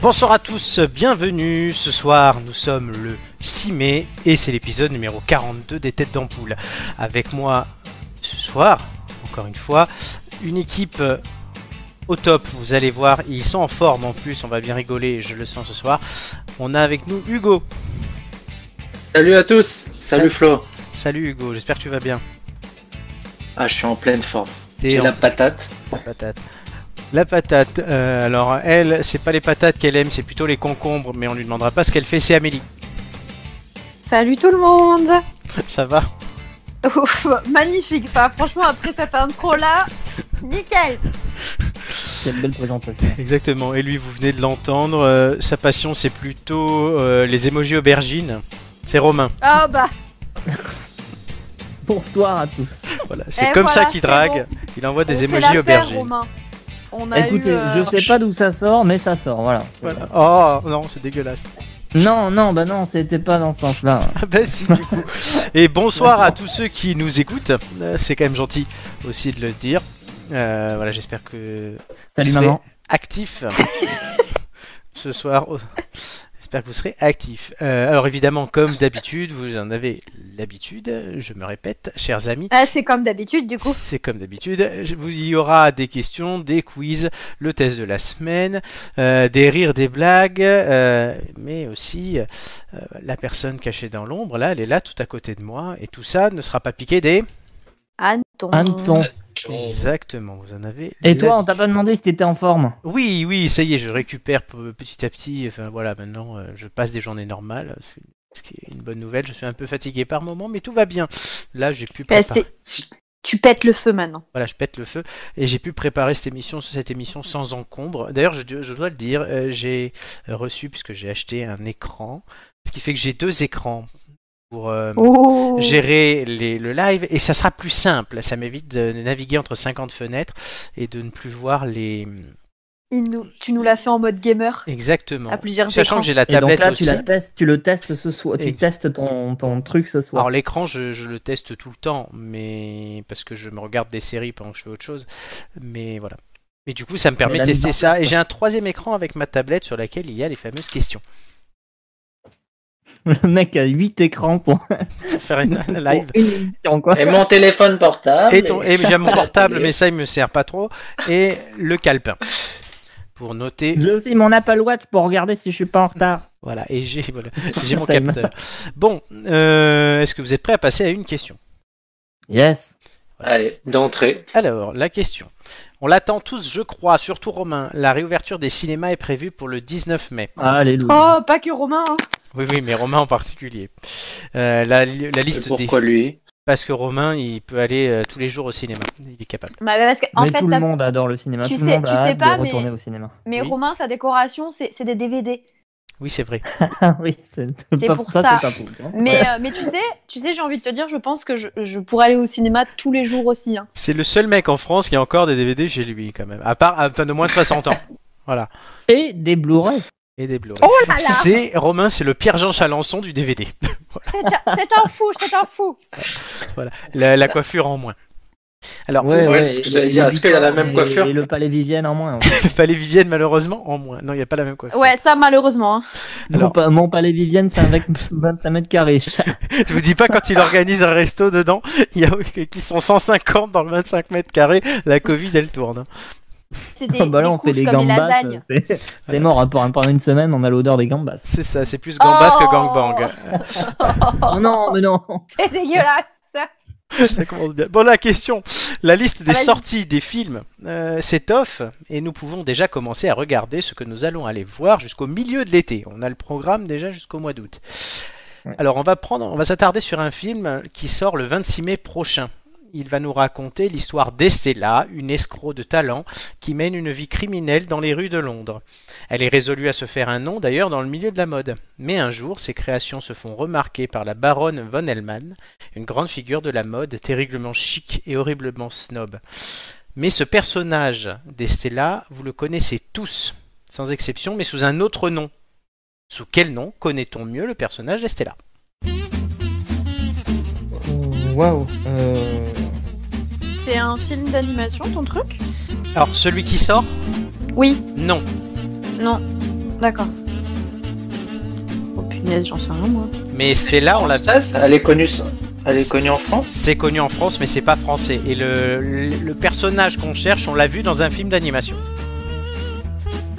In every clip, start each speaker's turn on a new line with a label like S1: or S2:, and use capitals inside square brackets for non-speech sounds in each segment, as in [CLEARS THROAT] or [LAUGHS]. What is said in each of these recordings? S1: Bonsoir à tous, bienvenue. Ce soir, nous sommes le 6 mai et c'est l'épisode numéro 42 des Têtes d'Ampoule. Avec moi ce soir, encore une fois, une équipe euh, au top, vous allez voir, ils sont en forme en plus, on va bien rigoler, je le sens ce soir. On a avec nous Hugo.
S2: Salut à tous, salut, Flo.
S1: Salut Hugo, j'espère que tu vas bien.
S2: Ah, je suis en pleine forme. J'ai en... la patate.
S1: La patate. La patate. Euh, alors elle, c'est pas les patates qu'elle aime, c'est plutôt les concombres, mais on lui demandera pas ce qu'elle fait. C'est Amélie.
S3: Salut tout le monde.
S1: Ça va
S3: Ouf, magnifique, pas. Franchement, après cette intro là, nickel.
S4: Quelle belle présentation.
S1: Exactement. Et lui, vous venez de l'entendre. Euh, sa passion, c'est plutôt euh, les émojis aubergines. C'est Romain.
S3: Ah oh bah.
S4: [LAUGHS] Bonsoir à tous.
S1: Voilà, c'est
S3: eh,
S1: comme voilà, ça qu'il drague. Bon. Il envoie des émojis aubergines. Romain.
S4: On
S3: Bah,
S4: a Écoutez, eu, euh... je sais pas d'où ça sort, mais ça sort, voilà.
S1: voilà. Oh non, c'est dégueulasse.
S4: Non, non, bah non, c'était pas dans ce sens-là.
S1: Ah bah si, du coup. Et bonsoir à tous ceux qui nous écoutent. Euh, C'est quand même gentil aussi de le dire. Euh, voilà, j'espère que
S4: Salut, vous maman.
S1: serez [LAUGHS] actifs ce soir. oh, J'espère que vous serez actifs. Euh, alors évidemment, comme d'habitude, vous en avez l'habitude, je me répète, chers amis.
S3: Ah, c'est comme d'habitude du coup.
S1: C'est comme d'habitude. Il y aura des questions, des quiz, le test de la semaine, euh, des rires, des blagues, euh, mais aussi euh, la personne cachée dans l'ombre, là, elle est là tout à côté de moi, et tout ça ne sera pas piqué des...
S3: Anton.
S4: Anton.
S2: Oh.
S1: Exactement, vous en avez.
S4: Euh, Et toi, on t'a pas demandé si t'étais en forme
S1: Oui, oui, ça y est, je récupère petit à petit. Enfin voilà, maintenant euh, je passe des journées normales, ce qui est une bonne nouvelle. Je suis un peu fatigué par moment, mais tout va bien. Là, j'ai
S4: Bah,
S1: pu
S3: préparer. Eh, Tu pètes le feu maintenant.
S1: Voilà, je pète le feu et j'ai pu préparer cette émission, cette émission sans encombre. D'ailleurs, je, je, dois le dire, euh, j'ai reçu puisque j'ai acheté un écran, ce qui fait que j'ai deux écrans pour euh, oh gérer les, le live et ça sera plus simple. Ça m'évite de naviguer entre 50 fenêtres et de ne plus voir les.
S3: Nous, tu nous l'as fait en mode gamer.
S1: Exactement.
S3: À plusieurs
S1: Sachant
S3: écrans.
S1: que j'ai la tablette
S4: et donc là,
S1: aussi.
S4: Tu, la testes, tu le testes ce soir. Et... Tu testes ton, ton, truc ce soir.
S1: Alors l'écran, je, je, le teste tout le temps, mais parce que je me regarde des séries pendant que je fais autre chose. Mais voilà. Mais du coup, ça me permet de tester ça. Et j'ai un troisième écran avec ma tablette sur laquelle il y a les fameuses questions. [LAUGHS]
S4: Le mec a 8 écrans pour,
S1: pour faire une [LAUGHS] live.
S2: Et mon téléphone portable.
S1: Et, ton... et j'ai mon portable, mais ça, il me sert pas trop. Et le calepin. Pour noter.
S4: J'ai aussi mon Apple Watch pour regarder si je suis pas en retard.
S1: Voilà, et j'ai voilà, mon capteur. Bon, euh, est-ce que vous êtes prêts à passer à une question
S4: Yes.
S2: Voilà. Allez, d'entrée.
S1: Alors, la question. On l'attend tous, je crois, surtout Romain. La réouverture des cinémas est prévue pour le 19 mai.
S4: Allez,
S3: oh, pas que Romain. Hein.
S1: Oui, oui, mais Romain en particulier. Euh, la, la, liste
S2: pourquoi
S1: des...
S2: lui
S1: Parce que Romain, il peut aller euh, tous les jours au cinéma. Il est capable.
S3: Bah, parce que, en
S4: mais
S3: fait,
S4: tout
S3: la...
S4: le monde adore le cinéma.
S3: Tu
S4: tout
S3: sais,
S4: le monde a
S3: tu sais
S4: hâte
S3: pas,
S4: de retourner
S3: mais...
S4: au cinéma. [LAUGHS]
S3: Mais
S1: Oui.
S3: Romain, sa décoration, c'est des DVD.
S1: Oui, c'est vrai.
S4: Ah oui, c'est
S3: C'est
S4: pas
S3: pour
S4: ça.
S3: ça.
S4: c'est pas pour toi.
S3: Mais, euh, mais tu sais, tu sais, j'ai envie de te dire, je pense que je, je pourrais aller au cinéma tous les jours aussi. hein.
S1: C'est le seul mec en France qui a encore des DVD chez lui, quand même. À part, enfin, de moins de 60 ans. Voilà.
S4: Et des Blu-ray.
S1: [LAUGHS] Et des Blu-ray.
S3: Oh là là
S1: C'est Romain, c'est le Pierre-Jean Chalençon du DVD.
S3: C'est un- C'est un fou, c'est un fou.
S1: voilà, la, la coiffure en moins. Alors,
S2: Ouais, ouais, c'est ce que j'allais dire. Est-ce qu'il y a la même
S4: Et-
S2: coiffure
S4: Et le palais Vivienne en moins. en fait.
S1: le Palais Vivienne malheureusement en moins. Non, il n'y a pas la même coiffure.
S3: Ouais, ça malheureusement. hein.
S4: Mon,
S1: Alors-
S4: pa- mon palais Vivienne, c'est avec 25 mètres carrés.
S1: Je vous dis pas quand il organise un resto dedans, [LAUGHS] il y a qui sont 150 dans le 25 mètres carrés, la Covid elle tourne. hein.
S3: C'est des,
S4: [LAUGHS] Ah bah là,
S3: des
S4: on fait
S3: couches
S4: des
S3: comme les
S4: gambas.
S3: lasagnes.
S5: [LAUGHS]
S4: C'est c'est mort. hein, Pour, pendant une semaine, on a l'odeur des gambas.
S1: C'est ça, c'est plus gambas que gangbang.
S4: Oh non, mais non.
S3: C'est dégueulasse.
S1: Ça commence bien. Bon, la question, la liste des
S3: Vas-y.
S1: sorties des films euh, s'étoffe et nous pouvons déjà commencer à regarder ce que nous allons aller voir jusqu'au milieu de l'été. On a le programme déjà jusqu'au mois d'août.
S4: Ouais.
S1: Alors, on va prendre, on va s'attarder sur un film qui sort le 26 mai prochain. Il va nous raconter l'histoire d'Estella, une escroc de talent qui mène une vie criminelle dans les rues de Londres. Elle est résolue à se faire un nom d'ailleurs dans le milieu de la mode. Mais un jour, ses créations se font remarquer par la baronne von Hellman, une grande figure de la mode, terriblement chic et horriblement snob. Mais ce personnage d'Estella, vous le connaissez tous, sans exception, mais sous un autre nom. Sous quel nom connaît-on mieux le personnage d'Estella
S4: Waouh.
S3: C'est un film d'animation ton truc
S1: Alors, celui qui sort
S3: Oui,
S1: Non.
S3: non. D'accord. Oh punaise, j'en sais rien moi.
S1: Mais Stella, on l'a
S2: Française, elle est connue, elle est connue en France.
S1: c'est connu en France, mais c'est pas français. Et le, le- le personnage qu'on cherche, on l'a vu dans un film d'animation.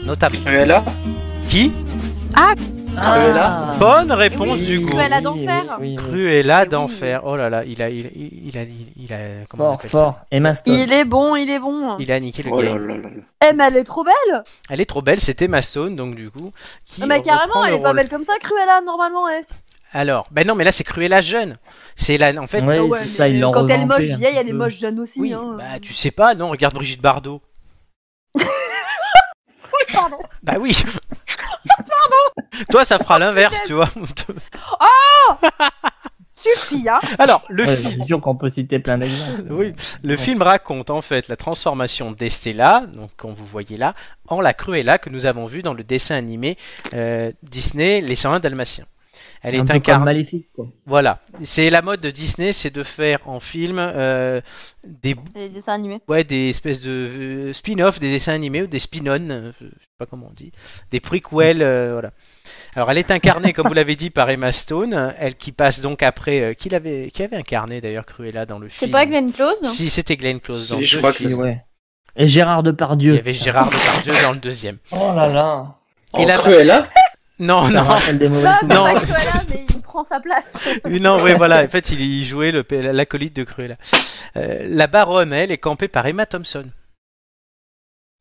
S1: Notamment.
S2: Cruella.
S1: Qui
S4: Ah.
S2: Cruella.
S1: Bonne réponse
S3: Oui,
S1: du
S3: oui,
S1: goût.
S3: Cruella d'enfer.
S4: oui, oui, oui.
S1: Cruella
S3: Eh oui.
S1: d'enfer. Oh là là, il a, il, il il a, il, il a, comment on
S4: Fort,
S1: appelle
S4: fort. Et Maston.
S3: Il est bon, il est bon.
S1: ça Il a niqué le
S2: Oh là
S1: game.
S2: là là là.
S5: Eh, mais elle est trop belle
S1: Elle est trop belle, c'était ma Stone, donc du coup. Qui
S5: Ah, Mais carrément,
S1: reprend
S5: elle
S1: le
S5: est pas
S1: rôle.
S5: belle comme ça, Cruella, normalement, eh.
S1: Alors, ben non, mais là c'est Cruella jeune. C'est là, en fait.
S4: Ouais,
S5: Ah ouais,
S4: c'est
S5: mais
S4: ça, ils l'ont
S5: Quand elle est
S4: revampé
S5: moche
S4: un
S5: vieille,
S4: petit
S5: elle est
S4: peu.
S5: moche jeune aussi.
S1: Oui,
S5: hein.
S1: bah tu sais pas, non, regarde Brigitte Bardot.
S5: Pardon.
S1: Bah
S5: [LAUGHS]
S1: oui. Toi, ça
S5: Oh,
S1: fera l'inverse, tu vois. [LAUGHS]
S5: Suffit, hein.
S1: Alors, le
S4: Ouais,
S1: film.
S4: C'est sûr qu'on peut citer plein d'exemples.
S1: [LAUGHS] Oui, le film raconte en fait la transformation d'Estella, donc qu'on vous voyez là, en la Cruella que nous avons vue dans le dessin animé euh, Disney Les 101 Dalmatiens. Elle
S4: un
S1: est
S4: peu comme
S1: incarnée.
S4: Maléfique, quoi.
S1: Voilà, c'est la mode de Disney, c'est de faire en film euh, des
S3: [LAUGHS] Les dessins animés.
S1: ouais des espèces de euh, spin-off des dessins animés ou des spin-on, euh, je sais pas comment on dit, des prequels, euh, voilà. Alors elle est incarnée, comme vous l'avez dit, par Emma Stone, elle qui passe donc après, euh, qui l'avait, qui avait incarné d'ailleurs Cruella dans le
S3: C'est
S1: film.
S3: pas Glenn
S5: hein.
S3: Close hein
S1: Si c'était Glenn Close. dans
S2: Si, je
S1: deux
S2: crois que
S4: Puis,
S2: c'est-
S4: ouais. Et Gérard Depardieu.
S1: Il y avait Gérard Depardieu dans le deuxième.
S4: Oh là là.
S1: Et
S2: En
S1: la-
S2: Cruella.
S1: Non,
S4: Ça me
S1: non,
S4: rappelle des mauvais
S5: Ça, c'est
S4: souvenirs.
S1: Non.
S5: pas Cruella, mais il prend sa place.
S1: [LAUGHS] non, oui, voilà. En fait, il y jouait le- l'acolyte de Cruella. Euh, la baronne, elle, est campée par Emma Thompson.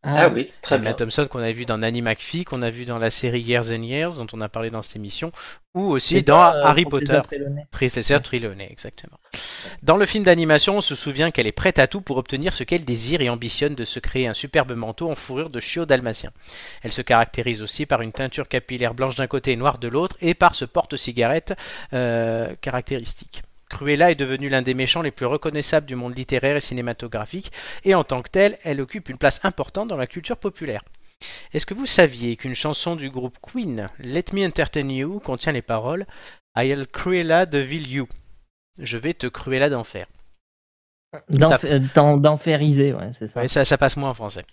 S2: Ah oui, très
S1: Emma
S2: bien.
S1: Thompson qu'on a vu dans Nanny McPhee, qu'on a vu dans la série Years and Years, dont on a parlé dans cette émission, ou aussi
S4: C'est
S1: dans
S4: pas, euh,
S1: Harry Potter.
S4: professeur Trelawney.
S1: Professeur Trelawney, exactement. Dans le film d'animation, on se souvient qu'elle est prête à tout pour obtenir ce qu'elle désire et ambitionne de se créer un superbe manteau en fourrure de chiot dalmatien. Elle se caractérise aussi par une teinture capillaire blanche d'un côté et noire de l'autre et par ce porte-cigarette euh, caractéristique. Cruella est devenue l'un des méchants les plus reconnaissables du monde littéraire et cinématographique et en tant que telle, elle occupe une place importante dans la culture populaire. Est-ce que vous saviez qu'une chanson du groupe Queen, Let Me Entertain You, contient les paroles I'll Cruella de You. Je vais te Cruella d'enfer.
S4: D'enf- euh, d'en- D'enferisé, ouais, c'est ça.
S1: Ouais, ça, ça passe moins en français.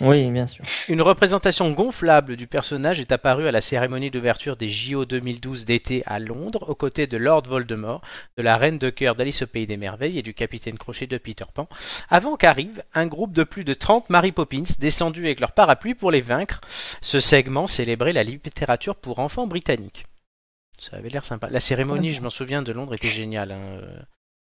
S4: Oui, bien sûr.
S1: Une représentation gonflable du personnage est apparue à la cérémonie d'ouverture des JO 2012 d'été à Londres, aux côtés de Lord Voldemort, de la Reine de Cœur d'Alice au Pays des Merveilles et du Capitaine Crochet de Peter Pan, avant qu'arrive un groupe de plus de 30 Mary Poppins descendus avec leur parapluie pour les vaincre. Ce segment célébrait la littérature pour enfants britanniques. Ça avait l'air sympa. La cérémonie, je m'en souviens, de Londres était géniale. hein, euh,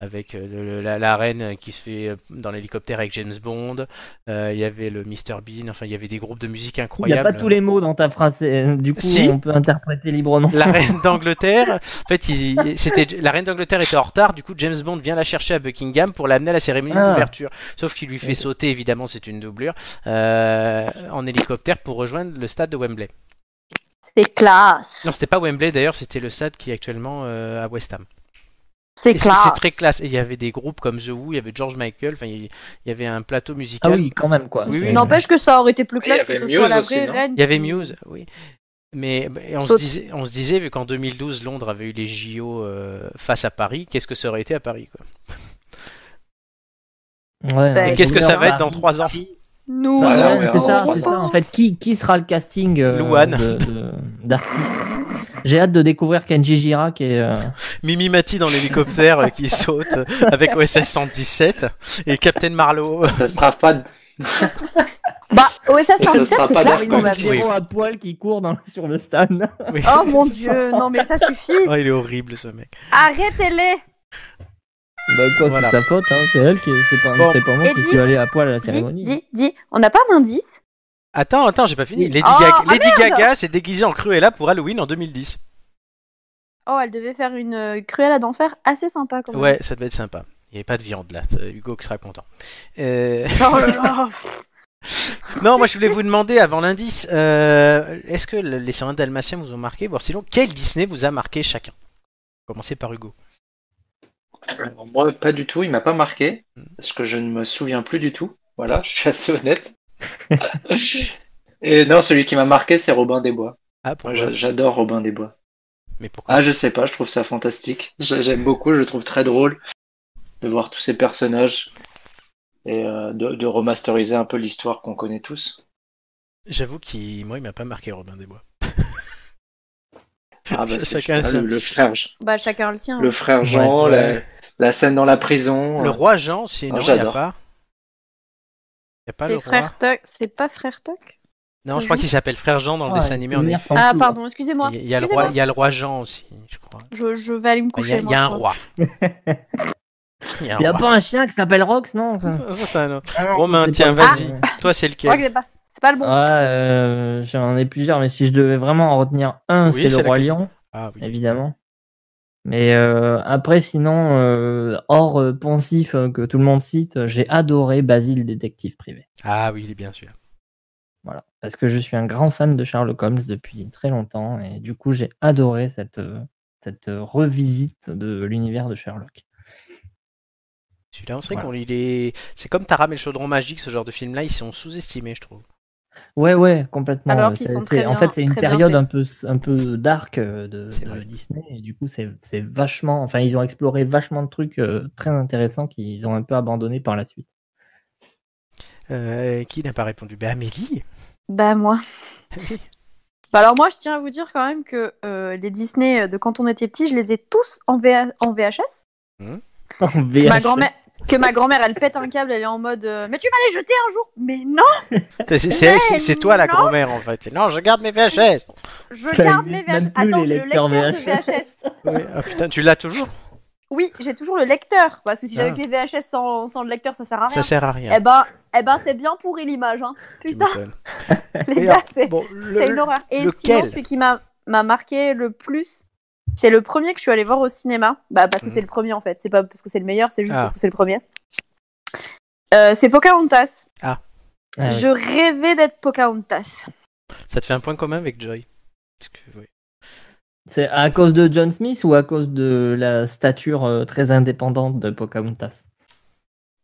S1: Avec euh, le- le- la, la reine qui se fait euh, dans l'hélicoptère avec James Bond, Euh, il y avait le Mr Bean, enfin il y avait des groupes de musique
S4: Il n'y a
S1: incroyables.
S4: pas tous les mots dans ta phrase. euh, Du coup,
S1: Si.
S4: on peut interpréter librement.
S1: La reine d'Angleterre, en fait, il- c'était la reine d'Angleterre était en retard. Du coup, James Bond vient la chercher à Buckingham pour l'amener à la cérémonie
S4: Ah.
S1: d'ouverture. Sauf qu'il lui fait sauter, évidemment, c'est une doublure, euh, en hélicoptère pour rejoindre le stade de Wembley.
S3: C'est classe.
S1: Non, c'était pas Wembley d'ailleurs, c'était le stade qui est actuellement euh, à West Ham.
S3: C'est
S1: Et C'est
S3: classe.
S1: c'est très classe. Et il y avait des groupes comme The Who, il y avait George Michael, enfin, il il y avait un plateau
S4: Ah
S1: musical.
S4: oui, quand même, quoi.
S1: Oui, oui.
S4: C'est-
S3: N'empêche que ça aurait été plus
S2: Il y
S3: classe que
S2: avait
S3: ce
S2: Muse
S3: soit la
S2: aussi,
S3: vraie
S2: non
S3: reine.
S1: Il y avait
S3: qui-
S1: Muse, oui. Mais bah, on, se
S3: Sauf-
S1: disait, on se disait, vu qu'en 2012, Londres avait eu les JO euh, face à Paris, qu'est-ce que ça aurait été à Paris quoi
S4: Ouais, ouais,
S1: Et qu'est-ce que
S4: c'est
S1: ça va
S4: bien,
S1: être dans
S4: Paris.
S1: 3 ans
S3: Nous.
S1: Ah,
S4: Ouais,
S5: euh,
S4: hein.
S2: Voilà, ouais,
S4: c'est
S2: on
S4: ça,
S2: reprend
S4: c'est
S2: ça.
S4: ça. En fait, qui, qui sera le casting euh,
S1: Louane.
S4: de- de- d'artistes J'ai hâte de découvrir Kenji Girac et euh,
S1: Mimi Mati dans l'hélicoptère euh, qui saute euh, avec OSS 117 et Captain Marlowe.
S2: Ça sera pas.
S5: Bah, ouais, ça,
S2: Ça sera
S5: c'est
S2: pas
S4: Ah
S5: clair
S2: Dark
S5: quand même.
S1: Knight. Oui.
S4: Pierrot à poil qui court dans- sur le stand.
S1: [LAUGHS] Oui.
S5: Oh mon dieu, non mais ça suffit.
S1: Oh, il est horrible ce mec.
S5: Arrêtez-les.
S4: Bah quoi,
S1: Voilà.
S4: c'est sa faute, hein, c'est elle qui c'est pas,
S1: Bon.
S4: c'est pas moi
S3: Et
S4: qui
S3: dis-
S4: suis allé à poil à la
S3: Dis,
S4: cérémonie.
S3: dis, dis. On n'a pas un indice
S1: Attends, attends, j'ai pas fini.
S4: Oui.
S1: Lady,
S3: Oh,
S1: Gaga-
S3: ah,
S1: Lady Gaga s'est déguisée en Cruella pour Halloween en 2010.
S3: Oh, elle devait faire une euh, Cruella d'enfer assez sympa
S5: Oh.
S3: quand même.
S1: Ouais, ça devait être sympa. Il n'y avait pas de viande là. Euh, Hugo qui sera content. Euh,
S3: Oh là
S2: [LAUGHS]
S3: là.
S1: non, moi je voulais vous demander avant l'indice, euh, est-ce que le- les 101 Dalmatiens vous ont marqué Bon, sinon, quel Disney vous a marqué chacun Commencez par Hugo.
S2: Alors, moi, pas du tout. Il m'a pas marqué parce que je ne me souviens plus du tout. Voilà, [LAUGHS] je suis assez honnête. Et non, celui qui m'a marqué, c'est Robin des Bois.
S1: Ah,
S2: Moi,
S1: pourquoi
S2: j'a- j'adore Robin des Bois.
S1: Mais pourquoi
S2: Ah, je sais pas, je trouve ça fantastique. J'a- J'aime beaucoup, je le trouve très drôle de voir tous ces personnages et euh, de, de remasteriser un peu l'histoire qu'on connaît tous.
S1: J'avoue qu'il, moi, il m'a pas marqué Robin des Bois.
S2: Ah bah, c'est
S1: Chacun
S2: ah,
S1: sa-
S2: le, le frère,
S5: Bah, chacun le sien.
S2: le hein. frère Jean,
S4: Ouais,
S1: ouais.
S2: La, la scène dans la prison.
S1: Le roi Jean, sinon,
S2: Ah,
S1: il n'y a
S2: j'adore.
S1: pas. Il n'y a pas le
S5: C'est
S1: roi.
S5: frère Tuck. C'est pas frère Tuck
S1: Non, je crois
S5: Jean.
S1: qu'il s'appelle frère Jean dans le
S4: Ah,
S1: dessin animé, en
S4: c'est
S1: effet.
S4: Jean.
S5: Ah, pardon, excusez-moi.
S1: Il y a le
S5: Excusez-moi.
S1: roi, il y a le roi Jean aussi, je crois.
S5: Je, je vais aller me
S1: Enfin, Il
S5: coucher.
S1: y a, il y a un
S5: moi, je
S1: roi. [LAUGHS] Il y a un
S4: Y a
S1: roi.
S4: pas un chien qui s'appelle Rox, non ça
S1: [LAUGHS] Ça, c'est un autre.
S4: Ah non,
S1: Romain,
S4: c'est
S1: tiens,
S4: pas-
S1: vas-y. Toi, c'est
S5: crois.
S1: lequel
S5: Je crois que c'est pas, c'est pas le bon.
S4: Ouais, euh, j'en ai plusieurs, mais si je devais vraiment en retenir un,
S1: Oui,
S4: c'est
S1: c'est
S4: le
S1: la
S4: roi
S1: question.
S4: lion,
S1: Ah oui.
S4: évidemment. Mais euh, après, sinon, euh, hors euh, pensif euh, que tout le monde cite, euh, j'ai adoré Basile détective privé.
S1: Ah oui, il est bien sûr.
S4: Voilà, parce que je suis un grand fan de Sherlock Holmes depuis très longtemps, et du coup, j'ai adoré cette euh, cette euh, revisite de l'univers de Sherlock.
S1: Celui-là, on sait
S4: Voilà.
S1: qu'on il est. C'est comme Taram et le chaudron magique, ce genre de film-là, ils sont sous-estimés, je trouve.
S4: Ouais, ouais, complètement.
S5: Alors
S4: Euh,
S5: qu'ils
S4: c'est-
S5: sont
S4: c'est-
S5: très
S4: en
S5: bien-
S4: fait, c'est une
S5: très bien
S4: période
S5: faits.
S4: un peu, un peu dark euh, de,
S1: C'est
S4: de
S1: vrai.
S4: Disney. Et du coup, c'est c'est vachement. Enfin, ils ont exploré vachement de trucs euh, très intéressants qu'ils ont un peu abandonnés par la suite. [LAUGHS]
S1: Euh, qui n'a pas répondu Ben
S5: [LAUGHS]
S1: Amélie
S5: Bah, moi. Bah, alors, moi, je tiens à vous dire quand même que euh, les Disney de quand on était petit, je les ai tous en, VH en VHS.
S4: En
S5: Ma
S4: VHS.
S5: grand-mère. Que ma grand-mère, elle pète un câble, elle est en mode euh, Mais tu vas les jeter un jour Mais non
S1: C'est- C'est c'est- c'est toi la
S5: Ben, non.
S1: grand-mère en fait. Non, je garde mes VHS.
S5: Je
S4: Ça
S5: garde mes
S4: existe
S5: VHS.
S4: même plus,
S5: Attends,
S4: les
S5: j'ai le
S4: lecteurs
S5: lecteur
S4: VHS.
S5: de VHS.
S1: Oui. Ah putain, tu l'as toujours
S5: Oui, j'ai toujours le lecteur, parce que si j'avais
S1: Ah.
S5: que les VHS sans, sans le lecteur, ça sert à rien.
S1: Ça sert à rien.
S5: Eh ben, eh ben c'est bien pourri l'image, hein.
S1: Tu
S5: Putain,
S1: m'étonnes.
S5: les
S1: Et alors,
S5: gars, c'est
S1: Bon, le-
S5: c'est une horreur. Et sinon,
S1: lequel
S5: celui qui m'a m'a marqué le plus, c'est le premier que je suis allée voir au cinéma. Bah, parce que
S1: Mhm.
S5: c'est le premier, en fait. C'est pas parce que c'est le meilleur, c'est juste
S1: Ah.
S5: parce que c'est le premier. Euh, c'est Pocahontas.
S4: Ah oui.
S5: Bah, Je rêvais d'être Pocahontas.
S1: ça te fait un point commun avec Joy. Parce que, ouais.
S4: C'est à cause de John Smith ou à cause de la stature euh, très indépendante de Pocahontas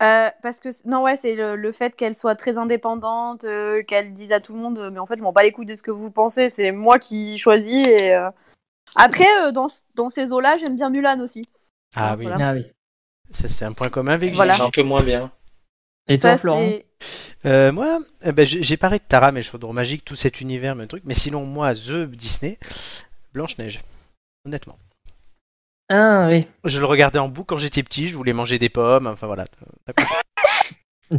S5: Euh, parce que, non, ouais, c'est le, le fait qu'elle soit très indépendante, euh, qu'elle dise à tout le monde, euh, mais en fait, je m'en bats les couilles de ce que vous pensez, c'est moi qui choisis. Et, euh, Après, euh, dans, dans ces eaux-là, j'aime bien Mulan aussi.
S1: Ah
S5: Voilà.
S1: oui,
S4: Ah oui.
S1: ça, c'est un point commun avec
S5: Voilà.
S1: Gigi.
S2: Euh, un peu moins bien.
S4: Et toi,
S5: Ça,
S4: Florent
S5: c'est-
S1: Euh, moi, eh ben, j'ai j'ai parlé de Taram et le chaudron magique, tout cet univers, le truc. Mais sinon, moi, The Disney, Blanche-Neige. Honnêtement.
S4: Ah oui.
S1: Je le regardais en boucle quand j'étais petit, je voulais manger des pommes, enfin voilà. T'as compris.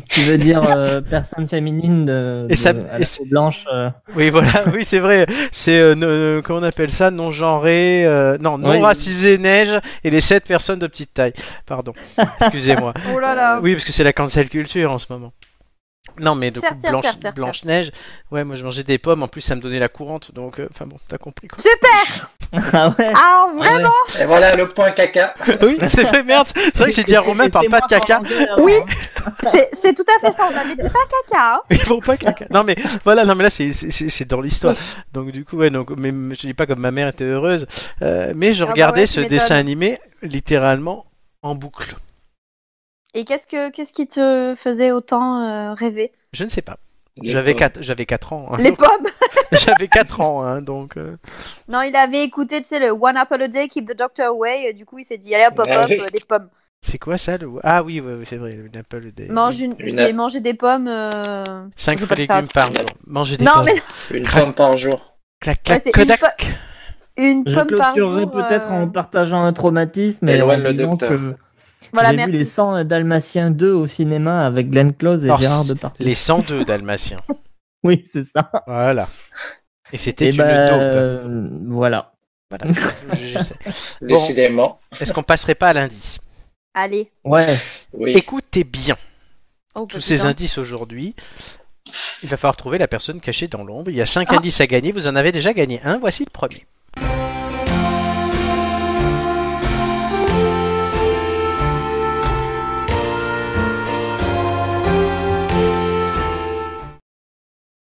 S4: Tu veux dire euh, [LAUGHS] personne féminine de,
S1: Et ça-
S4: de- à
S1: et
S4: la
S1: c'est-
S4: peau blanche euh, [LAUGHS]
S1: Oui, [LAUGHS] voilà, oui, c'est vrai. C'est, euh, ne- ne- comment on appelle ça Non genré, euh, non, non
S4: Oui.
S1: racisé, neige, et les sept personnes de petite taille. Pardon, excusez-moi.
S5: Oh là là.
S1: Oui, parce que c'est la cancel culture en ce moment. Non, mais de coup,
S5: Certes, certes,
S1: Blanche-
S5: certes, certes.
S1: Blanche-Neige, ouais, moi je mangeais des pommes, en plus ça me donnait la courante, donc, euh, enfin bon, t'as compris quoi.
S4: Ah ouais.
S5: Ah, en vrai,
S4: Ah ouais.
S2: Et voilà le point caca.
S1: oui, [LAUGHS] c'est vrai, merde, c'est vrai que j'ai dit à Romain, parle pas de caca.
S5: Oui, [LAUGHS] c'est c'est tout à fait ça. On avait dit pas caca. hein.
S1: Ils font pas caca. Non mais voilà, non mais là c'est c'est- c'est c'est dans l'histoire. Donc du coup ouais, donc mais mais je te dis pas comme ma mère était heureuse, euh, mais je
S5: Ah bah
S1: regardais
S5: ouais, tu
S1: ce
S5: m'étonnes.
S1: dessin animé littéralement en boucle.
S5: Et qu'est-ce que qu'est-ce qui te faisait autant euh, rêver
S1: [LAUGHS] Je ne sais pas. J'avais quatre j'avais quatre ans. hein.
S5: Les pommes
S1: [LAUGHS] j'avais quatre ans hein, donc euh,
S5: Non, il avait écouté, tu sais, le One Apple a Day, Keep the Doctor Away. Et du coup, il s'est dit, allez hop, hop,
S2: Ah
S5: hop,
S2: oui.
S5: euh, des pommes.
S1: c'est quoi ça le Ah oui, ouais, ouais, c'est vrai, l'Apple Day.
S5: Mange une...
S2: Une
S5: c'est
S2: app-
S5: manger des pommes. euh,
S1: Cinq
S5: Je
S1: fruits et
S5: veux pas
S1: légumes par jour. Manger des
S5: Non,
S1: pommes.
S5: mais [LAUGHS]
S2: Une femme par jour.
S1: Clac
S5: Ouais,
S1: clac
S5: c'est une
S1: Kodak.
S5: une
S4: Je
S5: pomme par jour.
S4: clôturerai peut-être
S5: euh,
S4: en partageant un traumatisme et en
S2: Éloigne le
S4: disant
S2: docteur.
S4: que
S5: Voilà,
S4: j'ai vu les
S5: merci.
S4: 100 Dalmatiens 2 au cinéma avec Glenn Close et
S1: Alors,
S4: Gérard
S1: c'est-
S4: Depardieu.
S1: Les 102
S5: [LAUGHS]
S1: dalmatiens.
S4: Oui, c'est ça.
S1: Voilà. Et c'était
S4: Et
S1: une
S4: ben,
S1: taupe.
S4: euh, voilà.
S1: Voilà. Je- je sais.
S2: Décidément.
S1: Est-ce qu'on passerait pas à l'indice
S5: Allez.
S4: Ouais.
S2: Oui.
S1: Écoutez bien
S5: Oh,
S1: tous
S5: bah,
S1: ces
S5: putain.
S1: indices aujourd'hui. Il va falloir trouver la personne cachée dans l'ombre. Il y a cinq
S5: Ah.
S1: indices à gagner. Vous en avez déjà gagné un. Voici le premier.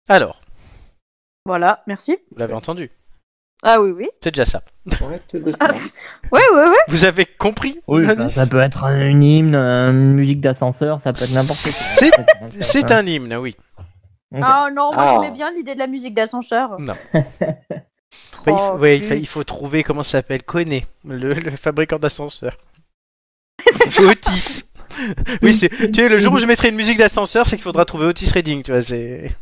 S1: Alors,
S5: Voilà, merci.
S1: vous l'avez entendu.
S5: Ah oui, [LAUGHS] oui.
S1: C'est déjà ça.
S2: Ouais, tout doucement.
S5: Ah, c'est- ouais, ouais, ouais.
S1: Vous avez compris
S4: Oui,
S2: bah,
S4: ça,
S1: l'indice
S4: ça peut être un hymne, une musique d'ascenseur, ça peut être n'importe quoi.
S1: C'est- C'est un hymne, oui.
S4: Ok.
S5: Ah non, moi,
S2: Ah.
S5: j'aimais bien l'idée de la musique d'ascenseur.
S4: [LAUGHS]
S1: Non.
S5: Oh,
S1: Ouais, il, faut, ouais, il
S5: cul.
S1: fa- il faut trouver comment ça s'appelle Coné, le, le fabricant
S5: [LAUGHS]
S1: d'ascenseurs. Otis. Oui, c'est. Tu sais, le jour où je mettrai une musique d'ascenseur, c'est qu'il faudra trouver Otis Redding. Tu vois, c'est.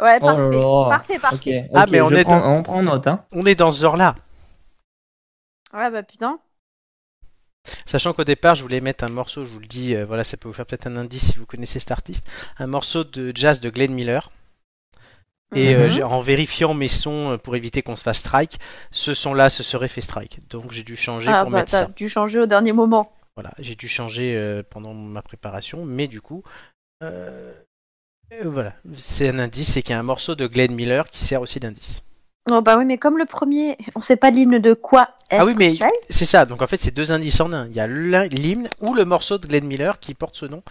S5: Ouais,
S4: Oh là
S5: parfait.
S4: là.
S5: Parfait, parfait.
S4: Ok, ok,
S1: Ah, mais on
S4: je
S1: est
S4: prends- on prend note. Hein.
S1: On est dans ce genre-là.
S5: Ouais, bah putain.
S1: Sachant qu'au départ, je voulais mettre un morceau, je vous le dis, euh, voilà, ça peut vous faire peut-être un indice si vous connaissez cet artiste, un morceau de jazz de Glenn Miller. Et euh,
S5: Mhm.
S1: j'ai- en vérifiant mes sons euh, pour éviter qu'on se fasse strike, ce son-là se serait fait strike. Donc j'ai dû changer
S5: Ah,
S1: pour
S5: bah,
S1: mettre
S5: t'as
S1: ça.
S5: dû changer au dernier moment.
S1: Voilà, j'ai dû changer euh, pendant ma préparation, mais du coup, euh, euh, voilà, c'est un indice, c'est qu'il y a un morceau de Glenn Miller qui sert aussi d'indice.
S5: Non, bah oui, mais comme le premier, on sait pas l'hymne de quoi. est-ce
S1: Ah oui,
S5: que
S1: mais
S5: c'est
S1: c'est ça. Donc en fait, c'est deux indices en un. Il y a l'un- l'hymne ou le morceau de Glenn Miller qui porte ce nom.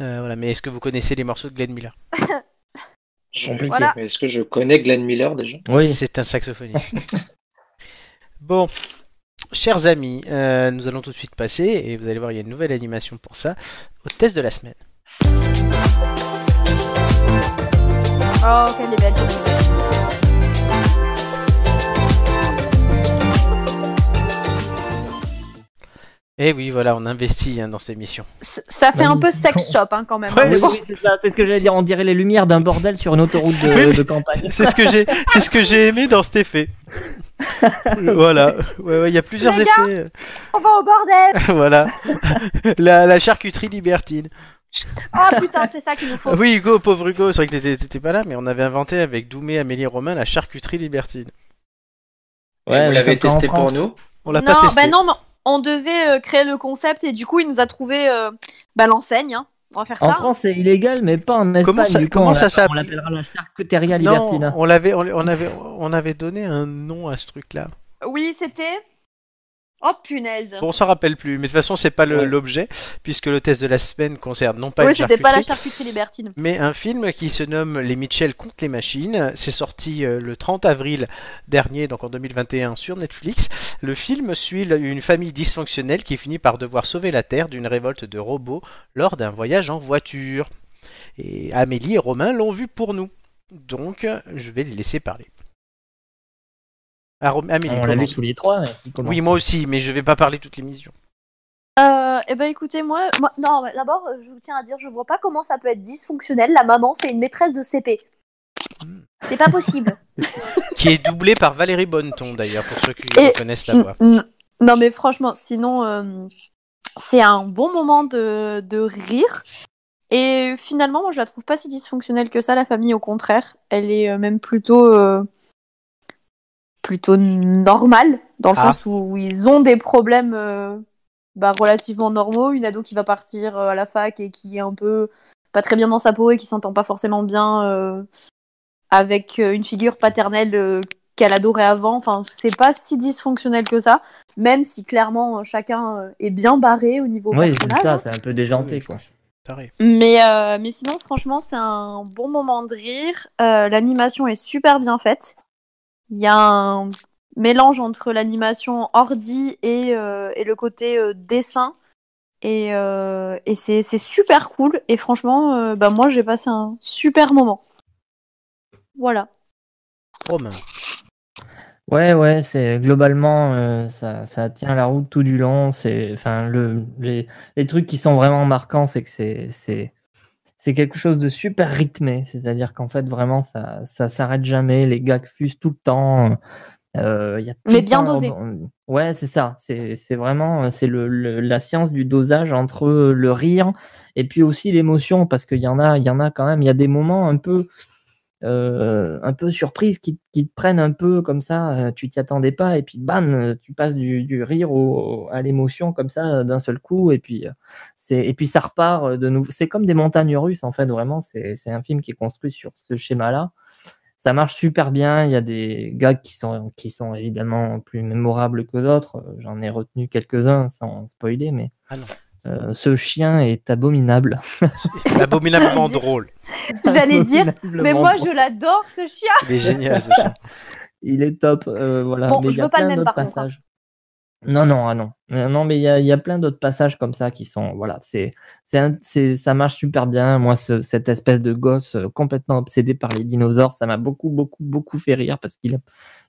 S1: Euh, voilà. Mais est-ce que vous connaissez les morceaux de Glenn Miller
S2: Je-
S4: Compliqué.
S5: Voilà.
S2: Mais est-ce que je connais Glenn Miller déjà
S4: Oui,
S1: C'est un saxophoniste. [LAUGHS] bon, chers amis, euh, nous allons tout de suite passer et vous allez voir, il y a une nouvelle animation pour ça au test de la semaine.
S5: Oh, quelle est belle.
S1: Et Eh oui, voilà, on investit hein, dans cette émission.
S5: C- Ça fait
S4: Bah,
S5: un peu
S4: oui.
S5: sex shop hein, quand même.
S1: Ouais,
S5: Mais
S4: Ah Oui,
S5: bon.
S4: oui, c'est ça, c'est ce que j'allais dire. On dirait les lumières d'un bordel sur une autoroute
S1: Oui, oui.
S4: de, de campagne.
S1: C'est ce que j'ai, c'est ce que j'ai aimé dans cet effet. voilà. Ouais, ouais, il y a plusieurs
S5: Les
S1: effets. [LAUGHS]
S5: On va au bordel
S1: voilà. la, la charcuterie libertine.
S5: Oh putain, c'est ça qu'il nous faut.
S1: [LAUGHS] Ah Oui, Hugo, pauvre Hugo, c'est vrai que t'étais- t'étais pas là, mais on avait inventé avec Doumé, Amélie Romain la charcuterie libertine.
S4: Ouais,
S2: Vous
S4: mais
S2: l'avez
S4: sauf qu'en
S2: testé
S4: France-
S2: pour nous
S1: On l'a
S5: non,
S1: pas testé.
S5: bah non, mais on devait euh, créer le concept et du coup, il nous a trouvé euh, bah, l'enseigne. hein. On va faire
S4: En
S5: ça.
S4: France, c'est illégal, mais pas en Espagne.
S1: Comment ça-
S4: du coup,
S1: comment
S4: on
S1: ça
S4: l'a-
S1: s'appelle
S4: On l'appellera la charcuteria
S1: Non,
S4: libertina.
S1: on l'avait, on, on avait, on avait donné un nom à ce truc-là.
S5: Oui, c'était. Oh punaise.
S1: Bon, on s'en rappelle plus, mais de toute façon, c'est pas le-
S4: Ouais.
S1: l'objet, puisque le test de la semaine concerne non pas
S5: oui,
S1: une
S5: c'était pas la
S1: charcuterie,
S5: charcuterie libertine.
S1: mais un film qui se nomme Les Mitchell contre les machines. C'est sorti euh, le 30 avril dernier, donc en 2021, sur Netflix. Le film suit le- une famille dysfonctionnelle qui finit par devoir sauver la Terre d'une révolte de robots lors d'un voyage en voiture. Et Amélie et Romain l'ont vu pour nous. Donc, je vais les laisser parler. Ah, Rom- Amélie,
S4: on l'a vu
S1: commence.
S4: tous les trois. mais qui commence
S1: Oui, moi aussi, mais je vais pas parler toute l'émission.
S5: Euh, eh ben écoutez, moi, moi- non, mais d'abord, euh, je tiens à dire, je vois pas comment ça peut être dysfonctionnel. La maman, c'est une maîtresse de CP.
S1: Mm.
S5: C'est pas possible.
S1: Qui est doublé par Valérie Bonneton, d'ailleurs, pour ceux qui
S5: Et-
S1: connaissent la voix.
S5: Mm, mm. non, mais franchement, sinon, euh, c'est un bon moment de, de rire. Et finalement, moi, je la trouve pas si dysfonctionnelle que ça, la famille, au contraire. Elle est euh, même plutôt. euh, plutôt normale, dans le
S1: Ah.
S5: sens où, où ils ont des problèmes euh, bah, relativement normaux. Une ado qui va partir euh, à la fac et qui est un peu pas très bien dans sa peau et qui s'entend pas forcément bien euh, avec euh, une figure paternelle euh, qu'elle adorait avant. Enfin, c'est pas si dysfonctionnel que ça, même si clairement euh, chacun euh, est bien barré au niveau
S4: Oui, c'est
S5: personnage.
S4: ça,
S5: hein.
S4: c'est un peu déjanté, quoi.
S1: Taré.
S5: Mais, euh, mais sinon, franchement, c'est un bon moment de rire. Euh, l'animation est super bien faite. Il y a un mélange entre l'animation ordi et, euh, et le côté euh, dessin. Et, euh, et c'est, c'est super cool. Et franchement, euh, bah, moi, j'ai passé un super moment. Voilà.
S1: Romain.
S4: Ouais, ouais, c'est globalement euh, ça, ça tient la route tout du long. C'est enfin le les, les trucs qui sont vraiment marquants, c'est que c'est c'est c'est quelque chose de super rythmé. C'est-à-dire qu'en fait vraiment ça ça s'arrête jamais. Les gags fusent tout le temps. Euh, il y a tout
S5: Mais
S4: le
S5: bien
S4: temps-
S5: dosé.
S4: Ouais, c'est ça. C'est c'est vraiment euh, c'est le, le- la science du dosage entre le rire et puis aussi l'émotion parce qu'il y en a il y en a quand même il y a des moments un peu euh, un peu surprise, qui, qui te prennent un peu comme ça, euh, tu t'y attendais pas, et puis bam, euh, tu passes du, du rire au, au- à l'émotion comme ça euh, d'un seul coup, et puis, euh, c'est, et puis ça repart euh, de nouveau. C'est comme des montagnes russes, en fait, vraiment, c'est, c'est un film qui est construit sur ce schéma-là. Ça marche super bien, il y a des gags qui sont, qui sont évidemment plus mémorables que d'autres, euh, j'en ai retenu quelques-uns sans spoiler, mais
S1: Ah non.
S4: euh, ce chien est abominable.
S1: [LAUGHS] Abominablement drôle.
S5: J'allais
S4: [LAUGHS]
S5: dire, Mais moi,
S4: Abominablement
S5: je l'adore, ce chien.
S1: Il est génial ce chien.
S4: il est top. euh, voilà.
S5: Bon,
S4: mais
S5: je
S4: il y a
S5: veux pas le
S4: plein
S5: même,
S4: d'autres
S5: par contre, hein.
S4: passages. Non, non, ah non. Euh, Non, mais il y a, il y a plein d'autres passages comme ça qui sont. Voilà, c'est, c'est, un- c'est- ça marche super bien. Moi, ce- cette espèce de gosse euh, complètement obsédé par les dinosaures, ça m'a beaucoup, beaucoup, beaucoup fait rire parce qu'il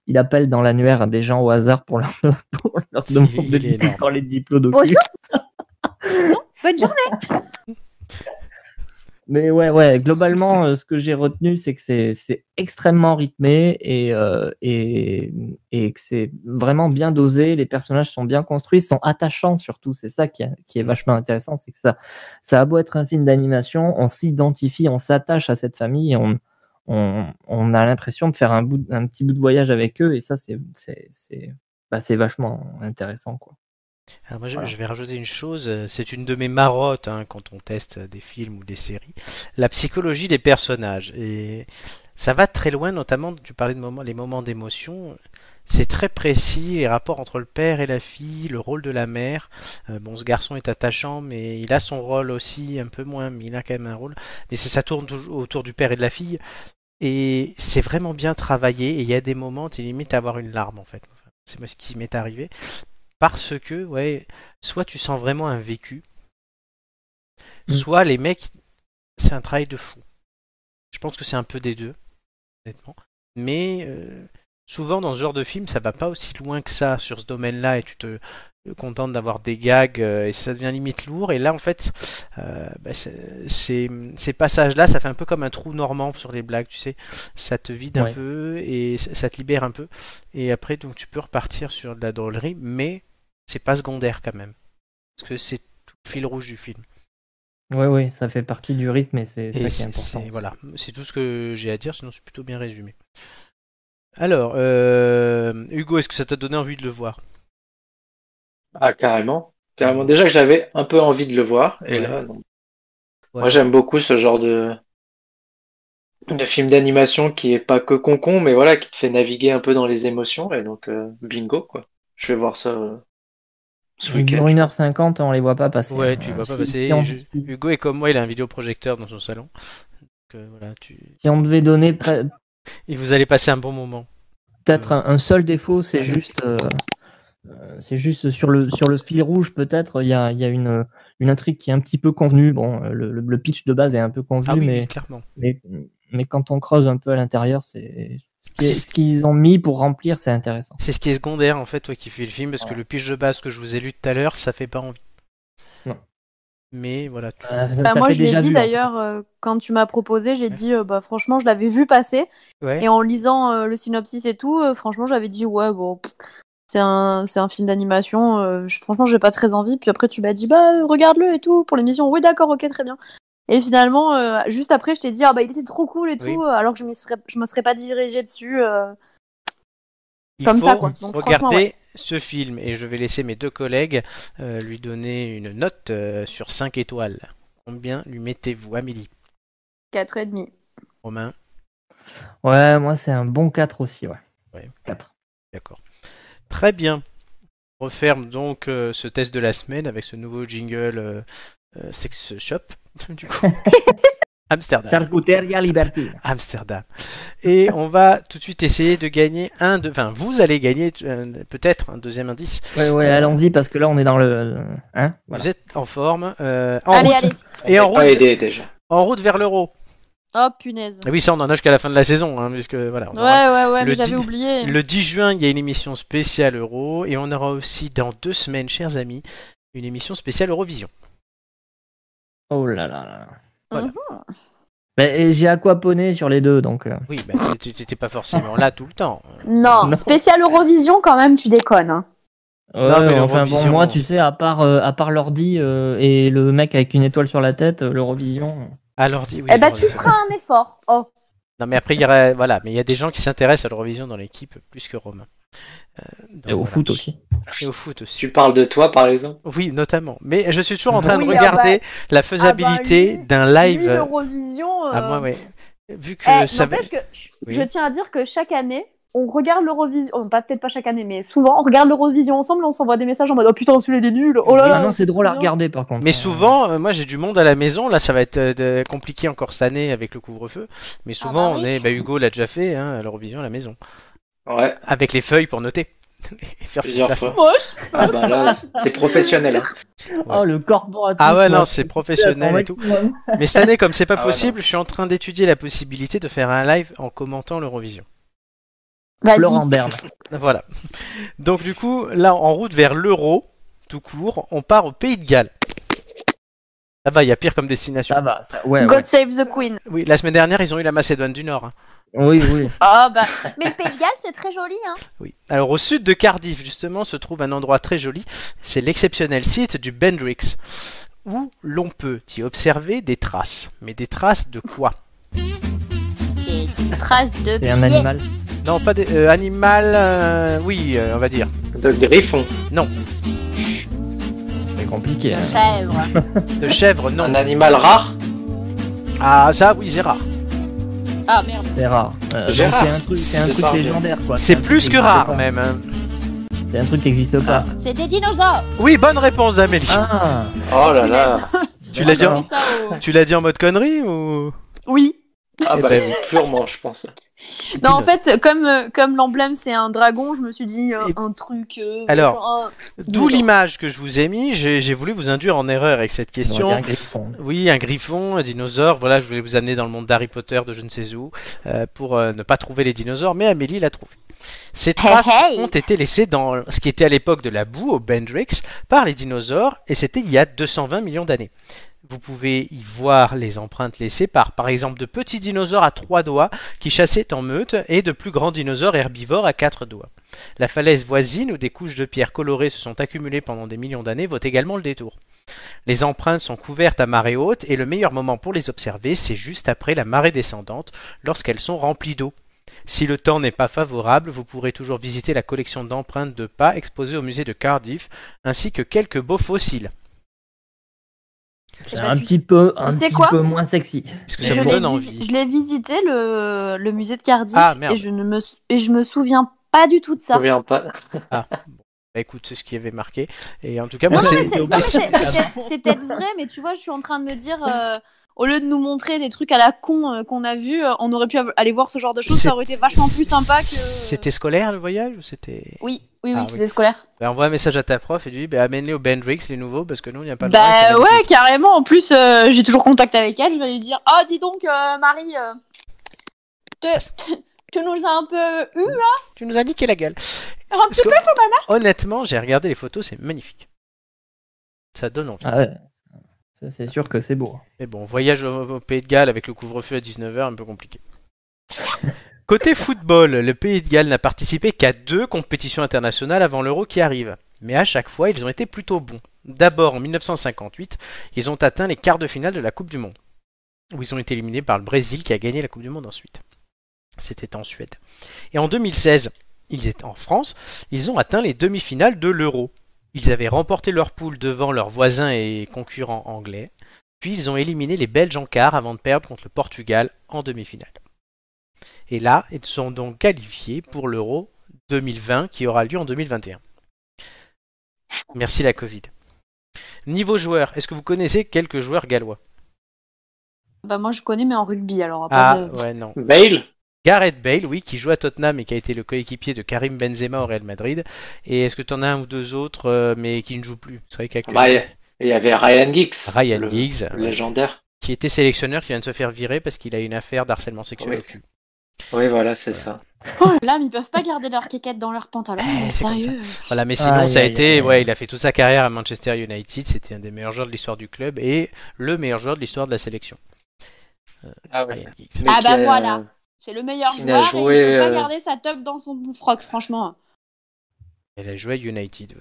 S4: il appelle dans l'annuaire des gens au hasard pour leur, [LAUGHS] pour leur
S1: Il
S4: demander
S1: est
S4: de-
S1: énorme.
S4: pour les diplômes
S5: Bonjour. Bonne journée.
S4: Mais ouais, ouais, globalement, euh, ce que j'ai retenu, c'est que c'est c'est extrêmement rythmé et, euh, et, et que c'est vraiment bien dosé. Les personnages sont bien construits, sont attachants surtout. C'est ça qui, est- qui est vachement intéressant. C'est que ça, ça a beau être un film d'animation, on s'identifie, on s'attache à cette famille et on, on, on a l'impression de faire un, bout, de- un petit bout de voyage avec eux. Et ça, c'est c'est- c'est- bah, c'est vachement intéressant. Quoi.
S1: Alors moi, je,
S4: Voilà.
S1: je vais rajouter une chose, euh, c'est une de mes marottes hein, quand on teste des films ou des séries, la psychologie des personnages. Et ça va très loin, notamment, tu parlais de moments, les moments d'émotion. C'est très précis, les rapports entre le père et la fille, le rôle de la mère. Euh, bon, ce garçon est attachant, mais il a son rôle aussi, un peu moins, mais il a quand même un rôle. Mais c'est- ça tourne touj- autour du père et de la fille. Et c'est vraiment bien travaillé. Et il y a des moments, tu limite à avoir une larme, en fait. Enfin, c'est moi ce qui m'est arrivé parce que ouais, soit tu sens vraiment un vécu,
S4: Mm.
S1: soit les mecs, c'est un travail de fou. Je pense que c'est un peu des deux, honnêtement. Mais euh, souvent dans ce genre de film, ça va pas aussi loin que ça sur ce domaine-là et tu te te contentes d'avoir des gags euh, et ça devient limite lourd. Et là, en fait, euh, bah, c'est- c'est- ces passages-là, ça fait un peu comme un trou normand sur les blagues, tu sais. Ça te vide un
S4: Ouais.
S1: peu et ça ça te libère un peu. Et après, donc, tu peux repartir sur de la drôlerie, mais c'est pas secondaire quand même. Parce que c'est tout le fil rouge du film.
S4: Oui, oui, ça fait partie du rythme et c'est ça
S1: Et
S4: qui est
S1: c'est-
S4: important.
S1: c'est- voilà, c'est tout ce que j'ai à dire, sinon c'est plutôt bien résumé. Alors, euh, Hugo, est-ce que ça t'a donné envie de le voir
S2: Ah, carrément. Carrément. Déjà que j'avais un peu envie de le voir. Et
S1: Ouais.
S2: là, non.
S1: Ouais.
S2: Moi, j'aime beaucoup ce genre de, de film d'animation qui est pas que concon, mais voilà, qui te fait naviguer un peu dans les émotions. Et donc, euh, bingo, quoi. Je vais voir ça euh, ce
S4: Il
S2: week-end.
S4: dure 1h50, on les voit pas passer.
S1: Ouais, tu
S4: Euh,
S1: vois pas
S4: si-
S1: passer.
S4: si on-
S1: Je- Hugo est comme moi, il a un vidéoprojecteur dans son salon. Donc, euh, voilà, tu...
S4: Si on devait donner près-
S1: Et vous allez passer un bon moment.
S4: peut-être un, un seul défaut, c'est juste, euh, euh, c'est juste sur le sur le fil rouge peut-être. Il y a, il y a une une intrigue qui est un petit peu convenue. Bon, euh, le, le- le pitch de base est un peu convenu,
S1: Ah oui,
S4: mais,
S1: clairement.
S4: mais mais quand on creuse un peu à l'intérieur, c'est ce qui est-
S1: Ah, C'est-
S4: ce qu'ils ont mis pour remplir, c'est intéressant.
S1: C'est ce qui est secondaire en fait, toi qui fais le film, parce que
S4: Ouais.
S1: le pitch de base que je vous ai lu tout à l'heure, ça fait pas envie.
S4: Non.
S1: Mais voilà, tu-
S4: Euh, ça-
S5: Bah,
S4: ça
S5: moi,
S4: fait
S5: je l'ai
S4: déjà
S5: dit
S4: vu, en fait.
S5: d'ailleurs euh, quand tu m'as proposé, j'ai dit euh, bah franchement, je l'avais vu passer
S1: Ouais.
S5: et en lisant euh, le synopsis et tout, euh, franchement, j'avais dit ouais bon, pff, c'est un c'est un film d'animation. euh, je- franchement, j'ai pas très envie. Puis après, tu m'as dit bah euh, regarde-le et tout pour l'émission. Oui, d'accord, ok, très bien. Et finalement, euh, juste après, je t'ai dit ah bah il était trop cool et
S1: Oui.
S5: tout, euh, alors que je me serais je me serais pas dirigée dessus. euh.
S1: Il
S5: Comme
S1: faut
S5: ça, quoi. Donc, franchement,
S1: regarder ce film et je vais laisser mes deux collègues euh, lui donner une note euh, sur 5 étoiles. Combien lui mettez-vous, Amélie,
S5: Quatre et demi.
S1: Romain
S4: Ouais, moi c'est un bon 4 aussi, ouais.
S1: Ouais.
S4: 4.
S1: D'accord. Très bien. On referme donc euh, ce test de la semaine avec ce nouveau jingle euh, euh, Sex Shop, [LAUGHS] du
S5: [LAUGHS]
S1: coup. Amsterdam.
S4: Charcuteria Liberty.
S1: Amsterdam. Et on va tout de suite essayer de gagner un de. Enfin, vous allez gagner euh, peut-être un deuxième indice.
S4: Ouais, ouais,
S1: Euh,
S4: allons-y parce que là on est dans le. Hein voilà.
S1: Vous êtes en forme. euh, en
S5: allez,
S1: route,
S5: allez.
S1: Et en
S2: On est pas
S1: route,
S2: aidé déjà.
S1: en route vers l'euro.
S5: Oh punaise.
S1: Ah Oui, ça, on en a jusqu'à la fin de la saison, hein, puisque voilà. on
S5: Ouais,
S1: aura-
S5: ouais, ouais,
S1: le
S5: mais j'avais
S1: dî-
S5: oublié.
S1: Le 10 juin, il y a une émission spéciale Euro, et on aura aussi dans deux semaines, chers amis, une émission spéciale Eurovision.
S4: Oh là là là. là.
S1: voilà.
S5: Mhm.
S4: Bah, et j'ai aquaponé sur les deux, donc. euh,
S1: Oui,
S5: [LAUGHS]
S1: ben, tu t'étais pas forcément là tout le temps.
S5: Non,
S4: Non.
S5: spécial Eurovision quand même, tu déconnes. hein.
S1: Non, mais
S4: ouais, enfin bon,
S1: l'Eurovision-
S4: moi, tu sais, à part, euh, à part l'ordi euh, et le mec avec une étoile sur la tête, euh, l'Eurovision.
S1: Alors, dis oui.
S5: eh ben,
S1: alors,
S5: tu
S1: euh,
S5: feras un effort. Oh,
S1: Non, mais après, il y aura, voilà, mais il y a des gens qui s'intéressent à l'Eurovision dans l'équipe plus que Romain. Euh, donc,
S4: Et au
S1: voilà.
S4: foot aussi.
S1: Et au foot aussi.
S2: Tu parles de toi, par exemple?
S1: Oui, notamment. Mais je suis toujours en train de
S5: Oui, ah
S1: regarder la
S5: ah
S1: faisabilité
S5: bah, lui-
S1: d'un live.
S5: vu l'Eurovision. euh,
S1: Ah, moi, ouais. Vu que
S5: eh,
S1: ça va-
S5: n'empêche que je-
S1: Oui.
S5: je tiens à dire que chaque année, on regarde l'Eurovision. oh, pas peut-être pas chaque année, mais souvent, on regarde l'Eurovision ensemble. On s'envoie des messages en mode oh putain, celui-là il est nul. Oh là
S4: Ah
S5: là.
S4: non, c'est drôle à
S5: bien.
S4: regarder par contre.
S1: Mais souvent, euh, moi j'ai du monde à la maison, là ça va être euh, de- compliqué encore cette année avec le couvre-feu, mais
S2: Ah
S1: souvent
S5: bah
S1: on
S5: oui.
S1: est, bah Hugo l'a déjà fait, hein, à l'Eurovision à la maison,
S2: Ouais,
S1: avec les feuilles pour noter. [LAUGHS] Et faire son
S2: plusieurs
S1: classement.
S2: fois.
S5: Moche.
S2: Ah bah là, c'est professionnel. hein.
S4: Oh, le corporatisme.
S1: Ah ouais, non, c'est
S4: à son
S1: professionnel et tout.
S4: maximum.
S1: Mais cette année, comme c'est pas
S2: Ah ouais,
S1: possible, je suis en train d'étudier la possibilité de faire un live en commentant l'Eurovision.
S5: Vas-y.
S4: Laurent Berne.
S1: Voilà. Donc du coup, là en route vers l'euro, tout court, on part au Pays de Galles. Ça va, il y a pire comme destination.
S4: Ça va, ça- ouais, ouais.
S5: God save the queen.
S1: Oui, la semaine dernière, ils ont eu la Macédoine du Nord. hein.
S4: Oui, oui.
S5: Ah bah. Mais le Pays de Galles, c'est très joli, hein.
S1: Oui. Alors au sud de Cardiff, justement, se trouve un endroit très joli. C'est l'exceptionnel site du Bendrix, où l'on peut y observer des traces. Mais des traces de quoi
S5: Des traces de
S4: C'est un animal.
S1: Non, pas des euh, animal. euh, oui, euh, on va dire.
S2: De griffon.
S4: C'est compliqué. hein.
S5: chèvre.
S1: De chèvre, non.
S2: Un animal rare.
S1: Ah, ça, oui, c'est rare.
S5: Ah merde.
S4: C'est rare. Euh, donc
S2: Gérard.
S4: c'est un truc, c'est un
S2: C'est
S4: truc
S2: pas-
S4: légendaire, quoi.
S1: C'est
S4: Bah, un truc
S1: plus
S4: qui
S1: que
S4: existe
S1: rare,
S4: pas.
S1: même. hein.
S4: C'est un truc qui n'existe pas.
S5: C'est des dinosaures.
S1: Oui, bonne réponse, Amélie.
S4: Ah,
S2: Oh là là.
S1: tu l'as dit, hein.
S4: Ah.
S1: en- tu l'as dit en mode connerie ou
S5: Oui.
S2: Ah
S1: Eh
S2: bah,
S1: ben.
S2: purement, je pense.
S5: Non, en fait, comme, euh, comme l'emblème c'est un dragon, je me suis dit euh,
S1: Et-
S5: un truc. euh,
S1: Alors,
S5: genre,
S1: D'où l'image que je vous ai mis. J'ai j'ai voulu vous induire en erreur avec cette
S4: on
S1: question.
S4: aurait dit un griffon.
S1: Oui, un griffon, un dinosaure. Voilà, je voulais vous amener dans le monde d'Harry Potter, de je ne sais où, euh, pour euh, ne pas trouver les dinosaures, mais Amélie l'a trouvé. Ces traces
S5: hey.
S1: ont été laissées dans ce qui était à l'époque de la boue, au Bendrix, par les dinosaures, et c'était il y a 220 millions d'années. Vous pouvez y voir les empreintes laissées par, par exemple, de petits dinosaures à trois doigts qui chassaient en meute et de plus grands dinosaures herbivores à quatre doigts. La falaise voisine, où des couches de pierres colorées se sont accumulées pendant des millions d'années, vaut également le détour. Les empreintes sont couvertes à marée haute et le meilleur moment pour les observer, c'est juste après la marée descendante, lorsqu'elles sont remplies d'eau. Si le temps n'est pas favorable, vous pourrez toujours visiter la collection d'empreintes de pas exposée au musée de Cardiff, ainsi que quelques beaux fossiles.
S4: C'est
S5: Eh ben,
S4: un
S5: tu-
S4: petit peu, un
S5: tu sais
S4: petit
S5: quoi
S4: peu moins sexy.
S1: Est-ce que
S5: Je
S1: ça vous
S5: l'ai,
S1: donne
S5: visi-
S1: envie
S5: je l'ai visité le, le musée de Cardiff
S1: Ah, merde.
S5: et je ne me sou- et je me souviens pas du tout de
S2: Je
S5: ça.
S2: reviens pas.
S1: Bah, Écoute, c'est ce qui avait marqué. Et en tout cas,
S4: Non,
S1: moi,
S4: non,
S1: c'est-
S4: mais
S5: C'est- non, mais c'est- c'est peut-être- C'est peut-être vrai, mais tu vois, je suis en train de me dire, euh, au lieu de nous montrer des trucs à la con euh, qu'on a vu, on aurait pu av- aller voir ce genre de choses,
S1: C'est-
S5: ça aurait été vachement plus sympa que.
S1: C'était scolaire le voyage ou c'était
S5: Oui, oui, oui,
S1: Ah, oui.
S5: c'était scolaire.
S1: Bah, Envoie un message à ta prof et lui dis bah, amène-les au Bendrix, les nouveaux, parce que nous, on n'y a pas le droit, c'est
S5: Bah ouais,
S1: magnifique.
S5: carrément. En plus, euh, j'ai toujours contact avec elle. Je vais lui dire, ah, dis donc, euh, Marie, euh, te- te- tu nous as un peu eu là,
S1: Tu nous as niqué la gueule.
S5: un
S1: Parce
S5: petit
S1: que,
S5: peu.
S1: honnêtement, j'ai regardé les photos, c'est magnifique. Ça donne envie.
S4: Ah ouais. Ça, c'est sûr que c'est beau.
S1: Mais bon, voyage au, au Pays de Galles avec le couvre-feu à 19h, un peu compliqué. Côté football, le Pays de Galles n'a participé qu'à deux compétitions internationales avant l'Euro qui arrive. Mais à chaque fois, ils ont été plutôt bons. D'abord, en 1958, ils ont atteint les quarts de finale de la Coupe du Monde, où ils ont été éliminés par le Brésil qui a gagné la Coupe du Monde ensuite. C'était en Suède. Et en 2016, ils étaient en France, ils ont atteint les demi-finales de l'Euro. Ils avaient remporté leur poule devant leurs voisins et concurrents anglais. Puis ils ont éliminé les Belges en quart avant de perdre contre le Portugal en demi-finale. Et là, ils sont donc qualifiés pour l'Euro 2020 qui aura lieu en 2021. Merci la Covid. Niveau joueur, est-ce que vous connaissez quelques joueurs gallois
S5: Bah moi, je connais, mais en rugby, alors. après,
S1: Ah
S5: je-
S1: ouais non.
S2: Bale.
S1: Gareth Bale, oui, qui joue à Tottenham et qui a été le coéquipier de Karim Benzema au Real Madrid. Et est-ce que tu en as un ou deux autres euh, mais qui ne jouent plus C'est vrai qu'actuellement-
S2: Bah, il y avait Ryan Giggs.
S1: Ryan
S2: le
S1: Giggs, ouais,
S2: Légendaire.
S1: qui était sélectionneur, qui vient de se faire virer parce qu'il a une affaire d'harcèlement sexuel
S2: Oui.
S1: au cul.
S2: Oui, voilà, c'est ça.
S5: Oh là là, mais ils peuvent pas garder leur quéquette dans leurs pantalons.
S1: Eh,
S5: mais
S1: c'est comme
S5: sérieux.
S1: Voilà, mais sinon,
S4: Aïe,
S1: ça a
S4: aïe,
S1: été.
S4: aïe.
S1: Ouais, il a fait toute sa carrière à Manchester United. C'était un des meilleurs joueurs de l'histoire du club et le meilleur joueur de l'histoire de la sélection.
S2: Ah,
S1: Ryan Giggs.
S2: Mais
S5: Ah,
S2: qui
S5: bah,
S2: a-
S5: voilà. C'est le meilleur
S2: Il a
S5: joueur
S2: joué,
S5: et il peut pas
S2: euh,
S5: garder sa top dans son froc, franchement.
S1: Il a joué à United. ouais.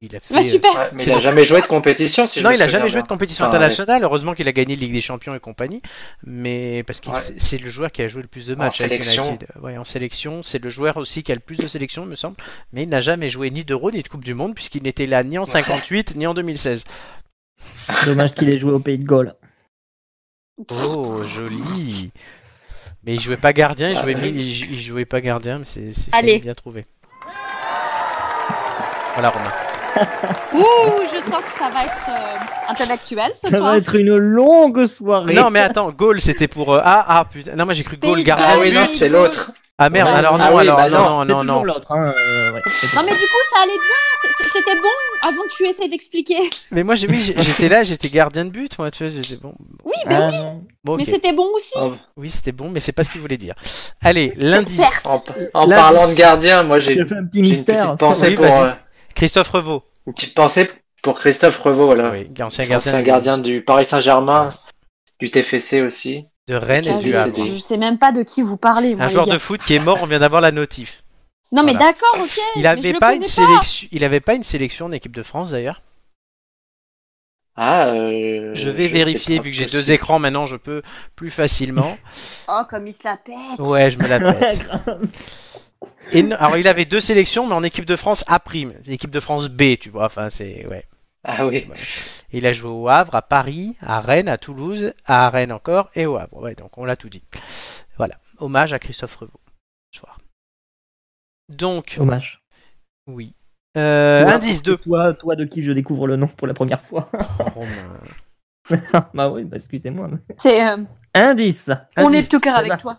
S1: Il a fait.
S5: Bah,
S1: euh,
S5: super.
S2: Ouais, mais
S1: C'est
S2: il a
S1: le-
S2: jamais joué de compétition, si je
S1: Non, il
S2: me
S1: a
S2: souviens
S1: jamais joué de
S2: bien.
S1: compétition
S2: Ah, ouais.
S1: internationale. Heureusement qu'il a gagné Ligue des Champions et compagnie. Mais parce que
S2: Ouais.
S1: c'est le joueur qui a joué le plus de matchs avec
S2: sélection.
S1: United. Ouais, en sélection, c'est le joueur aussi qui a le plus de sélections, il me semble. Mais il n'a jamais joué ni d'Euro ni de Coupe du Monde puisqu'il n'était là ni en 58 ni en 2016.
S4: Dommage qu'il ait joué au pays de Gaulle.
S1: Oh, joli. Mais il jouait pas gardien, il jouait, mi- il jou- il jouait pas gardien, mais c'est c'est
S5: Allez.
S1: bien trouvé. Voilà Romain.
S5: Ouh, je sens que ça va être euh, intellectuel ce
S4: Ça
S5: soir.
S4: va être une longue soirée.
S1: Non mais attends, goal c'était pour euh, ah ah putain. Non moi j'ai cru goal
S5: Pays de
S1: gardien.
S2: Ah
S5: Galles.
S2: oui, non,
S5: Bale.
S2: c'est l'autre.
S1: Ah merde,
S4: Ouais.
S1: alors non,
S2: Ah oui,
S1: alors
S2: bah
S1: non,
S4: C'est
S1: non, non,
S4: toujours l'autre. hein, euh, ouais, c'est
S5: Non
S4: tout.
S5: mais du coup ça allait bien, C'est- c'est- c'était bon avant que tu essaies d'expliquer. [LAUGHS]
S1: Mais moi j'ai oui,
S2: [LAUGHS]
S1: j'ai- j'étais là, j'étais gardien de but, moi tu vois, j'étais bon.
S5: Oui, mais,
S4: Ah, non.
S1: Bon
S5: mais
S1: ok.
S5: c'était bon aussi.
S2: En,
S1: Oui c'était bon, mais c'est pas ce qu'il voulait dire. Allez, l'indice.
S5: Certes.
S2: en- en
S1: Là,
S2: parlant
S1: c'est-
S2: de gardien, moi j'ai
S4: J'ai
S2: j'ai
S4: fait un petit
S2: une
S4: mystère.
S2: petite pensée
S1: Oui,
S2: pour
S1: vas-y.
S2: euh,
S1: Christophe Revaux.
S2: une petite pensée Pour Christophe Revaux, voilà.
S1: Oui, ancien
S2: C'est
S1: gardien,
S2: un gardien du Paris Saint-Germain, du TFC aussi.
S1: de Rennes et
S5: Putain,
S1: du
S2: décédé.
S1: Havre.
S5: Ah, je, je sais même pas de qui vous parlez. moi,
S1: hein. Un
S5: les
S1: joueur
S5: gars.
S1: de foot qui est mort, on vient d'avoir la notif.
S5: Non mais
S1: Voilà.
S5: d'accord, ok.
S1: Il
S5: mais je
S1: n'avait
S5: le
S1: pas,
S5: connais
S1: une sélection... il avait pas une sélection en équipe de France d'ailleurs.
S2: Ah, euh,
S1: je vais
S2: sais
S1: vérifier,
S2: pas,
S1: vu que j'ai
S2: possible.
S1: deux écrans maintenant, je peux plus
S5: [LAUGHS]
S1: facilement.
S5: Oh comme il se la pète.
S1: Ouais, je me la pète.
S4: Ouais, grave.
S1: Et non- alors il avait deux sélections, mais en équipe de France A prime, équipe de France B, tu vois. Enfin, c'est ouais.
S2: Ah oui.
S1: Et il a joué au Havre, à Paris, à Rennes, à Toulouse, à Rennes encore et au Havre. Ouais, donc on l'a tout dit. Voilà. Hommage à Christophe Revaux. ce Soir. Donc
S4: Dommage.
S1: oui. Euh,
S4: Ou
S1: indice
S2: [LAUGHS]
S4: alors,
S1: 2.
S4: Toi, toi de qui je découvre le nom pour la première fois. [LAUGHS]
S1: Romain.
S4: bah oui, bah excusez-moi.
S5: C'est, euh,
S4: Indice.
S5: on
S1: Indice-
S5: est tout cœur avec
S4: Là.
S5: toi.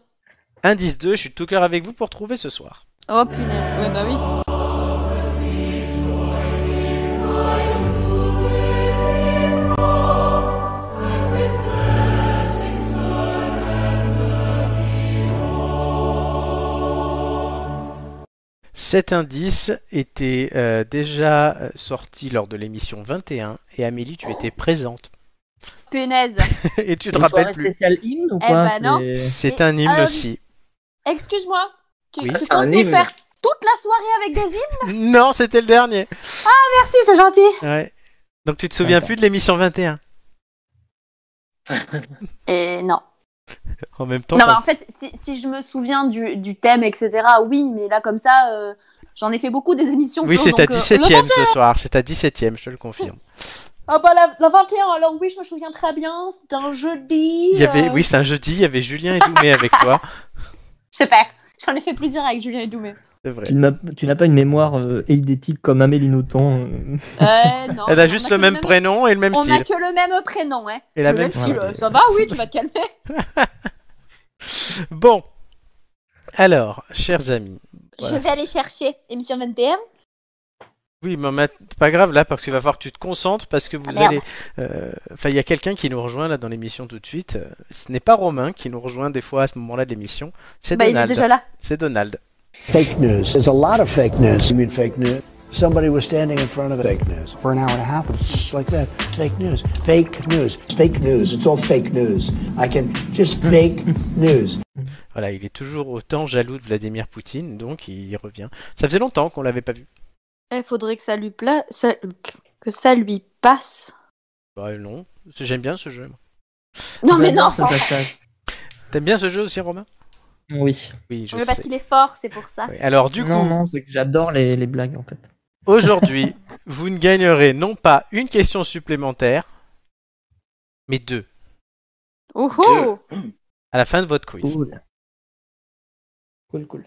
S1: Indice 2, je suis tout cœur avec vous pour trouver ce soir.
S5: Oh punaise, ouais bah oui.
S1: Cet indice était euh, déjà euh, sorti lors de l'émission 21 et Amélie, tu étais présente. [LAUGHS]
S5: Punaise.
S1: et tu te
S4: Une
S1: rappelles
S4: soirée
S1: plus.
S4: spéciale hymne ou
S5: Eh
S4: quoi
S5: bah non.
S4: C'est-
S1: C'est
S5: Et
S1: un hymne
S5: un-
S1: aussi.
S5: Excuse-moi. Tu,
S1: Oui.
S5: tu
S2: Ah, c'est
S5: comptes
S2: un
S5: nous
S2: hymne.
S5: faire toute la soirée avec des hymnes
S1: Non, c'était le dernier.
S5: Merci, c'est gentil.
S1: Ouais. Donc tu te souviens
S4: D'accord.
S1: plus de l'émission 21
S5: Et non.
S1: En même temps,
S5: Non, mais
S1: t'as-
S5: en fait, si, si je me souviens du, du thème, etc., oui, mais là, comme ça, euh, j'en ai fait beaucoup des émissions.
S1: oui,
S5: Flo,
S1: c'est
S5: donc,
S1: ta
S5: euh,
S1: 17
S5: le-
S1: e ce soir. C'est ta 17 e je te le confirme.
S5: Ah, bah, la, la 21, alors oui, je me souviens très bien. C'était un jeudi.
S1: Il y avait,
S5: euh,
S1: oui, c'est un jeudi. Il y avait Julien et Doumé avec toi.
S5: Super. J'en ai fait plusieurs avec Julien et Doumé.
S1: C'est vrai.
S4: Tu n'as tu n'as pas une mémoire euh, eidétique comme Amélie Nothomb. euh,
S1: [LAUGHS]
S5: Euh, non.
S1: Elle a
S5: on
S1: juste le même prénom et le même
S5: On n'a
S1: style.
S5: que le même prénom, hein.
S1: Et la
S5: le
S1: même
S5: même
S1: fille.
S5: style. Ça va, oui, tu vas
S1: [LAUGHS]
S5: te calmer.
S1: Bon. Alors, chers amis. Voilà.
S5: Je vais aller chercher émission 21.
S1: Oui, mais ma- c'est pas grave là parce qu'il va falloir que tu te concentres parce que vous
S5: Ah, merde.
S1: allez. euh, Enfin, il y a quelqu'un qui nous rejoint là dans l'émission tout de suite. Euh, Ce n'est pas Romain qui nous rejoint des fois à ce moment-là de l'émission. C'est
S5: Bah, il est
S1: Donald.
S5: déjà là.
S1: C'est Donald.
S6: Fake news. There's a lot of fake news. You mean fake news? Somebody was standing in front of fake news for an hour and a half, It's like that. Fake news. Fake news. Fake news. It's all fake news. I can just fake news.
S1: Voilà, il est toujours autant jaloux de Vladimir Poutine, donc il revient. Ça faisait longtemps qu'on l'avait pas vu.
S7: Il Eh, faudrait que ça lui pla... ça- que ça lui passe.
S1: Bah non, C'est- j'aime bien ce jeu. moi.
S4: [LAUGHS]
S5: Non,
S1: Eh ben
S5: mais non.
S4: j'adore ce passage.
S1: T'aimes bien ce jeu aussi, Romain
S4: Oui.
S1: Oui, je
S5: Oui, parce
S1: sais.
S5: qu'il est fort, c'est pour ça.
S1: Oui, Alors du
S4: non,
S1: coup,
S4: non, [LAUGHS] c'est que j'adore les, les blagues en fait.
S1: aujourd'hui, vous ne gagnerez non pas une question supplémentaire, mais deux
S7: Oh
S2: Deux.
S7: oh
S1: à la fin de votre quiz.
S4: Cool. Cool, cool.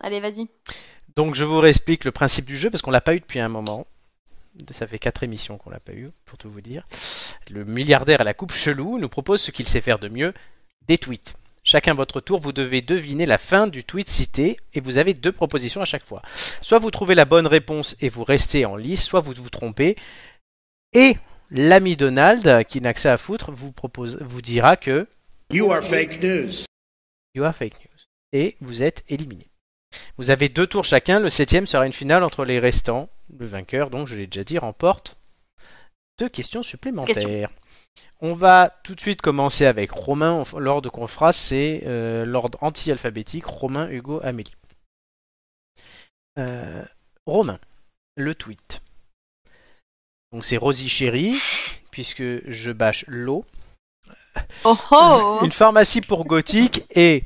S7: Allez, vas-y.
S1: Donc je vous réexplique le principe du jeu parce qu'on l'a pas eu depuis un moment. Ça fait quatre émissions qu'on l'a pas eu, pour tout vous dire. Le milliardaire à la coupe chelou nous propose ce qu'il sait faire de mieux, des tweets. Chacun à votre tour, vous devez deviner la fin du tweet cité et vous avez deux propositions à chaque fois. Soit vous trouvez la bonne réponse et vous restez en lice, soit vous vous trompez. Et l'ami Donald, qui n'a que ça à foutre, vous, propose, vous dira que
S6: You are fake news.
S1: You are fake news. Et vous êtes éliminé. Vous avez deux tours chacun. Le septième sera une finale entre les restants. Le vainqueur, donc je l'ai déjà dit, remporte deux questions supplémentaires. On va tout de suite commencer avec Romain. On f- L'ordre qu'on fera, c'est euh, l'ordre anti-alphabétique. Romain, Hugo, Amélie. Euh, Romain, le tweet. Donc c'est Rosie Chérie, puisque je bâche l'eau.
S7: Oh oh
S1: Une pharmacie pour gothique et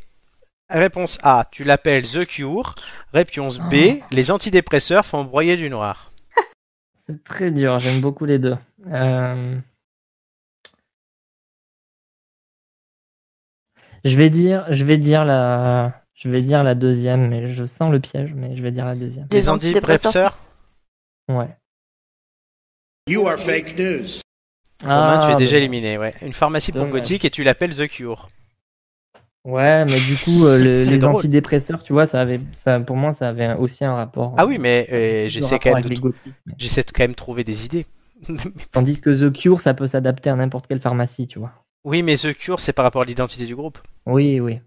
S1: réponse A, tu l'appelles The Cure. Réponse B, les antidépresseurs font broyer du noir.
S4: C'est très dur, j'aime beaucoup les deux. Euh, Je vais dire, je vais dire la, je vais dire la deuxième, mais je sens le piège, mais je vais dire la deuxième.
S7: Les
S1: les antidépresseurs
S4: Ouais.
S6: You are fake news.
S1: Romain, tu es
S4: Ah,
S1: déjà
S4: bah,
S1: éliminé, ouais. Une pharmacie pour
S4: Dommage.
S1: gothique et tu l'appelles The Cure.
S4: Ouais, mais du coup, euh,
S1: C'est-
S4: le-
S1: c'est
S4: les
S1: drôle.
S4: antidépresseurs, tu vois, ça avait, ça, pour moi, ça avait aussi un rapport.
S1: Ah oui, mais euh, j'essaie quand, même de
S4: les
S1: trou-
S4: gothiques. mais-
S1: j'essaie de quand même trouver des idées.
S4: Tandis que The Cure, ça peut s'adapter à n'importe quelle pharmacie, tu vois.
S1: oui, mais The Cure, c'est par rapport à l'identité du groupe.
S4: Oui, oui.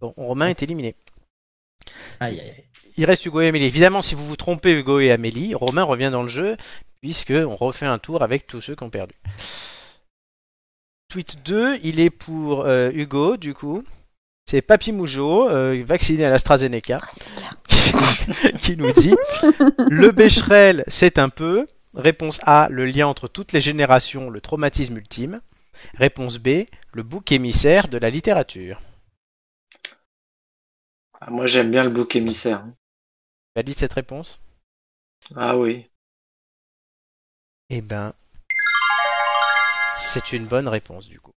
S1: Bon, Romain est éliminé.
S4: Aïe, aïe.
S1: il reste Hugo et Amélie. Évidemment, si vous vous trompez, Hugo et Amélie, Romain revient dans le jeu, puisque on refait un tour avec tous ceux qui ont perdu. Tweet 2, il est pour euh, Hugo, du coup. C'est Papy Mougeot, euh, vacciné à l'AstraZeneca, [LAUGHS] qui nous dit Le Bécherel, c'est un peu. Réponse A, le lien entre toutes les générations, le traumatisme ultime. Réponse B, le bouc émissaire de la littérature.
S2: Ah, Moi, j'aime bien le bouc émissaire.
S1: Valide cette réponse
S2: Ah oui.
S1: Eh ben, c'est une bonne réponse du coup.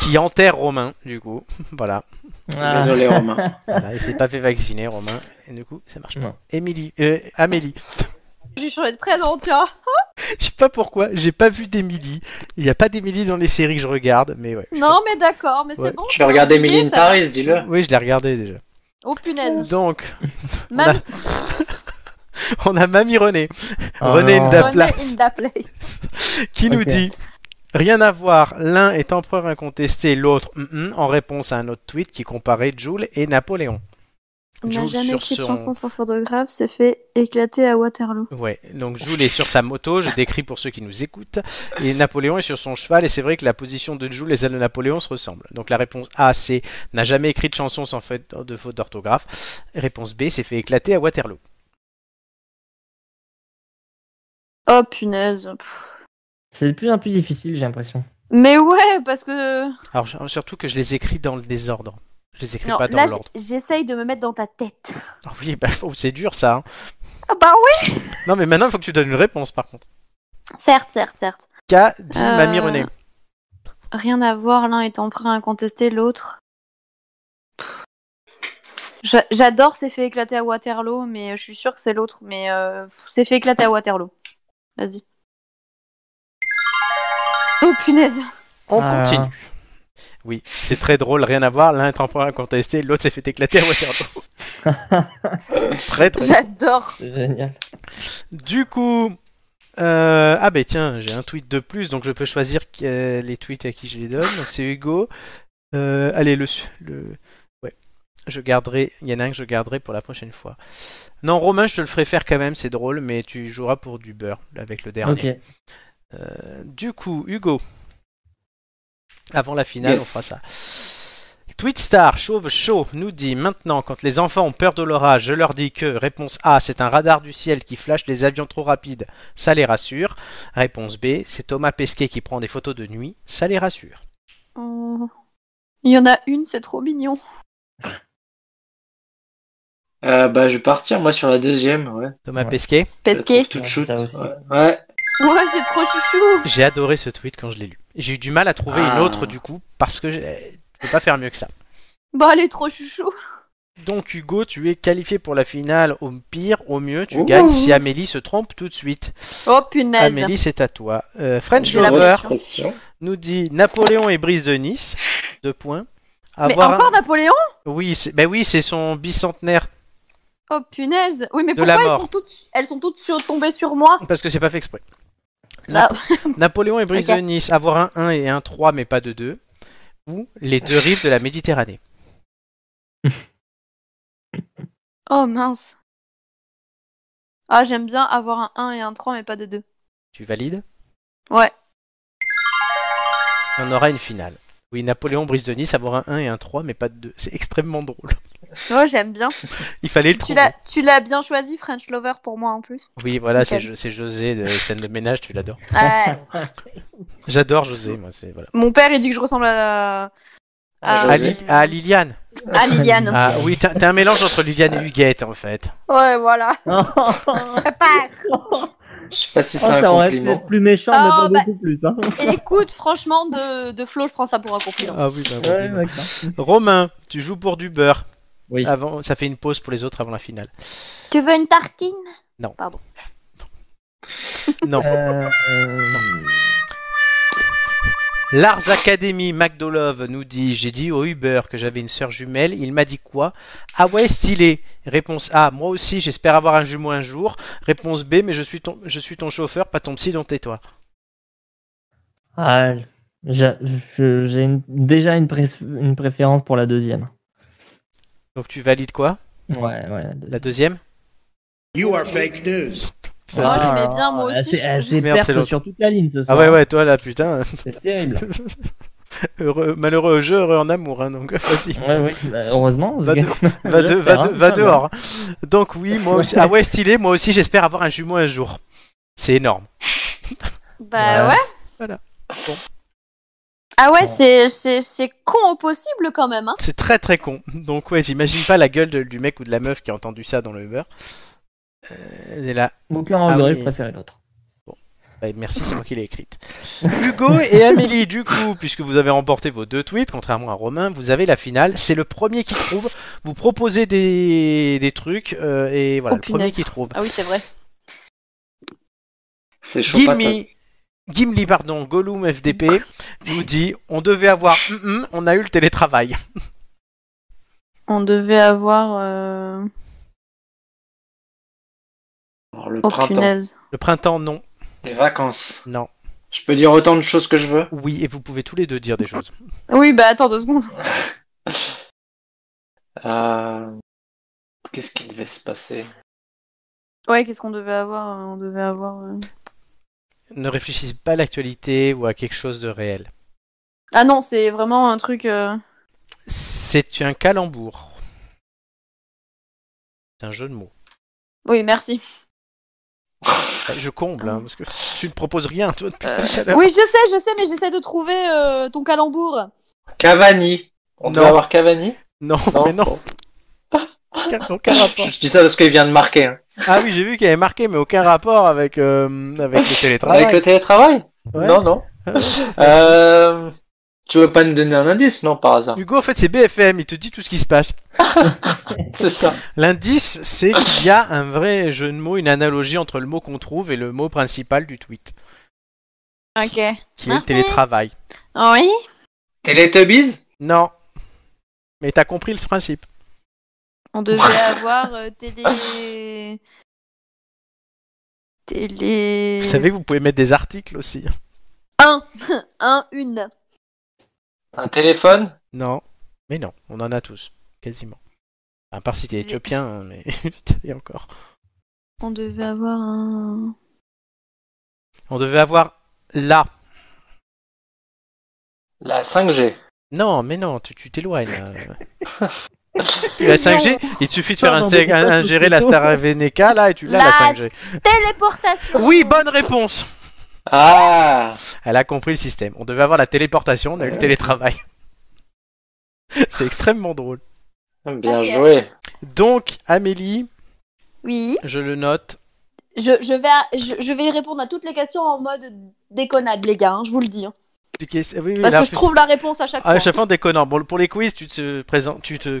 S1: Qui enterre Romain, du coup. [LAUGHS] voilà.
S4: Ah.
S2: Désolé, Romain.
S1: voilà. Il s'est pas fait vacciner, Romain. Et du coup, ça marche
S4: Non.
S1: pas. Émilie, euh, Amélie. [LAUGHS]
S5: J'ai changé de prénom, tiens.
S1: Je sais pas pourquoi, j'ai pas vu d'Émilie. Il n'y a pas d'Émilie dans les séries que je regarde, mais ouais.
S5: Non, mais d'accord, mais
S1: Ouais.
S5: c'est bon.
S2: Tu veux regarder
S5: oublié,
S2: Emily in
S5: ça.
S2: Paris, dis-le.
S1: Oui, je l'ai regardé déjà.
S5: Oh punaise.
S1: Donc,
S5: Même
S1: on a Mamie René
S4: Ah,
S1: René
S4: non.
S1: Nda-
S5: René
S1: place.
S5: in da place.
S1: [LAUGHS] qui nous
S4: Ok.
S1: dit Rien à voir, l'un est empereur incontesté, l'autre hum, hum en réponse à un autre tweet qui comparait Jules et Napoléon.
S8: On n'a
S1: Jules
S8: jamais
S1: sur
S8: écrit de
S1: son-
S8: chanson sans photographe, s'est fait éclater à Waterloo.
S1: Ouais, donc Jules est sur sa moto, je décris pour ceux qui nous écoutent, et Napoléon est sur son cheval, et c'est vrai que la position de Jules et celle de Napoléon se ressemblent. Donc la réponse A, c'est n'a jamais écrit de chanson sans fait de faute d'orthographe. Réponse B, s'est fait éclater à Waterloo.
S5: Oh punaise. Pff.
S4: C'est de plus en plus difficile, j'ai l'impression.
S5: Mais ouais, parce que.
S1: Alors je- surtout que je les écris dans le désordre. Je les écris
S5: Non,
S1: pas dans
S5: là,
S1: l'ordre.
S5: j'- j'essaye de me mettre dans ta tête.
S1: Ah oui, bah, oh, c'est dur ça. hein.
S5: Ah bah oui
S1: Non mais maintenant il faut que tu donnes une réponse par contre.
S8: Certes, certes, certes.
S1: Qu'a dit
S5: Ah.
S8: Euh,
S1: Mamie René
S8: Rien à voir, l'un est emprunt à contester l'autre.
S5: J'a- J'adore s'est fait éclater à Waterloo, mais je suis sûre que c'est l'autre. Mais euh, s'est fait éclater à Waterloo. Vas-y. Oh punaise.
S1: On
S4: Ah.
S1: continue. Oui, c'est très drôle, rien à voir. L'un est temporaire contesté, l'autre s'est fait éclater à Waterloo. C'est très très
S5: [LAUGHS] J'adore.
S4: C'est génial.
S1: Du coup, euh, ah ben tiens, j'ai un tweet de plus, donc je peux choisir euh, les tweets à qui je les donne. Donc c'est Hugo. Euh, allez, le, su- le, ouais, je garderai. Il y en a un que je garderai pour la prochaine fois. Non, Romain, je te le ferai faire quand même, c'est drôle, mais tu joueras pour du beurre avec le dernier.
S4: Ok.
S1: Euh, du coup, Hugo. Avant la finale,
S2: Yes.
S1: on fera ça. Tweetstar, chauve chaud, nous dit maintenant, quand les enfants ont peur de l'orage, je leur dis que, réponse A, c'est un radar du ciel qui flash les avions trop rapides, ça les rassure. Réponse B, c'est Thomas Pesquet qui prend des photos de nuit, ça les rassure.
S8: Oh.
S5: Il y en a une, c'est trop mignon.
S2: Euh, bah, je vais partir, moi, sur la deuxième, ouais.
S1: Thomas
S4: Ouais.
S1: Pesquet,
S2: Je la
S5: Pesquet.
S2: trouve toute
S1: Ah,
S4: Ouais,
S2: shoot.
S4: ça aussi.
S2: Ouais. Ouais.
S1: Euh,
S5: Ouais, c'est trop chouchou.
S1: j'ai adoré ce tweet quand je l'ai lu. J'ai eu du mal à trouver
S2: Ah.
S1: une autre du coup, parce que je je peux pas faire mieux que ça.
S5: Bah, elle est trop chouchou.
S1: Donc Hugo, tu es qualifié pour la finale, au pire, au mieux, tu
S2: Ouh.
S1: gagnes si Amélie se trompe tout de suite.
S5: Oh punaise.
S1: Amélie, c'est à toi. Euh, French
S5: J'ai la
S1: Lover
S5: pression.
S2: Pression.
S1: nous dit Napoléon et Brise de Nice. Deux points.
S5: mais
S1: Avoir
S5: encore
S1: un-
S5: Napoléon
S1: Oui, c'est ben oui, c'est son bicentenaire
S5: Oh punaise. Oui, mais
S1: De la
S5: pourquoi elles
S1: mort.
S5: sont toutes, elles sont toutes sur- tombées sur moi
S1: parce que c'est pas fait exprès.
S5: Ah. [LAUGHS]
S1: Napoléon et Brise
S5: Ok.
S1: de Nice. Avoir un 1 et un 3 mais pas de 2. Ou les deux rives de la Méditerranée.
S5: Oh mince. Ah, j'aime bien avoir un 1 et un 3, mais pas de 2.
S1: Tu valides
S5: Ouais.
S1: On aura une finale. Oui, Napoléon, Brise de Nice, avoir un 1 et un 3 mais pas de 2. C'est extrêmement drôle.
S8: Oh,
S5: Ouais, j'aime bien.
S1: Il fallait le
S5: Tu
S1: trouver.
S5: l'as, tu l'as bien choisi, French Lover, pour moi en plus.
S1: Oui, voilà, c'est
S5: Nickel.
S1: Jo- c'est José de scène de ménage, tu l'adores.
S5: Ouais.
S1: J'adore José, moi, c'est voilà.
S5: [LAUGHS] Mon père, il dit que je ressemble à,
S2: Ah,
S5: à,
S1: À,
S2: José.
S1: Li- à Liliane.
S5: à Liliane.
S1: Ah oui, t'as t'as un mélange entre Liliane et Huguette en fait.
S5: Ouais,
S8: [LAUGHS]
S5: voilà.
S4: [LAUGHS]
S5: Papa.
S2: Je sais pas si c'est
S4: Oh,
S2: un
S4: ça aurait pu
S2: compliment.
S4: être plus méchant, mais
S5: Oh,
S4: pas
S5: bah-
S4: beaucoup plus. Hein.
S5: Et écoute, franchement, de, de Flo, je prends ça pour un compliment.
S1: Ah oui, bah,
S4: Ouais,
S1: compliment.
S4: d'accord.
S1: Romain, tu joues pour du beurre.
S4: Oui.
S1: Avant, ça fait une pause pour les autres avant la finale.
S5: Tu veux une tartine
S1: Non.
S4: Euh, euh,
S1: Lars Academy McDolove nous dit J'ai dit au Uber que j'avais une sœur jumelle. Il m'a dit quoi Ah ouais, stylé. Réponse A Moi aussi, j'espère avoir un jumeau un jour. Réponse B Mais je suis ton, je suis ton chauffeur, pas ton psy, donc tais-toi.
S4: Ah, j'a- je- j'ai une- déjà une, pré- une préférence pour la deuxième.
S1: Donc tu valides quoi
S4: Ouais, ouais.
S1: La deuxième
S9: You are fake news.
S1: Ah,
S5: Moi,
S4: Ah,
S5: je mets bien, moi aussi,
S4: C'est
S5: je trouve.
S1: Merde, c'est l'autre.
S4: sur toute la ligne ce
S1: Ah
S4: soir.
S1: ouais, ouais, toi là, putain. [LAUGHS]
S4: C'est terrible.
S1: Heureux- malheureux au jeu, heureux en amour, hein, donc [LAUGHS] vas-y.
S4: Ouais, ouais, bah, heureusement.
S1: Va,
S4: parce
S1: de-
S4: que-
S1: va, de- va, de-
S4: J'espère, hein,
S1: va
S4: ça va.
S1: dehors. Donc oui, moi aussi. Ah ouais, stylé, moi aussi j'espère avoir un jumeau un jour. C'est énorme.
S8: Bah ouais.
S4: [LAUGHS]
S1: Voilà. Bon.
S8: Ah ouais,
S4: Ouais.
S8: c'est- c'est c'est con au possible quand même. Hein.
S1: C'est très très con. Donc ouais, j'imagine pas la gueule de- du mec ou de la meuf qui a entendu ça dans le Uber. Euh, elle est là.
S4: Donc là, en
S1: Ah
S4: regret,
S1: oui.
S4: je préférais l'autre.
S1: Bah, merci, c'est moi qui l'ai écrite. Hugo et Amélie, du coup, puisque vous avez remporté vos deux tweets, contrairement à Romain, vous avez la finale. C'est le premier qui trouve. Vous proposez des, des trucs euh, et voilà,
S8: Oh,
S1: le premier
S8: punaise.
S1: qui trouve.
S8: Ah oui, c'est vrai.
S2: C'est chaud. patate.
S1: Gimli, Gimli, pardon, Gollum FDP nous dit on devait avoir, hum, hum, on a eu le télétravail.
S8: On devait avoir. Euh...
S2: Alors, le
S8: Oh
S2: printemps,
S8: punaise.
S1: Le printemps, non,
S2: les vacances.
S1: non,
S2: Je peux dire autant de choses que je veux.
S1: oui, et vous pouvez tous les deux dire des choses.
S8: Oui, bah attends deux secondes.
S2: Euh, Qu'est-ce qui devait se passer
S8: Ouais, qu'est-ce qu'on devait avoir euh, On devait avoir. euh,
S1: Ne réfléchissez pas à l'actualité ou à quelque chose de réel.
S8: Ah non, c'est vraiment un truc. euh,
S1: C'est un calembour. C'est un jeu de mots.
S8: Oui, merci.
S1: Bah, Je comble, hein, parce que tu ne proposes rien, toi, depuis
S8: Euh,
S1: tout à l'heure.
S8: Oui, je sais, je sais, mais j'essaie de trouver euh, ton calembour.
S2: Cavani. On devait
S1: Non.
S2: avoir Cavani
S1: Non,
S2: Non.
S1: mais non. Aucun- aucun rapport.
S2: Je dis ça parce qu'il vient de marquer. hein.
S1: Ah oui, j'ai vu qu'il y avait marqué, mais aucun rapport avec, euh, avec le télétravail.
S2: Avec le télétravail
S1: Ouais. [LAUGHS]
S2: Non, non. Euh, Tu veux pas me donner un indice, non, par hasard
S1: Hugo, en fait, c'est BFM, il te dit tout ce qui se passe.
S2: C'est ça.
S1: L'indice, c'est qu'il y a un vrai jeu de mots, une analogie entre le mot qu'on trouve et le mot principal du tweet,
S8: Ok.
S1: qui est le
S4: Ah,
S8: Merci.
S1: télétravail.
S8: Oui
S2: Teletubbies
S1: Non. Mais t'as compris le principe.
S8: On devait avoir euh, télé. Télé.
S1: Vous savez que vous pouvez mettre des articles aussi.
S3: [LAUGHS]
S8: Un Un, une
S2: Un téléphone
S1: Non. Mais non, on en a tous, quasiment. À part si t'es éthiopien, hein, mais [LAUGHS] et encore.
S8: On devait avoir un.
S1: On devait avoir là.
S2: La 5G.
S1: Non, mais non, tu tu t'éloignes. hein. là. Puis la 5G, il te suffit de faire
S4: Pardon,
S1: insta-
S4: mais pas
S1: ingérer la
S4: tout.
S1: Star VNK, là, et tu l'as, la
S8: La
S1: 5G.
S8: Téléportation
S1: Oui, bonne réponse
S2: Ah
S1: Elle a compris le système. On devait avoir la téléportation, on a eu le télétravail. [LAUGHS] C'est extrêmement drôle.
S2: Bien
S8: Ok.
S2: joué.
S1: Donc, Amélie,
S3: Oui.
S1: je le note.
S3: Je, je vais, à- je, je vais répondre à toutes les questions en mode déconnade, les gars, hein, je vous le dis. hein.
S1: Oui, oui,
S3: Parce
S1: là,
S3: que je
S1: plus-
S3: trouve la réponse à chaque
S1: Ah,
S3: fois.
S1: à chaque fois, déconnant. Bon, pour les quiz, tu te, présentes, tu te
S3: Oui,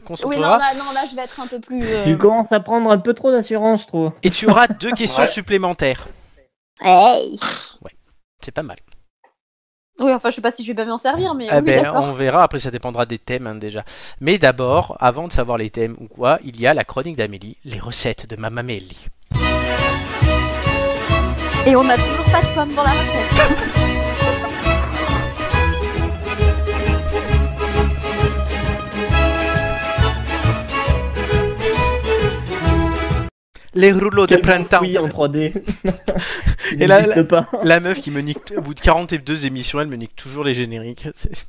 S3: non
S1: concentreras
S3: là, non, là, je vais être un peu plus. euh,
S4: Tu commences à prendre un peu trop d'assurance, je trouve.
S1: et tu auras deux questions
S2: Ouais.
S1: supplémentaires.
S3: Hey
S1: C'est pas mal.
S8: Oui, enfin, je sais pas si je vais bien m'en servir, mais
S1: Eh
S8: oui,
S1: ben,
S8: d'accord.
S1: on verra. Après, ça dépendra des thèmes hein, déjà. Mais d'abord, avant de savoir les thèmes ou quoi, il y a la chronique d'Amélie, les recettes de Mamamélie.
S8: Et on a toujours pas de pommes dans la recette.
S1: Les rouleaux de printemps.
S4: Oui, en [LAUGHS] 3D.
S1: [LAUGHS]
S4: Il
S1: Et là,
S4: n'existe pas.
S1: La meuf qui me nique, au bout de 42 émissions, elle me nique toujours les génériques. C'est-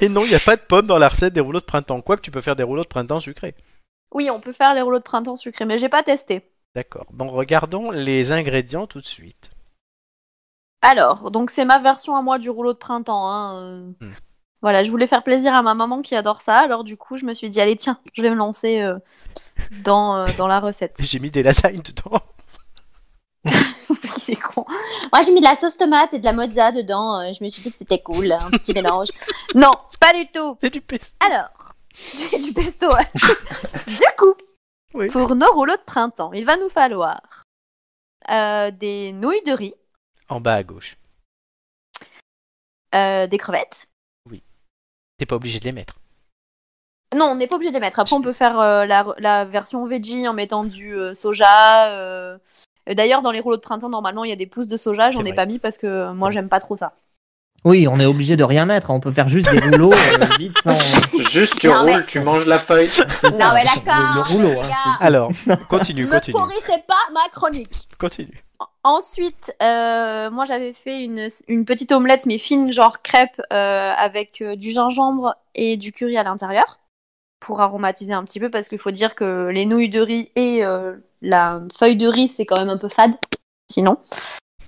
S1: Et non, il n'y a pas de pommes dans la recette des rouleaux de printemps. Quoique tu peux faire des rouleaux de printemps sucrés.
S8: Oui, on peut faire les rouleaux de printemps sucrés, mais j'ai pas testé.
S1: D'accord. Bon, regardons les ingrédients tout de suite.
S8: Alors, donc c'est ma version à moi du rouleau de printemps. Hein. euh.
S1: Hmm.
S8: Voilà, je voulais faire plaisir à ma maman qui adore ça, alors du coup, je me suis dit, allez, tiens, je vais me lancer [LAUGHS] euh, dans, euh, dans la recette. [LAUGHS]
S1: J'ai mis des lasagnes dedans. [LAUGHS]
S8: C'est con.
S3: Moi, j'ai mis de la sauce tomate et de la mozza dedans. euh, Je me suis dit que c'était cool, un petit mélange.
S8: [LAUGHS] Non, pas du tout.
S1: C'est du pesto.
S8: Alors, [LAUGHS] du, du pesto. ouais. du coup,
S1: Oui.
S8: pour nos rouleaux de printemps, il va nous falloir euh, des nouilles de riz,
S1: En bas à gauche.
S8: euh, des crevettes.
S1: T'es pas obligé de les mettre.
S8: Non, on n'est pas obligé de les mettre. Après, on peut faire euh, la, la version veggie en mettant du euh, soja. euh. D'ailleurs, dans les rouleaux de printemps, normalement, il y a des pousses de soja.
S1: C'est
S8: J'en ai
S1: vrai.
S8: pas mis parce que moi, j'aime pas trop ça.
S4: Oui, on est obligé de rien mettre. hein. On peut faire juste des rouleaux euh, vite sans.
S2: Juste, tu
S10: Non,
S2: roules,
S10: mais-
S2: tu manges la feuille.
S10: Non, mais
S4: le-
S10: d'accord,
S4: Le rouleau.
S10: les
S4: hein,
S10: gars.
S4: c'est-
S1: Alors, continue,
S5: Ne
S1: continue,
S5: pourrissez pas ma chronique.
S1: continue.
S5: Ensuite, euh, moi j'avais fait une, une petite omelette, mais fine, genre crêpe, euh, avec euh, du gingembre et du curry à l'intérieur, pour aromatiser un petit peu, parce qu'il faut dire que les nouilles de riz et euh, la feuille de riz, c'est quand même un peu fade, sinon.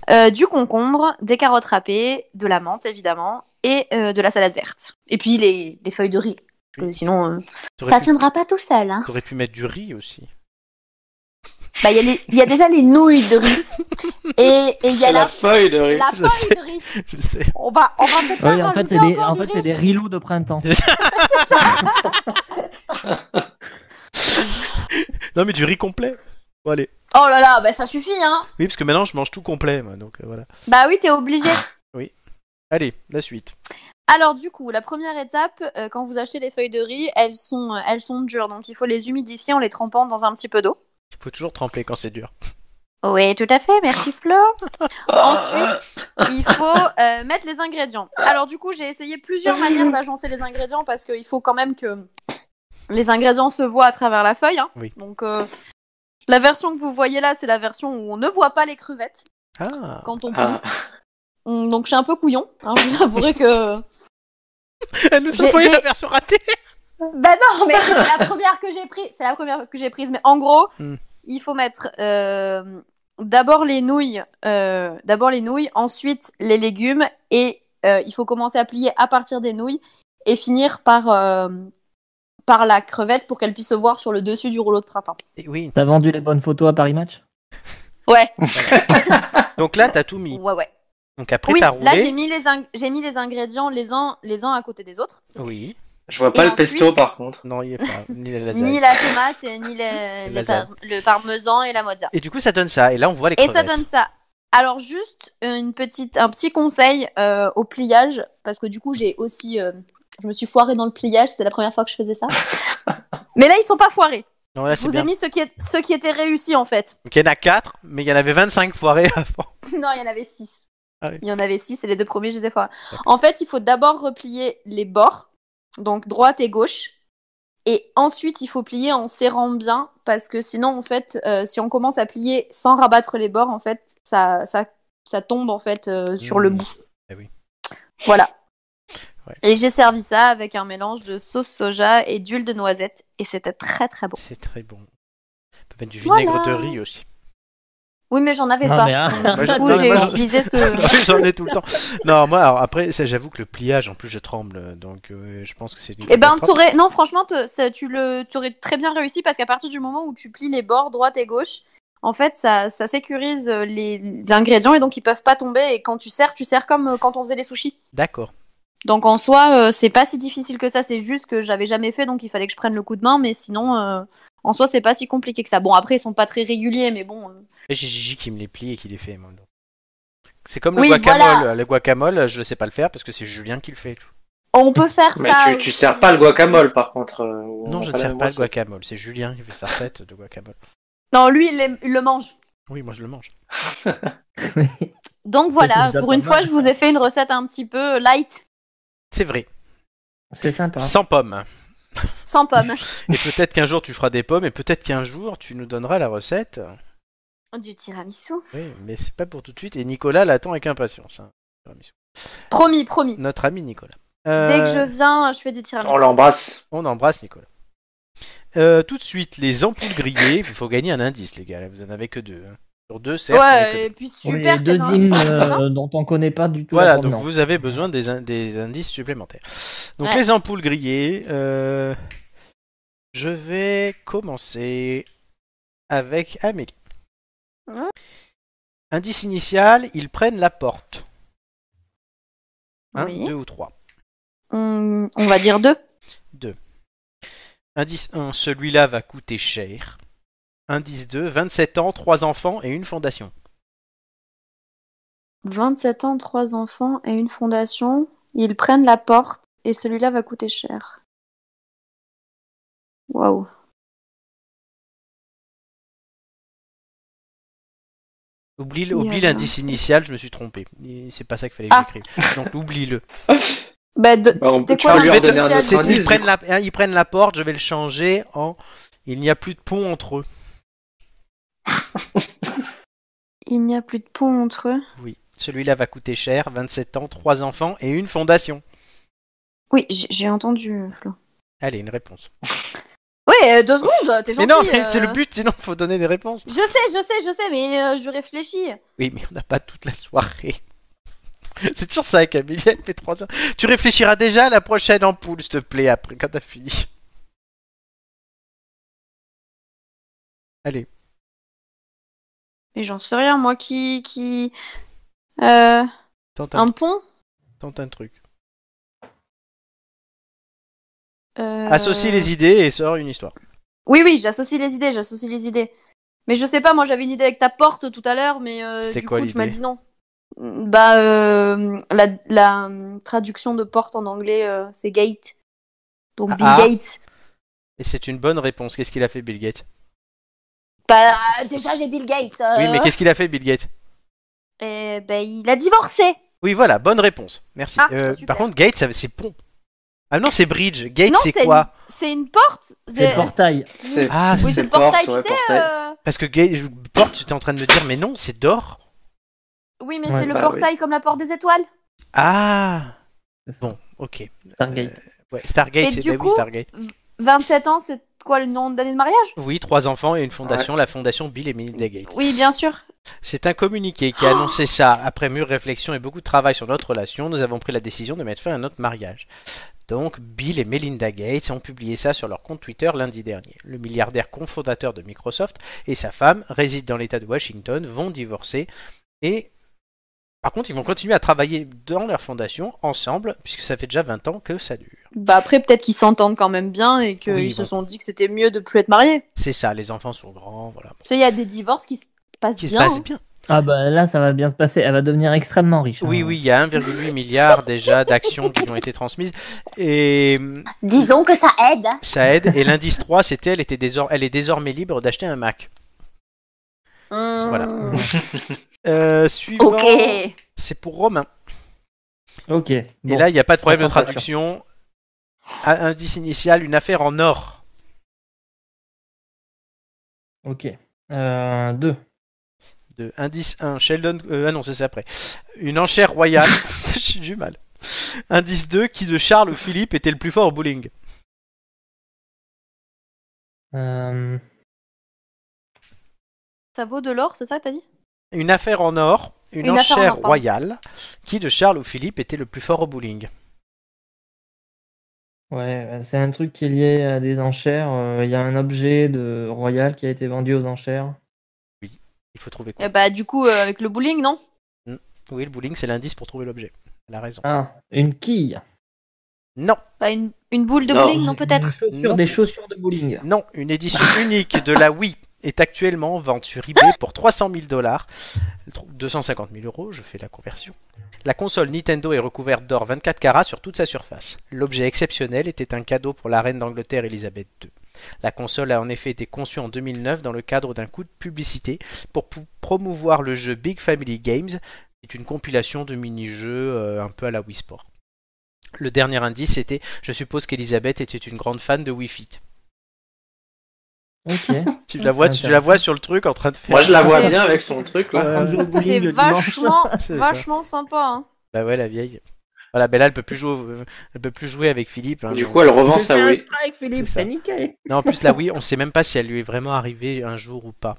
S5: Euh, du concombre, des carottes râpées, de la menthe évidemment, et euh, de la salade verte. Et puis les, les feuilles de riz, parce que sinon euh, ça
S1: T'aurais pu,
S5: tiendra pas tout seul. Hein.
S1: t'aurais pu mettre du riz aussi. [LAUGHS]
S5: Bah, il y, a les- il y a déjà les nouilles
S1: [LAUGHS]
S5: de riz et et il y a
S2: C'est la
S5: la,
S2: feuille de riz.
S5: la
S1: je
S5: feuille
S1: sais.
S5: de riz.
S1: Je sais.
S5: On va, on va peut-être
S4: Oui,
S5: pas
S4: en fait, c'est
S5: rajouter
S4: des,
S5: encore
S4: en
S5: du
S4: fait, c'est
S5: riz.
S4: des rilots de printemps.
S1: Non, mais du riz complet. Bon, allez.
S5: Oh là là, bah ça suffit, hein.
S1: Oui, parce que maintenant je mange tout complet, moi, donc euh, voilà.
S5: Bah oui, t'es obligé.
S1: Allez, la suite.
S5: Alors du coup, la première étape, euh, quand vous achetez les feuilles de riz, elles sont, euh, elles sont dures, donc il faut les humidifier en les trempant dans un petit peu d'eau.
S1: Faut toujours tremper quand c'est dur.
S5: Oui, tout à fait, merci Flo.
S2: Ah,
S5: Ensuite, il faut euh, mettre les ingrédients. Alors du coup, j'ai essayé plusieurs manières d'agencer les ingrédients parce qu'il faut quand même que les ingrédients se voient à travers la feuille. hein.
S1: Oui.
S5: Donc euh, la version que vous voyez là, c'est la version où on ne voit pas les crevettes
S1: Ah,
S5: quand on
S2: Ah,
S5: On- Donc je suis un peu couillon, hein, je vous avouerai que...
S1: elle nous a
S5: J'ai-
S1: envoyé la
S5: j'ai-
S1: version ratée.
S5: Bah non, mais c'est la première que j'ai prise. C'est la première que j'ai prise. Mais en gros,
S1: Hmm.
S5: il faut mettre euh, d'abord les nouilles, euh, d'abord les nouilles, ensuite les légumes, et euh, il faut commencer à plier à partir des nouilles et finir par euh, par la crevette pour qu'elle puisse se voir sur le dessus du rouleau de printemps.
S1: Et oui.
S4: T'as vendu les bonnes photos à Paris Match
S5: Ouais,
S1: Donc là, t'as tout mis.
S5: ouais, ouais.
S1: Donc après,
S5: oui,
S1: t'as
S5: là j'ai
S1: roulé.
S5: mis les ing- j'ai mis les ingrédients les uns les uns à côté des autres.
S1: Oui.
S2: je vois pas
S5: Et
S2: le pesto par contre.
S1: Non, il n'y est
S5: [LAUGHS]
S1: pas. Ni la lasagne.
S5: Ni la tomate,
S1: [LAUGHS]
S5: ni le, le,
S1: Lasagne.
S5: par- le parmesan et la mozza.
S1: Et du coup, ça donne ça. Et là, on voit les
S5: Et ça
S1: crevettes.
S5: donne ça. Alors juste une petite, un petit conseil euh, au pliage, parce que du coup j'ai aussi, euh, je me suis foirée dans le pliage, c'était la première fois que je
S1: [LAUGHS]
S5: faisais ça. mais là ils sont pas foirés.
S1: Non, là,
S5: Je
S1: Ah, c'est
S5: vous ai
S1: bien.
S5: mis ce qui, est, ce qui était réussi en fait.
S1: Donc il y en a 4, mais il y en avait 25 foirés avant.
S5: [LAUGHS] non, il y en avait six.
S1: Ah oui.
S5: Il y en avait six et les deux premiers je les ai foirés.
S1: D'accord.
S5: En fait il faut d'abord replier les bords, donc droite et gauche. Et ensuite, il faut plier en serrant bien parce que sinon, en fait, euh, si on commence à plier sans rabattre les bords, en fait, ça, ça, ça tombe en fait euh, sur le
S1: Mmh.
S5: bout. Voilà.
S1: Ouais.
S5: Et j'ai servi ça avec un mélange de sauce soja et d'huile de noisette. Et c'était très très bon.
S1: C'est très bon. On peut mettre du vinaigre
S5: Voilà.
S1: de riz aussi.
S5: Oui, mais j'en avais
S4: Non,
S5: pas.
S4: mais, ah,
S5: Donc,
S1: moi,
S5: du
S1: je-
S5: coup,
S1: non, mais
S5: j'ai
S1: moi, je-
S5: utilisé ce
S1: [LAUGHS]
S5: que.
S1: J'en ai tout le temps. Non, moi, alors, après, ça, j'avoue que le pliage, en plus, je tremble. Donc euh, je pense que c'est une.
S5: Eh ben,
S1: catastrophe.
S5: t'aurais. Non, franchement, te- ça- tu le... t'aurais très bien réussi parce qu'à partir du moment où tu plies les bords droite et gauche, en fait, ça, ça sécurise euh, les... les ingrédients et donc ils peuvent pas tomber. Et quand tu sers, tu sers comme euh, quand on faisait les sushis.
S1: D'accord.
S5: Donc en soi, euh, c'est pas si difficile que ça. C'est juste que j'avais jamais fait, donc il fallait que je prenne le coup de main. Mais sinon, euh, en soi, c'est pas si compliqué que ça. Bon, après, ils sont pas très réguliers, mais bon. euh,
S1: Et j'ai Gigi qui me les plie et qui les fait. moi, donc. C'est comme
S5: Oui,
S1: le guacamole.
S5: voilà.
S1: Le guacamole, je ne sais pas le faire parce que c'est Julien qui le fait.
S5: On peut faire
S2: Mais
S5: ça.
S2: tu, tu sers pas le guacamole par contre. euh, ou
S1: Non, je ne
S2: voilà,
S1: sers
S2: moi,
S1: pas le
S2: c'est-
S1: guacamole. C'est Julien qui fait sa recette de guacamole.
S5: Non, lui, il, l'aime- il le mange.
S1: Oui, moi, je le mange.
S5: Donc
S4: c'est
S5: voilà,
S4: déjà
S5: pour
S4: pas
S5: une
S4: mal.
S5: fois, je vous ai fait une recette un petit peu light,
S1: C'est vrai.
S4: C'est sympa.
S1: Sans pommes.
S5: sans pommes.
S1: Et peut-être qu'un jour tu feras des pommes, et peut-être qu'un jour tu nous donneras la recette.
S5: du tiramisu.
S1: Oui, mais c'est pas pour tout de suite. Et Nicolas l'attend avec impatience. hein.
S5: Promis, promis.
S1: Notre ami Nicolas.
S5: Dès que
S1: Euh,
S5: je viens, je fais du tiramisu.
S2: On l'embrasse.
S1: On embrasse Nicolas. Euh, tout de suite, les ampoules grillées. Il faut gagner un indice, les gars. Là, vous en avez que deux. hein. Sur deux, certes. vous en avez que
S5: ouais,
S1: deux.
S5: et puis
S4: Oui,
S5: super.
S4: deux
S5: qu'elle en- [LAUGHS]
S4: hymnes euh, dont on connaît pas du tout
S1: Voilà,
S4: la
S1: donc
S4: provenance.
S1: vous avez besoin des, in- des indices supplémentaires. Donc
S5: Ouais.
S1: les ampoules grillées. euh, Je vais commencer avec Amélie.
S5: Ouais.
S1: Indice initial, ils prennent la porte. Un,
S5: Oui.
S1: deux ou trois.
S5: Hum, on va dire deux.
S1: Indice 1, celui-là va coûter cher. Indice 2, 27 ans, 3 enfants et une fondation.
S5: 27 ans, trois enfants et une fondation. Ils prennent la porte et celui-là va coûter cher. Waouh.
S1: Oublie,
S5: a
S1: oublie
S5: rien,
S1: l'indice
S5: c'est-
S1: initial, je me suis trompé. Et C'est pas ça qu'il fallait que
S5: Ah.
S1: j'écrive. Donc oublie-le.
S5: Bah, de-
S2: Bah, on
S5: c'était
S2: peut pas
S5: quoi
S1: Ah,
S2: lui
S1: je vais te-
S2: redonner un autre
S1: c'est-
S2: indice,
S1: ils,
S2: du
S1: prennent la, hein, ils prennent la porte, je vais le changer en il n'y a plus de pont entre eux.
S8: Il n'y a plus de pont entre eux.
S1: Oui. Celui-là va coûter cher, 27 ans, 3 enfants et une fondation.
S8: Oui, j'ai j'ai entendu, euh, Flo.
S1: Allez, une réponse.
S8: Ouais, euh, deux secondes, t'es gentil.
S1: mais non, mais c'est
S8: euh.
S1: le but, sinon faut donner des réponses.
S8: Je sais, je sais, je sais, mais euh, je réfléchis.
S1: Oui, mais on n'a pas toute la soirée. [LAUGHS] C'est toujours ça, Camille, elle fait 3 heures. Tu réfléchiras déjà à la prochaine ampoule, s'il te plaît, après, quand t'as fini. Allez,
S8: Mais j'en sais rien, moi qui. qui... Euh,
S1: tente un,
S8: un pont
S1: tente un truc.
S8: Euh,
S1: Associe les idées et sors une histoire.
S8: Oui, oui, j'associe les idées, j'associe les idées. Mais je sais pas, moi j'avais une idée avec ta porte tout à l'heure, mais euh,
S1: C'était
S8: du
S1: quoi
S8: coup tu m'as
S1: l'idée
S8: dit non. Bah, euh, la, la, euh, traduction de porte en anglais, euh, c'est gate. Donc Bill
S1: Ah.
S8: Gates.
S1: Et c'est une bonne réponse. Qu'est-ce qu'il a fait, Bill Gates
S8: Bah, déjà j'ai Bill Gates. euh,
S1: Oui, mais qu'est-ce qu'il a fait, Bill Gates
S8: et, bah, il a divorcé.
S1: Oui, voilà, bonne réponse. Merci.
S8: Ah,
S1: Euh,
S8: super.
S1: par contre, Gates, ça- c'est pont. Ah non, c'est bridge. Gates,
S8: Non,
S1: c'est
S8: c'est
S1: quoi
S8: C'est une porte.
S4: C'est le portail.
S2: C'est
S1: Ah,
S8: [LAUGHS] Oui,
S1: c'est-
S8: c'est
S2: c'est
S8: le
S2: porte,
S8: portail, tu
S2: ouais,
S8: sais.
S2: portail.
S8: euh,
S1: parce que Gates, porte, j'étais en train de me dire, mais non, c'est d'or.
S8: Oui, mais
S4: Ouais,
S8: c'est le
S2: bah
S8: portail comme la porte des étoiles.
S1: Ah,
S4: C'est ça.
S1: bon, euh, ok.
S4: Stargate.
S1: Ouais, Stargate,
S8: Et
S1: c'est
S8: du
S1: bah oui,
S8: coup-
S1: Stargate.
S8: 27 ans, c'est quoi le nombre d'années de mariage
S1: Oui, trois enfants et une fondation, la fondation Bill et Melinda Gates.
S8: Oui, bien sûr.
S1: C'est un communiqué qui a annoncé ça. Après mûre réflexion et beaucoup de travail sur notre relation, nous avons pris la décision de mettre fin à notre mariage. Donc, Bill et Melinda Gates ont publié ça sur leur compte Twitter lundi dernier. Le milliardaire cofondateur de Microsoft et sa femme résident dans l'État de Washington, vont divorcer et... Par contre, ils vont continuer à travailler dans leur fondation ensemble, puisque ça fait déjà 20 ans que ça dure.
S8: Bah après, peut-être qu'ils s'entendent quand même bien et qu'ils
S1: Oui,
S8: se
S1: bon.
S8: sont dit que c'était mieux de plus être mariés.
S1: C'est ça, les enfants sont grands, voilà.
S8: Tu sais, il y a des divorces qui se passent
S1: Qui se
S8: bien.
S1: passe
S8: hein.
S1: bien.
S4: Ah bah là, ça va bien se passer. Elle va devenir extrêmement riche.
S1: Oui,
S4: hein.
S1: oui, il y a 1,8 milliard déjà d'actions qui ont été transmises. Et
S3: Disons que ça aide. hein.
S1: Ça aide. Et l'indice 3, c'était elle, était désor- elle est désormais libre d'acheter un Mac.
S8: Mmh.
S1: Voilà. Euh, suivant,
S3: Ok.
S1: c'est pour Romain.
S4: Ok. bon.
S1: Et là, il n'y a pas de problème de
S4: concentration.
S1: traduction. A- Indice initial, une affaire en or.
S4: Ok. Euh, deux.
S1: De indice 1, Sheldon. euh, ah non, ça, c'est après. Une enchère royale. [LAUGHS] J'ai du mal. Indice 2, qui de Charles ou Philippe était le plus fort au bowling
S4: Euh,
S8: Ça vaut de l'or, c'est ça que t'as dit
S1: Une affaire en or. Une,
S8: Une affaire en
S1: enchère
S8: or, pardon.
S1: royale. Qui de Charles ou Philippe était le plus fort au bowling
S4: ouais, euh, c'est un truc qui est lié à des enchères. Euh, Il y a un objet de Royal qui a été vendu aux enchères.
S1: Il faut trouver quoi
S8: Eh Bah du coup, euh, avec le bowling, non
S1: Oui, le bowling, c'est l'indice pour trouver l'objet. Elle a raison.
S4: Ah, une quille.
S1: Non.
S8: Bah, une, une boule de
S2: Non.
S8: bowling, non peut-être
S1: Mm.
S4: Des chaussures,
S1: Non.
S4: des chaussures de bowling.
S1: Non, une édition [LAUGHS] unique de la Wii est actuellement en vente sur eBay pour 300 000 dollars, 250 000 euros, je fais la conversion. La console Nintendo est recouverte d'or 24 carats sur toute sa surface. L'objet exceptionnel était un cadeau pour la reine d'Angleterre Elisabeth II. La console a en effet été conçue en 2009 dans le cadre d'un coup de publicité pour pou- promouvoir le jeu Big Family Games, qui est une compilation de mini-jeux euh, un peu à la Wii Sport. Le dernier indice était Je suppose qu'Elisabeth était une grande fan de Wii Fit.
S5: [LAUGHS]
S4: Ok.
S1: Tu
S4: Ah,
S1: la vois,
S4: c'est
S1: tu la vois sur le truc en train de faire.
S2: Moi, je la vois
S8: Ouais.
S2: bien avec son truc,
S4: En
S2: là.
S4: train de jouer au
S8: Ça,
S4: bowling
S8: C'est
S4: le dimanche.
S8: vachement,
S1: [LAUGHS] C'est ça.
S8: vachement sympa. hein.
S1: Bah ouais, la vieille. Voilà, ben là, elle peut plus jouer, au- elle peut plus jouer avec Philippe. hein,
S2: Du
S1: donc-
S2: coup, elle revend sa
S4: J'ai fait
S2: Wii.
S4: un strike, Philippe,
S1: C'est ça.
S4: t'as niqué.
S1: Non, en plus là, oui, on sait même pas si elle lui est vraiment arrivée un jour ou pas.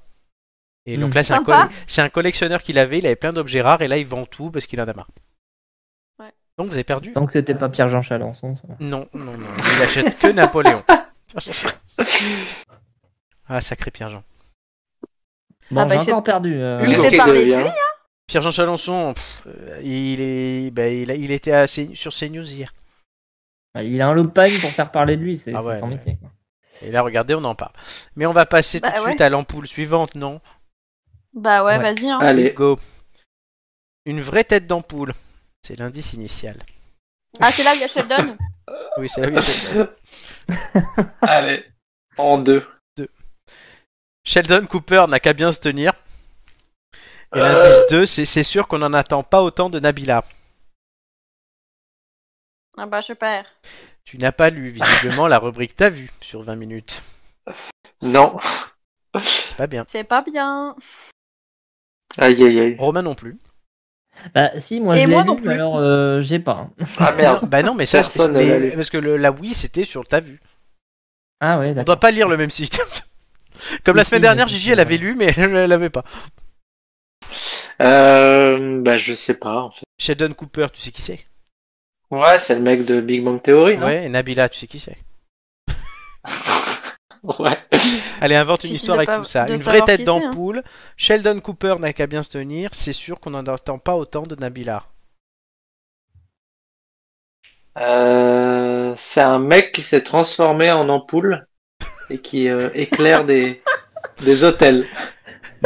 S1: Et donc
S4: Mm.
S1: là, c'est un,
S8: Sympa.
S1: coll- c'est un collectionneur qu'il avait, il avait plein d'objets rares et là, il vend tout parce qu'il en a marre.
S8: Ouais.
S1: Donc vous avez perdu
S4: Tant que c'était pas Pierre-Jean Chalençon.
S5: Ah,
S4: ça.
S1: Non, non, non, il achète que Napoléon. ah, sacré Pierre-Jean.
S4: Bon,
S5: Ah bah,
S4: j'ai
S5: il fait-
S4: encore perdu. euh,
S8: Il
S2: Hugo
S8: fait
S2: qui
S8: parler de
S2: devient-
S8: lui, hein.
S1: Pierre-Jean Chalençon, pff, euh, il, est, ben, il, a- il était à C- sur CNews hier.
S4: bah, Il a un lopagne pour faire parler de lui, c'est
S1: Ah
S4: c'est
S1: ouais,
S4: son
S1: ouais.
S4: métier. quoi.
S1: Et là, regardez, on en parle. Mais on va passer
S8: Bah
S1: tout de
S8: ouais.
S1: suite à l'ampoule suivante, non
S8: Bah
S4: Ouais.
S8: ouais, vas-y.
S1: Ah.
S8: hein.
S1: [LAUGHS]
S2: Allez,
S1: Go. Une vraie tête d'ampoule. C'est l'indice initial.
S8: Ah, c'est là où il y a Sheldon
S1: Oui, c'est là où il y a
S2: [LAUGHS]
S1: Sheldon.
S2: allez. En deux.
S1: Sheldon Cooper n'a qu'à bien se tenir. Et l'indice 2, c'est c'est sûr qu'on n'en attend pas autant de Nabila.
S5: Ah bah super.
S1: Tu n'as pas lu visiblement la rubrique T'as vu sur 20 minutes.
S2: Non.
S1: Pas bien.
S5: C'est pas bien.
S2: Aïe aïe aïe.
S1: Romain non plus.
S4: Bah si, moi
S5: Et
S4: je l'ai
S5: moi
S4: lu,
S5: non
S4: mais
S5: plus.
S4: alors euh, j'ai pas.
S2: Ah merde.
S1: Bah non, mais ça, c'est-
S2: Personne ne l'a
S1: mais-
S2: lu.
S1: parce que le- la oui, c'était sur T'as vu.
S4: Ah ouais,
S1: On
S4: d'accord.
S1: doit pas lire le même site. [LAUGHS] Comme la
S4: Si,
S1: semaine
S4: si,
S1: dernière,
S4: mais-
S1: Gigi, elle avait lu, mais elle ne l'avait pas.
S2: Euh, bah je sais pas en fait.
S1: Sheldon Cooper, tu sais qui c'est
S2: Ouais, c'est le mec de Big Bang Theory, non
S1: Ouais, et Nabila, tu sais qui c'est
S2: Ouais.
S1: Allez, invente une
S5: Difficile
S1: histoire
S5: de
S1: avec
S5: pas-
S1: tout ça. Une
S5: de
S1: vraie
S5: savoir
S1: tête
S5: qui c'est, hein.
S1: d'ampoule. Sheldon Cooper n'a qu'à bien se tenir. C'est sûr qu'on n'en entend pas autant de Nabila.
S2: Euh, c'est un mec qui s'est transformé en ampoule et qui euh, éclaire des, des hôtels.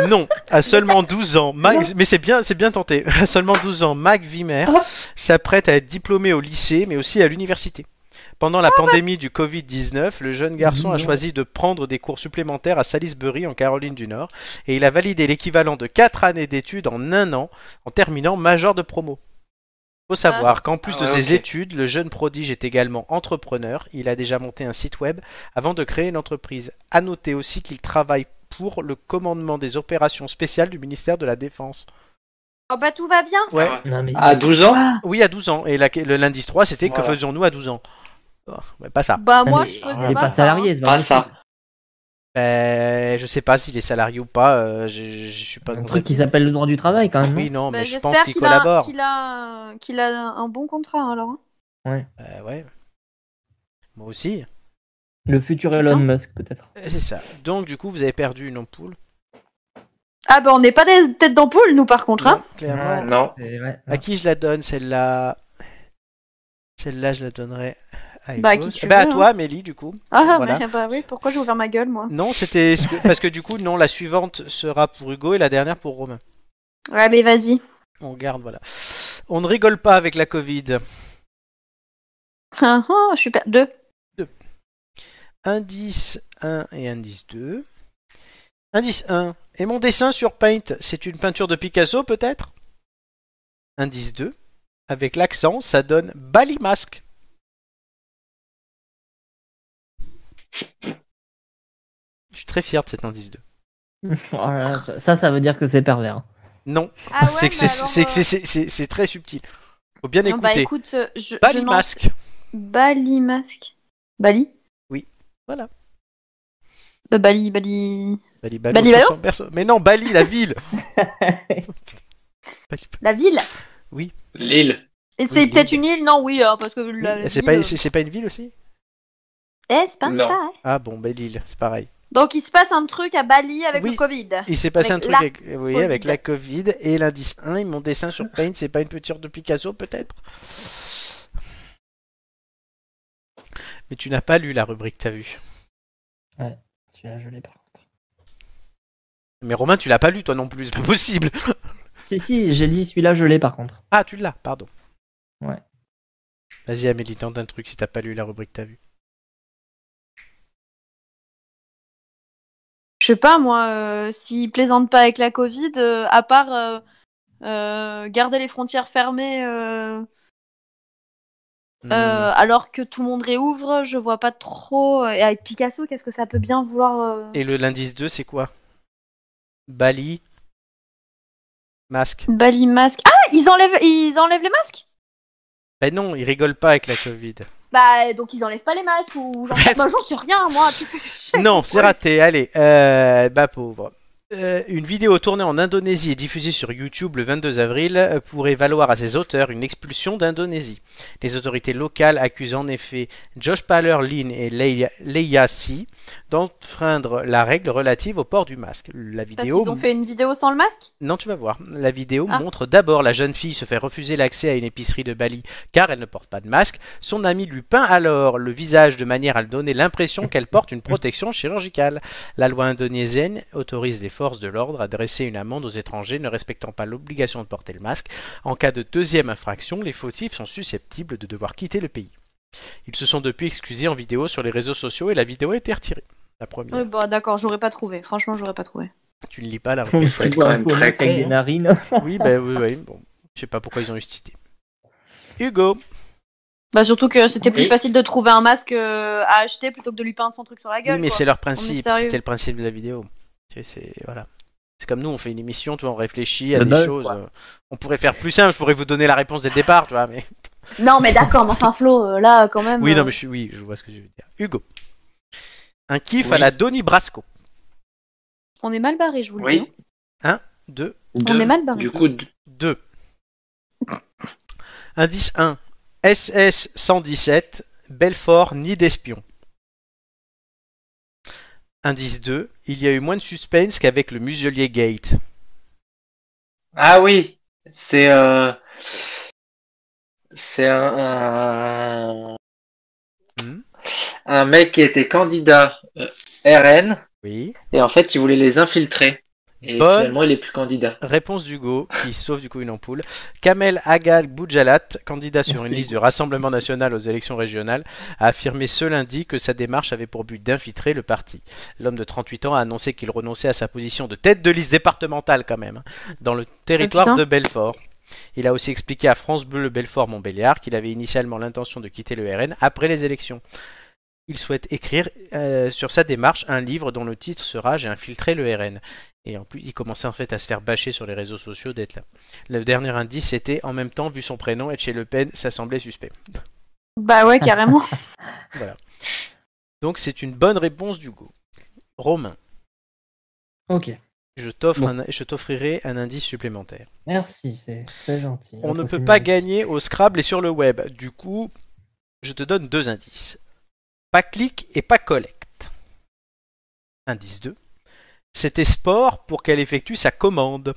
S1: Non, à seulement 12 ans, Mike, mais c'est bien, c'est bien tenté. À seulement 12 ans, Mac Vimer
S5: Oh.
S1: s'apprête à être diplômé au lycée, mais aussi à l'université. Pendant
S5: Ah,
S1: la pandémie du Covid-19, le jeune garçon a choisi de prendre des cours supplémentaires à Salisbury, en Caroline du Nord, et il a validé l'équivalent de 4 années d'études en un an, en terminant major de promo. Faut savoir qu'en plus
S2: Ah ouais,
S1: de ses
S2: ok.
S1: études, le jeune prodige est également entrepreneur. Il a déjà monté un site web avant de créer une entreprise. À noter aussi qu'il travaille pour le commandement des opérations spéciales du ministère de la Défense.
S5: Oh bah tout va bien.
S1: Ouais.
S2: Ah.
S4: Non, mais...
S5: Ah,
S2: À 12 ans
S8: Ah.
S1: Oui, à 12 ans. Et la, le lundi 3, c'était que
S2: Voilà.
S1: faisions-nous à 12 ans Oh, ouais, Pas ça.
S5: Bah
S4: Ah,
S5: moi
S4: mais
S5: je
S4: il
S5: faisais
S4: est
S5: pas,
S4: pas
S5: ça,
S4: salarié,
S5: hein.
S4: c'est
S2: Pas
S4: possible.
S2: ça.
S1: Euh, je sais pas s'il est salarié ou pas. euh, je, je- je suis pas.
S4: Un
S1: dans
S4: truc
S1: un-
S4: qui s'appelle le droit du travail quand même. non
S1: Oui, non,
S5: Bah,
S1: mais je pense
S5: J'espère
S1: qu'il
S5: qu'il a,
S1: collabore.
S5: qu'il a, qu'il a un bon contrat alors. hein.
S1: Euh, ouais. Moi aussi.
S4: Le futur Elon Musk peut-être.
S1: Euh, C'est ça. Donc, du coup, vous avez perdu une ampoule.
S5: Ah bah on n'est pas des têtes d'ampoule nous par contre. Hein.
S1: Non, clairement.
S4: Ouais,
S2: Non.
S4: c'est- ouais,
S1: À qui je la donne celle-là Celle-là, je la donnerais à
S5: Bah, à
S1: Evos.
S5: qui tu
S1: Ah bah, à
S5: veux, hein.
S1: toi, Amélie, du coup.
S5: Ah
S1: Voilà.
S5: mais bah oui, pourquoi j'ai ouvert ma gueule moi
S1: Non, c'était ce que- parce que du coup, non, la suivante sera pour Hugo et la dernière pour Romain.
S5: Allez vas-y.
S1: On garde, voilà. On ne rigole pas avec la Covid.
S5: Ah, ah, super. Deux.
S1: Indice 1 et indice 2. Indice 1. Et mon dessin sur Paint, c'est une peinture de Picasso peut-être Indice 2. Avec l'accent, ça donne Bali Mask. Je suis très fier de cet indice 2.
S4: non. [LAUGHS] Oh là là, ça- ça, ça veut dire que c'est pervers. hein.
S1: Non,
S5: Ah ouais,
S1: c'est que
S5: mais
S1: c'est-
S5: alors,
S1: c'est que
S5: euh,
S1: c'est- c'est- c'est- c'est très subtil. Faut bien
S8: Non, bah
S1: écouter.
S8: écoute, euh, je, je
S1: Bali
S8: n'en-
S1: Mask.
S5: Bali masque. Bali
S1: Oui. Voilà.
S5: Bah, Bali, Bali.
S1: Bali, Bali,
S5: Bali, Balo
S1: personne- personne- Mais non, Bali, la ville. Bali,
S5: La ville
S2: Lille.
S5: Et C'est
S1: l'île.
S5: peut-être une île Non, oui, hein, parce que [LAUGHS] la
S1: Bali.
S5: ville,
S1: C'est pas,
S5: euh,
S1: c'est- c'est pas une ville aussi
S5: eh, c'est pas
S2: Non.
S8: hein.
S5: pareil.
S1: Ah bon, bah Lille, c'est pareil.
S5: Donc il se passe un truc à Bali avec
S1: Oui.
S5: le Covid.
S1: Il s'est passé
S5: Avec
S1: un
S5: la
S1: truc avec, oui, avec
S5: Covid. Ah.
S1: la Covid et l'indice 1 et mon dessin sur Paint, c'est pas une peinture de Picasso peut-être Mais tu n'as pas lu la rubrique, t'as vu
S4: Celui-là, je l'ai pas.
S1: Mais Romain, tu l'as pas lu toi non plus, c'est pas possible
S4: Si, si, j'ai dit celui-là, je l'ai par contre.
S1: Ah, tu l'as, pardon.
S4: Ouais.
S1: Vas-y Amélie, tente un truc si t'as pas lu la rubrique, t'as vu.
S5: Je sais pas, moi, euh, s'ils plaisantent pas avec la Covid, euh, à part euh, euh, garder les frontières fermées euh,
S1: Hmm.
S5: euh, alors que tout le monde réouvre, je vois pas trop. euh, Et avec Picasso, qu'est-ce que ça peut bien vouloir euh,
S1: Et le l'indice 2, c'est quoi Bali, masque.
S5: Bali masque. Ah, ils enlèvent, ils enlèvent les masques
S1: Ben non, il rigole pas avec la Covid.
S5: Bah, donc ils enlèvent pas les masques ou j'en
S1: [LAUGHS]
S5: bah, j'en sais rien, moi. tu fais [LAUGHS] chier.
S1: Non, c'est raté. Allez, euh, bah pauvre. Euh, une vidéo tournée en Indonésie et diffusée sur YouTube le 22 avril euh, pourrait valoir à ses auteurs une expulsion d'Indonésie. Les autorités locales accusent en effet Josh Paler, Lynn et Leia, Leia Si d'enfreindre la règle relative au port du masque. La
S5: Parce
S1: vidéo
S5: qu'ils ont fait une vidéo sans le masque
S1: non, tu vas voir. La vidéo
S5: Ah.
S1: montre d'abord la jeune fille se faire refuser l'accès à une épicerie de Bali car elle ne porte pas de masque. Son ami lui peint alors le visage de manière à lui donner l'impression qu'elle porte une protection chirurgicale. La loi indonésienne autorise les forces de l'ordre à dresser une amende aux étrangers ne respectant pas l'obligation de porter le masque. En cas de deuxième infraction, les fautifs sont susceptibles de devoir quitter le pays. Ils se sont depuis excusés en vidéo sur les réseaux sociaux et la vidéo a été retirée. La première.
S5: Ouais, Bah, d'accord, j'aurais pas trouvé. Franchement, j'aurais pas trouvé.
S1: Tu ne lis
S4: [LAUGHS]
S1: pas la
S4: On
S1: réponse.
S2: Ah, faut être
S4: fout
S2: quand
S4: un
S2: même
S4: comète
S2: très
S4: avec
S2: con,
S4: des
S2: hein.
S4: narines. [LAUGHS]
S1: oui, ben oui, oui. Bon, je sais pas pourquoi ils ont eu cette idée. Hugo,
S8: Bah, surtout que c'était plus
S2: Oui.
S8: facile de trouver un masque euh, à acheter plutôt que de lui peindre son truc sur la
S1: oui,
S8: gueule.
S1: mais
S8: quoi.
S1: c'est leur principe.
S8: sérieux.
S1: C'était le principe de la vidéo. Tu sais, C'est voilà. C'est comme nous, on fait une émission, tu vois, on réfléchit à
S4: Le
S1: des
S4: buzz,
S1: choses.
S4: quoi.
S1: euh, On pourrait faire plus simple, je pourrais vous donner la réponse dès le départ, tu vois. Mais...
S8: Non, mais d'accord, mais enfin, Flo, euh, là, quand
S5: Ah
S8: même.
S1: Oui,
S8: euh,
S1: non, mais je, suis- oui, je vois ce que je veux dire. Hugo, un kiff à
S2: Oui.
S1: la Donnie Brasco.
S8: On est mal barré, je vous le dis.
S2: Oui.
S1: Deux,
S8: On
S2: Deux.
S8: est mal barré.
S2: Du coup, d-
S1: 2. Indice 1. SS 117, Belfort, nid d'espions. Indice 2. Il y a eu moins de suspense qu'avec le muselier Gate.
S2: Ah oui, c'est euh, c'est un, un...
S1: Hmm.
S2: un mec qui était candidat euh, RN
S1: Oui.
S2: et en fait il voulait les infiltrer et
S1: Bonne.
S2: finalement il est plus candidat.
S1: Réponse d'Hugo, qui sauve du coup une ampoule. Kamel Agal Boudjalat, candidat sur une
S4: Merci.
S1: liste du Rassemblement national aux élections régionales, a affirmé ce lundi que sa démarche avait pour but d'infiltrer le parti. L'homme de 38 ans a annoncé qu'il renonçait à sa position de tête de liste départementale quand même, hein, dans le territoire
S8: putain.
S1: de Belfort. Il a aussi expliqué à France Bleu Belfort-Montbéliard qu'il avait initialement l'intention de quitter le RN après les élections. Il souhaite écrire euh, sur sa démarche un livre dont le titre sera J'ai infiltré le RN. Et en plus, il commençait en fait à se faire bâcher sur les réseaux sociaux d'être là. Le dernier indice était en même temps, vu son prénom, être chez Le Pen, ça semblait suspect.
S8: [LAUGHS] Bah ouais,
S1: [LAUGHS]
S8: carrément.
S1: Donc c'est une bonne réponse d'Hugo. Romain,
S4: Ok,
S1: je t'offre
S4: Bon.
S1: un- je t'offrirai un indice supplémentaire.
S4: merci, c'est c'est gentil.
S1: On ne
S4: Votre
S1: peut pas
S4: signal.
S1: gagner au Scrabble et sur le web. Du coup, je te donne deux indices. Pas clic et pas collecte. Indice 2. C'était sport pour qu'elle effectue sa commande.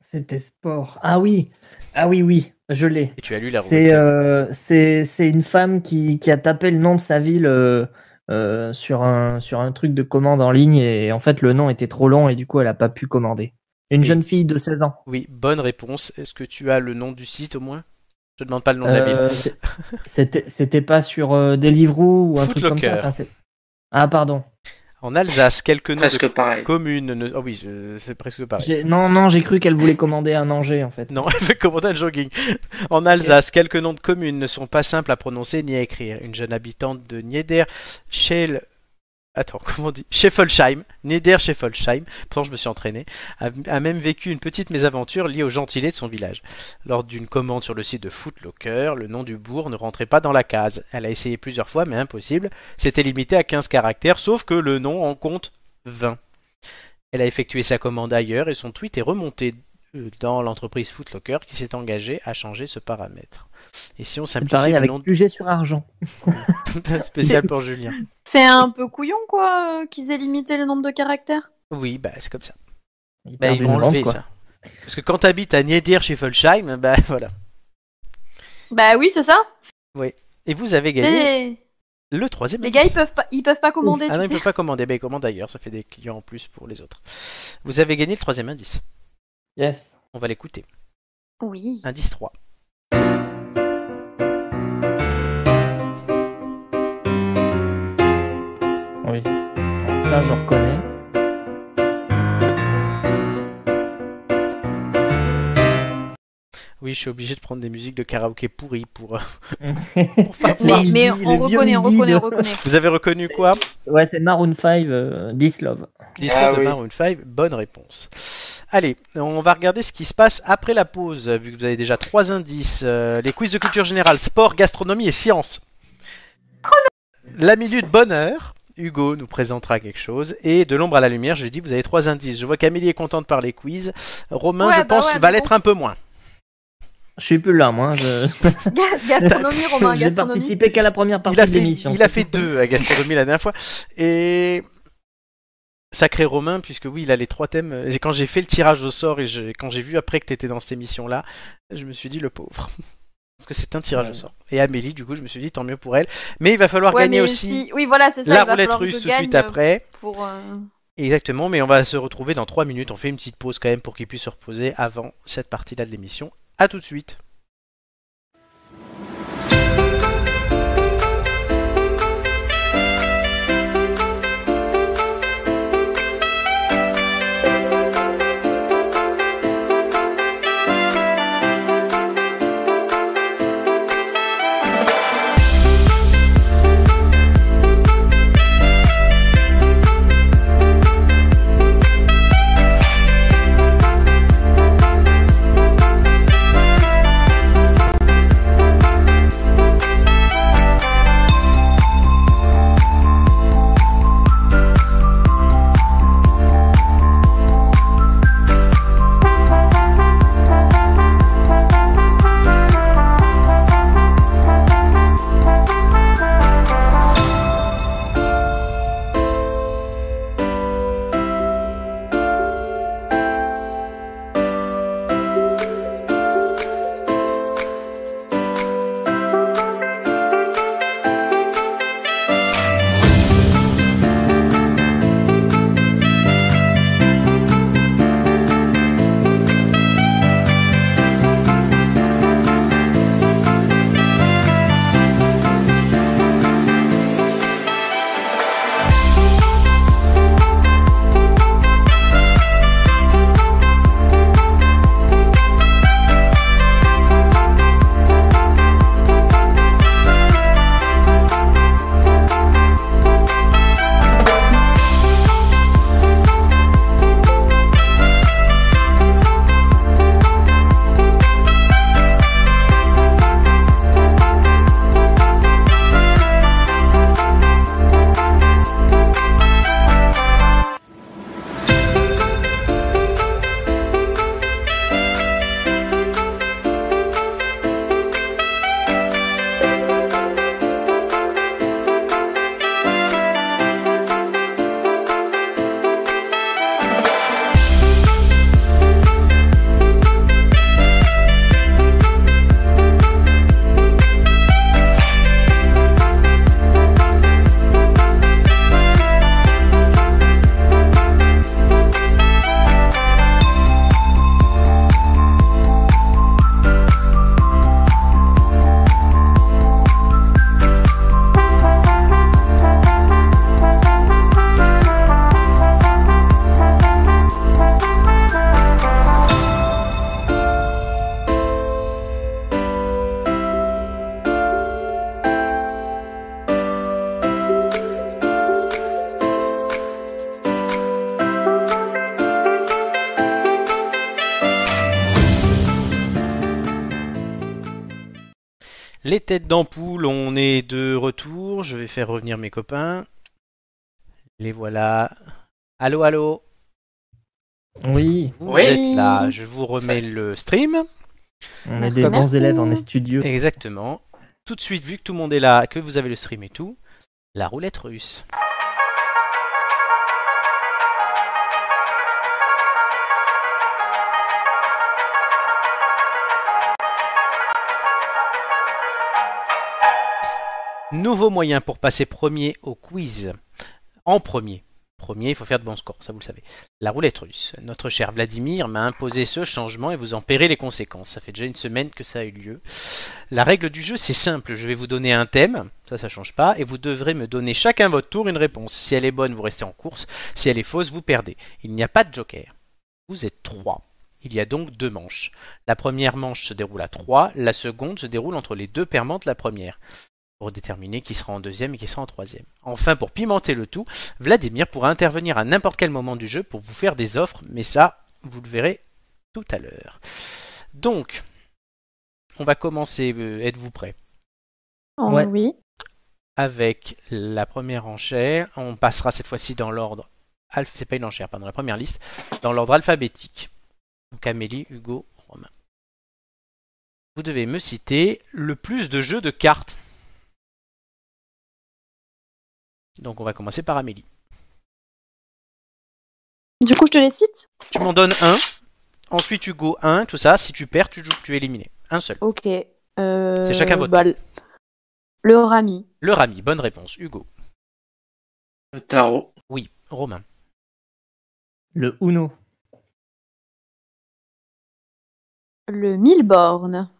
S4: C'était sport. Ah oui, ah oui, oui, je l'ai.
S1: Et tu as lu la
S4: C'est
S1: rubrique.
S4: euh, c'est- c'est une femme qui, qui a tapé le nom de sa ville euh, euh, sur, un, sur un truc de commande en ligne et en fait le nom était trop long et du coup elle n'a pas pu commander. Une
S1: Oui.
S4: jeune fille de 16 ans.
S1: Oui, bonne réponse. Est-ce que tu as le nom du site au moins Je ne demande pas le nom de la ville.
S4: Euh, c'est- C'était c'était pas sur euh, Deliveroo ou un truc comme ça.
S1: Footlocker.
S4: enfin, c'est- ah pardon.
S1: En Alsace, quelques noms
S2: Presque
S1: de
S2: pareil.
S1: communes. ne- Ah oui, je- c'est presque pareil.
S4: J'ai- Non, non, j'ai cru qu'elle voulait commander à manger en fait.
S1: Non, [LAUGHS] elle fait commander un jogging. En Alsace, quelques noms de communes ne sont pas simples à prononcer ni à écrire. Une jeune habitante de Nieder, Schell... Attends, comment on dit Scheffolsheim, Nieder Scheffolsheim, pourtant je me suis entraîné, a, a même vécu une petite mésaventure liée au gentilé de son village. Lors d'une commande sur le site de Footlocker, le nom du bourg ne rentrait pas dans la case. Elle a essayé plusieurs fois, mais impossible. C'était limité à 15 caractères, sauf que le nom en compte 20. Elle a effectué sa commande ailleurs et son tweet est remonté euh, dans l'entreprise Footlocker qui s'est engagée à changer ce paramètre. Et si on
S4: C'est
S1: simplifie
S4: pareil
S1: le
S4: avec
S1: nom
S4: sujet sur argent.
S1: [LAUGHS] spécial pour Julien.
S8: c'est un peu couillon, quoi, euh, qu'ils aient limité le nombre de caractères.
S1: Oui, bah c'est comme ça.
S4: Ils
S1: Bah,
S4: perdent
S1: ils
S4: une
S1: vont
S4: vente,
S1: enlever
S4: quoi.
S1: ça. Parce que quand t'habites à Nieder chez Folsheim, bah voilà.
S8: Bah oui, c'est ça.
S1: Et vous avez
S8: Tu sais,
S1: gagné
S8: les...
S1: le troisième.
S8: les gars, ils
S1: indice.
S8: peuvent pas, ils peuvent pas commander.
S1: Ah non,
S8: tu
S1: ils
S8: sais.
S1: peuvent pas commander. Bah, ils commandent d'ailleurs, ça fait des clients en plus pour les autres. Vous avez gagné le troisième indice.
S4: Yes.
S1: On va l'écouter. [LAUGHS]
S8: Oui.
S1: Indice 3.
S4: Oui. Ça, je reconnais.
S1: Oui, je suis obligé de prendre des musiques de karaoké pourries pour. euh, [LAUGHS]
S4: mais,
S1: pas
S8: Mais,
S1: voir.
S8: mais on reconnaît, on reconnaît,
S1: [LAUGHS]
S8: on reconnaît.
S1: Vous avez reconnu quoi
S4: Ouais, c'est Maroon 5, euh, This Love.
S1: L'histoire
S2: Ah
S1: de
S2: oui.
S1: Maroon 5, bonne réponse. Allez, on va regarder ce qui se passe après la pause, vu que vous avez déjà trois indices. Euh, les quiz de culture générale, sport, gastronomie et sciences. La minute bonheur. Hugo nous présentera quelque chose. Et de l'ombre à la lumière, je l'ai dit, vous avez trois indices. Je vois qu'Amélie est contente par les quiz. Romain,
S8: Ouais,
S1: je
S8: bah
S1: pense,
S8: ouais,
S1: va
S8: mais
S1: l'être un peu moins.
S4: Je suis plus là, moi. Je...
S8: Ga- gastronomie,
S4: [LAUGHS]
S8: Romain,
S4: J'ai
S8: gastronomie.
S4: participé qu'à la première partie
S1: Il a,
S4: de
S1: fait,
S4: l'émission.
S1: il a fait deux à gastronomie la dernière fois. Et sacré Romain, puisque oui, il a les trois thèmes. Et Quand j'ai fait le tirage au sort et je- quand j'ai vu après que tu étais dans cette émission-là, je me suis dit le pauvre. [LAUGHS] Parce que c'est un tirage au
S4: Ouais.
S1: sort. Et Amélie, du coup, je me suis dit tant mieux pour elle. Mais il va falloir
S8: Ouais,
S1: gagner
S8: mais
S1: aussi
S8: si- Oui, voilà, c'est ça. il
S1: la
S8: va
S1: roulette
S8: falloir que
S1: russe
S8: je
S1: tout de suite
S8: gagne, euh,
S1: après.
S8: Pour, euh,
S1: Exactement, mais on va se retrouver dans trois minutes. On fait une petite pause quand même pour qu'il puisse se reposer avant cette partie-là de l'émission. À tout de suite. Les têtes d'ampoule, on est de retour. Je vais faire revenir mes copains. Les voilà. Allô, allô.
S4: Oui,
S1: Vous
S2: Oui.
S1: êtes là. Je vous remets le stream.
S4: on est
S8: Merci,
S4: des bons
S8: merci.
S4: élèves, on est studieux.
S1: Exactement. Tout de suite, vu que tout le monde est là, que vous avez le stream et tout, la roulette russe. Nouveau moyen pour passer premier au quiz. En premier. Premier, il faut faire de bons scores, ça vous le savez. La roulette russe. Notre cher Vladimir m'a imposé ce changement et vous en paierez les conséquences. Ça fait déjà une semaine que ça a eu lieu. La règle du jeu, c'est simple. Je vais vous donner un thème, ça, ça change pas, et vous devrez me donner chacun votre tour une réponse. Si elle est bonne, vous restez en course. Si elle est fausse, vous perdez. Il n'y a pas de joker. Vous êtes trois. Il y a donc deux manches. La première manche se déroule à trois, la seconde se déroule entre les deux permantes de la première, pour déterminer qui sera en deuxième et qui sera en troisième. Enfin, pour pimenter le tout, Vladimir pourra intervenir à n'importe quel moment du jeu pour vous faire des offres, mais ça, vous le verrez tout à l'heure. Donc, on va commencer, euh, êtes-vous prêts
S4: Ouais.
S8: Oui.
S1: Avec la première enchère, on passera cette fois-ci dans l'ordre. alph- C'est pas une enchère, pardon, la première liste, dans l'ordre alphabétique. Donc Amélie, Hugo, Romain. Vous devez me citer le plus de jeux de cartes. Donc on va commencer par Amélie.
S8: Du coup, je te les cite
S1: Tu m'en donnes un, ensuite Hugo un, tout ça. Si tu perds, tu, joues- tu es éliminé. Un seul.
S8: Ok. euh,
S1: C'est chacun votre
S8: bah, le- le Rami.
S1: Le Rami, bonne réponse. Hugo.
S2: Le tarot.
S1: Oui, Romain.
S4: Le Uno,
S8: Le Milborn.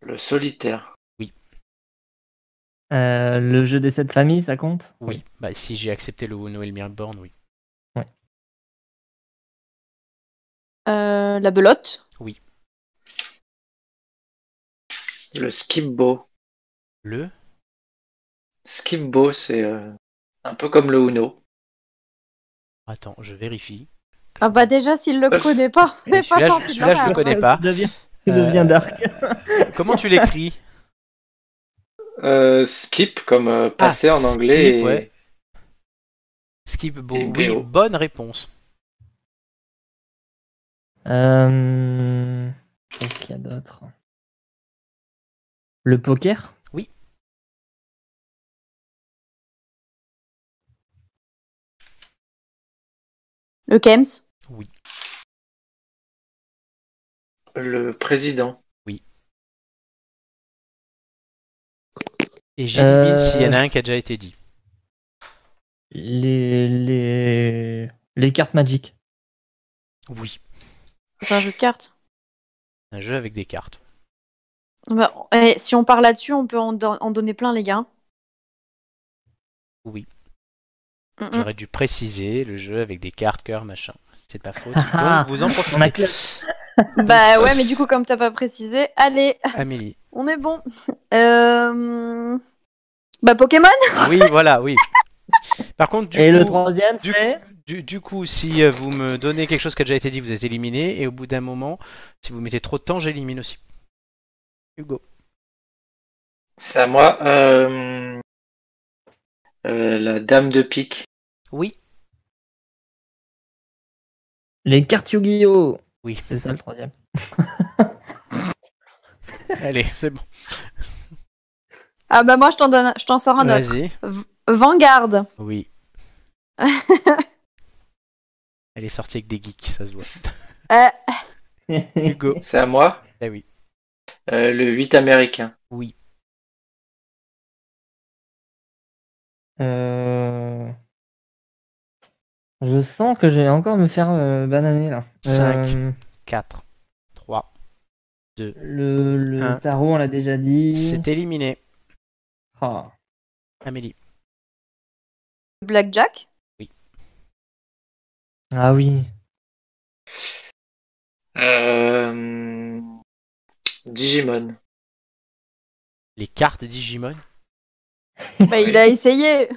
S2: Le solitaire.
S4: euh, le jeu des sept familles, ça compte
S1: Oui. Bah, si j'ai accepté le Uno et le Mirborn, oui.
S8: euh, la Belote.
S2: Le skipbo.
S1: Le
S2: Skipbo, c'est euh, un peu comme le Uno.
S1: Attends, je vérifie.
S5: Ah bah déjà, s'il le connaît pas,
S1: Et
S5: c'est pas
S1: celui-là,
S5: simple.
S1: je- celui-là, je le connais pas.
S4: [LAUGHS] Tu deviens, tu
S1: Euh,
S4: deviens dark.
S1: Comment tu l'écris
S2: Euh, skip, comme euh, passer
S1: Ah,
S2: en anglais.
S1: Skip,
S2: et-
S1: ouais. Skip Bo.
S2: Et
S1: Oui,
S2: Bo.
S1: bonne réponse.
S4: Euh, Qu'est-ce qu'il y a d'autre Le poker
S1: Oui.
S8: Le Kems.
S2: Le président.
S1: Et j'élimine
S4: Euh.
S1: s'il y en a un qui a déjà été dit.
S4: Les, les, les cartes magiques.
S1: Oui,
S8: C'est un jeu de cartes.
S1: un jeu avec des cartes.
S8: Bah, eh, si on part là-dessus, on peut en, don- en donner plein, les gars.
S1: Oui.
S8: Mm, mm.
S1: J'aurais dû préciser le jeu avec des cartes, cœur, machin. C'est de ma faute.
S4: Ah,
S1: Donc vous en
S4: On a
S1: profitez.
S4: que-
S8: Bah ouais, mais du coup, comme t'as pas précisé, allez,
S1: Amélie.
S8: on est bon. Euh... Bah Pokémon
S1: Oui, voilà, oui. Par contre, du
S4: Et
S1: coup,
S4: le troisième,
S1: du
S4: c'est
S1: Du, du coup, si euh, vous me donnez quelque chose qui a déjà été dit, vous êtes éliminé. Et au bout d'un moment, si vous mettez trop de temps, j'élimine aussi. Hugo.
S2: C'est à moi. Euh, euh, la dame de pique.
S1: Oui.
S4: les cartes Yu-Gi-Oh!
S1: Oui.
S4: C'est ça le troisième.
S1: Allez, c'est bon.
S8: Ah bah moi, je t'en donne, je t'en sors un autre.
S1: Vas-y.
S8: Vanguard.
S1: Oui. Elle est sortie avec des geeks, ça se voit.
S8: Euh,
S1: [LAUGHS] Hugo.
S2: C'est à moi.
S1: Ah oui.
S2: Euh, le 8 américain.
S4: Euh, Je sens que je vais encore me faire euh, bananer là.
S1: Cinq.
S4: Euh,
S1: 4, 3.
S4: le le
S1: Un.
S4: tarot, on l'a déjà dit.
S1: C'est éliminé.
S4: Ah.
S1: Amélie.
S8: [LAUGHS] Blackjack.
S4: Ah oui.
S2: Euh, Digimon.
S1: Les cartes Digimon.
S8: Bah il a essayé.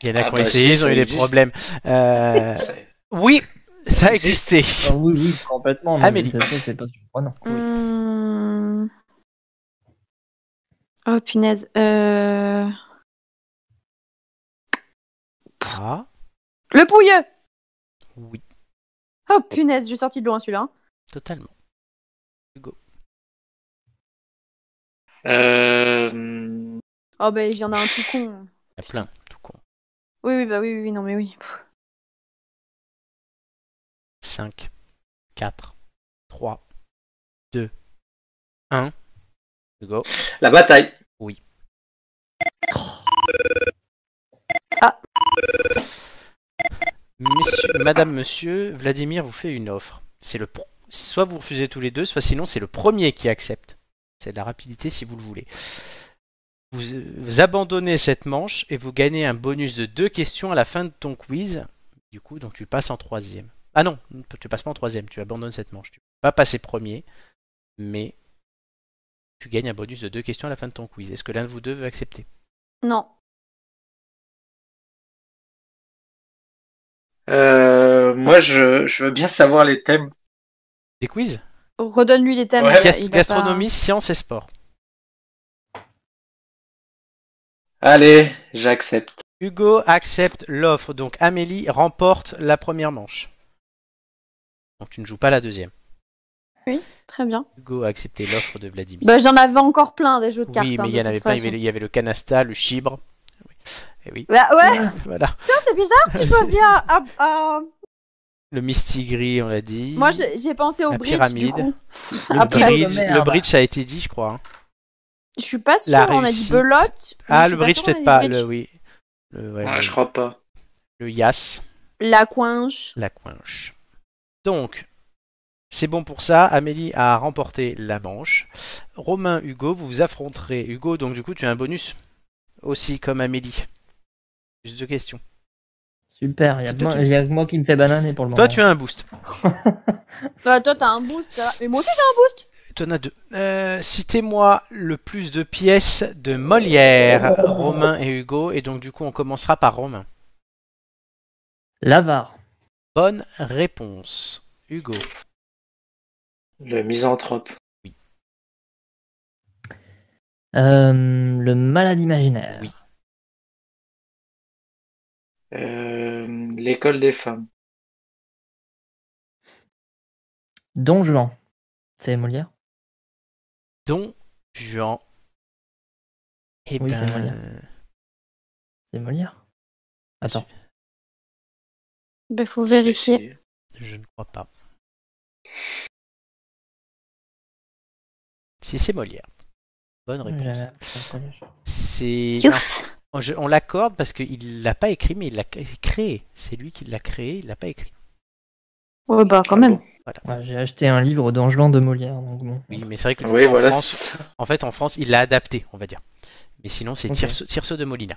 S1: Il y en a
S2: Ah
S1: qui ont
S2: bah,
S1: essayé,
S2: si,
S1: ils ont
S2: ça
S1: eu des
S2: existe.
S1: problèmes. Euh,
S2: C'est-
S1: Oui, ça a
S2: Existe.
S1: existé. [LAUGHS]
S2: [LAUGHS]
S4: Ah oui, oui, complètement. mais
S1: Amélie.
S4: ça, ça, c'est pas surprenant.
S8: Hmm, Oh punaise. Euh,
S1: Ah,
S8: Le pouilleux
S1: oui,
S8: Oh punaise, j'ai sorti de loin celui-là. hein.
S1: totalement.
S2: Euh, hum,
S8: Oh bah j'en ai un tout con.
S1: Il y a plein, tout con.
S8: Oui, oui, bah oui, oui, oui, non mais oui. Pff.
S1: 5, 4, 3, 2, 1. Go.
S2: la bataille.
S1: Messieurs- Madame, monsieur, Vladimir vous fait une offre. C'est le pro- Soit vous refusez tous les deux, soit sinon c'est le premier qui accepte. C'est de la rapidité si vous le voulez. Vous, euh, vous abandonnez cette manche et vous gagnez un bonus de deux questions à la fin de ton quiz. Du coup, donc tu passes en troisième. Ah non, tu passes pas en troisième, tu abandonnes cette manche. Tu peux pas passer premier, mais tu gagnes un bonus de deux questions à la fin de ton quiz. Est-ce que l'un de vous deux veut accepter
S8: Non.
S2: Euh, moi, je, je veux bien savoir les thèmes.
S1: Des quiz
S8: Redonne-lui les thèmes.
S2: Ouais.
S8: il a-
S1: Gast-
S8: Euh, il a pas-
S1: Gastronomie, sciences et sport.
S2: Allez, j'accepte.
S1: Hugo accepte l'offre, donc Amélie remporte la première manche. Donc tu ne joues pas la deuxième.
S8: Très bien.
S1: Hugo a accepté l'offre de Vladimir.
S8: Bah j'en avais encore plein des jeux de cartes.
S1: oui,
S8: hein,
S1: mais il
S8: de
S1: y en avait
S8: toute
S1: plein. Il y
S8: façon.
S1: avait, il y avait le canasta, le chibre. [LAUGHS] Oui. Eh oui,
S8: Bah, ouais,
S1: voilà.
S8: tiens, c'est bizarre que Ah, tu choisis un- un- un-
S1: Le mistigris, on l'a dit.
S8: Moi, j'ai j'ai pensé au
S1: La
S8: bridge,
S1: pyramide.
S8: du coup.
S1: le,
S8: après-
S1: bridge,
S4: Oh, merde.
S1: le bridge a été dit, je crois. hein.
S8: Je suis pas sûre,
S1: La
S8: on a dit
S1: réussite.
S8: belote. mais je
S1: Ah,
S8: suis
S1: le
S8: pas
S1: bridge
S8: sûre, on a
S1: peut-être
S8: dit
S1: pas.
S8: bridge.
S1: Le, oui. Le, ouais,
S2: Ouais,
S1: le-
S2: Ah, je crois pas.
S1: le yas.
S8: La coinche.
S1: la coinche. Donc, c'est bon pour ça. Amélie a remporté la manche. Romain, Hugo, vous vous affronterez. Hugo, donc du coup, tu as un bonus. Aussi comme Amélie. Juste deux questions.
S4: Super, il y a
S1: Toi,
S4: que moi-
S1: tu-
S4: il y a que moi qui me fait bananer pour le moment.
S1: Toi, tu as un boost.
S8: Bah, toi, t'as un boost. ça va. Mais moi aussi,
S1: Tu en as deux. Euh, Citez-moi le plus de pièces de Molière, Romain et Hugo. Et donc, du coup, on commencera par Romain.
S4: L'avare.
S1: Bonne réponse. Hugo,
S2: Le misanthrope.
S4: Euh, le malade imaginaire.
S1: Oui.
S2: Euh, l'école des femmes.
S4: Don Juan. C'est Molière
S1: Don Juan. Eh
S4: Oui, c'est
S1: ben,
S4: Molière. C'est Molière Attends.
S8: Bah,
S5: Ben,
S8: faut vérifier.
S1: Je ne crois pas. Si c'est Molière. Bonne réponse.
S4: J'avais appris ça au collège.
S1: C'est.
S8: Youf.
S1: non, je- on l'accorde parce qu'il l'a pas écrit, mais il l'a créé. C'est lui qui l'a créé, il l'a pas écrit.
S5: Oh,
S8: Ouais, bah,
S2: Ah
S8: quand même.
S4: Ouais, J'ai acheté un livre d'Ange Juan de Molière. Donc bon.
S1: Oui, mais c'est vrai que du
S2: Ah Oui,
S1: coup, en,
S2: voilà.
S1: France,
S2: c'est ça.
S1: en fait, en France, il l'a adapté, on va dire. Mais sinon, c'est
S4: Ok.
S1: Tirso, Tirso de Molina.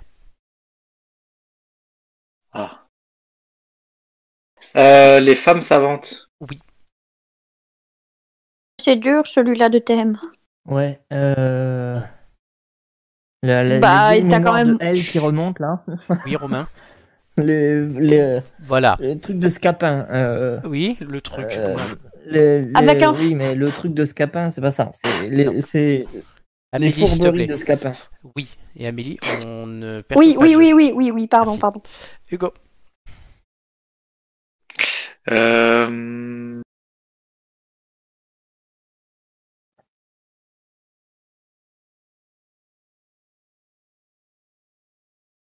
S2: Ah. Euh, les femmes savantes.
S8: C'est dur, celui-là de thème.
S4: Ouais. Euh... La, la,
S8: Bah,
S4: les vieilles
S8: et t'as quand
S4: mémoires
S8: même-
S4: de Elle qui remonte là.
S1: Oui, Romain.
S4: Le, le,
S1: Voilà.
S4: le truc de Scapin. euh,
S1: Oui, le truc.
S4: Euh,
S1: Romain.
S4: le- le-
S8: Avec un-
S4: Oui, mais le truc de Scapin, c'est pas ça. C'est les, c'est les
S1: Amélie, s'il te
S4: fourberies
S1: plaît.
S4: de Scapin.
S1: Oui. Et Amélie, on ne perd
S8: Oui,
S1: pas
S8: oui,
S1: le
S8: oui,
S1: jeu.
S8: oui, oui, oui, pardon,
S1: Merci.
S8: pardon.
S1: Hugo.
S2: Euh,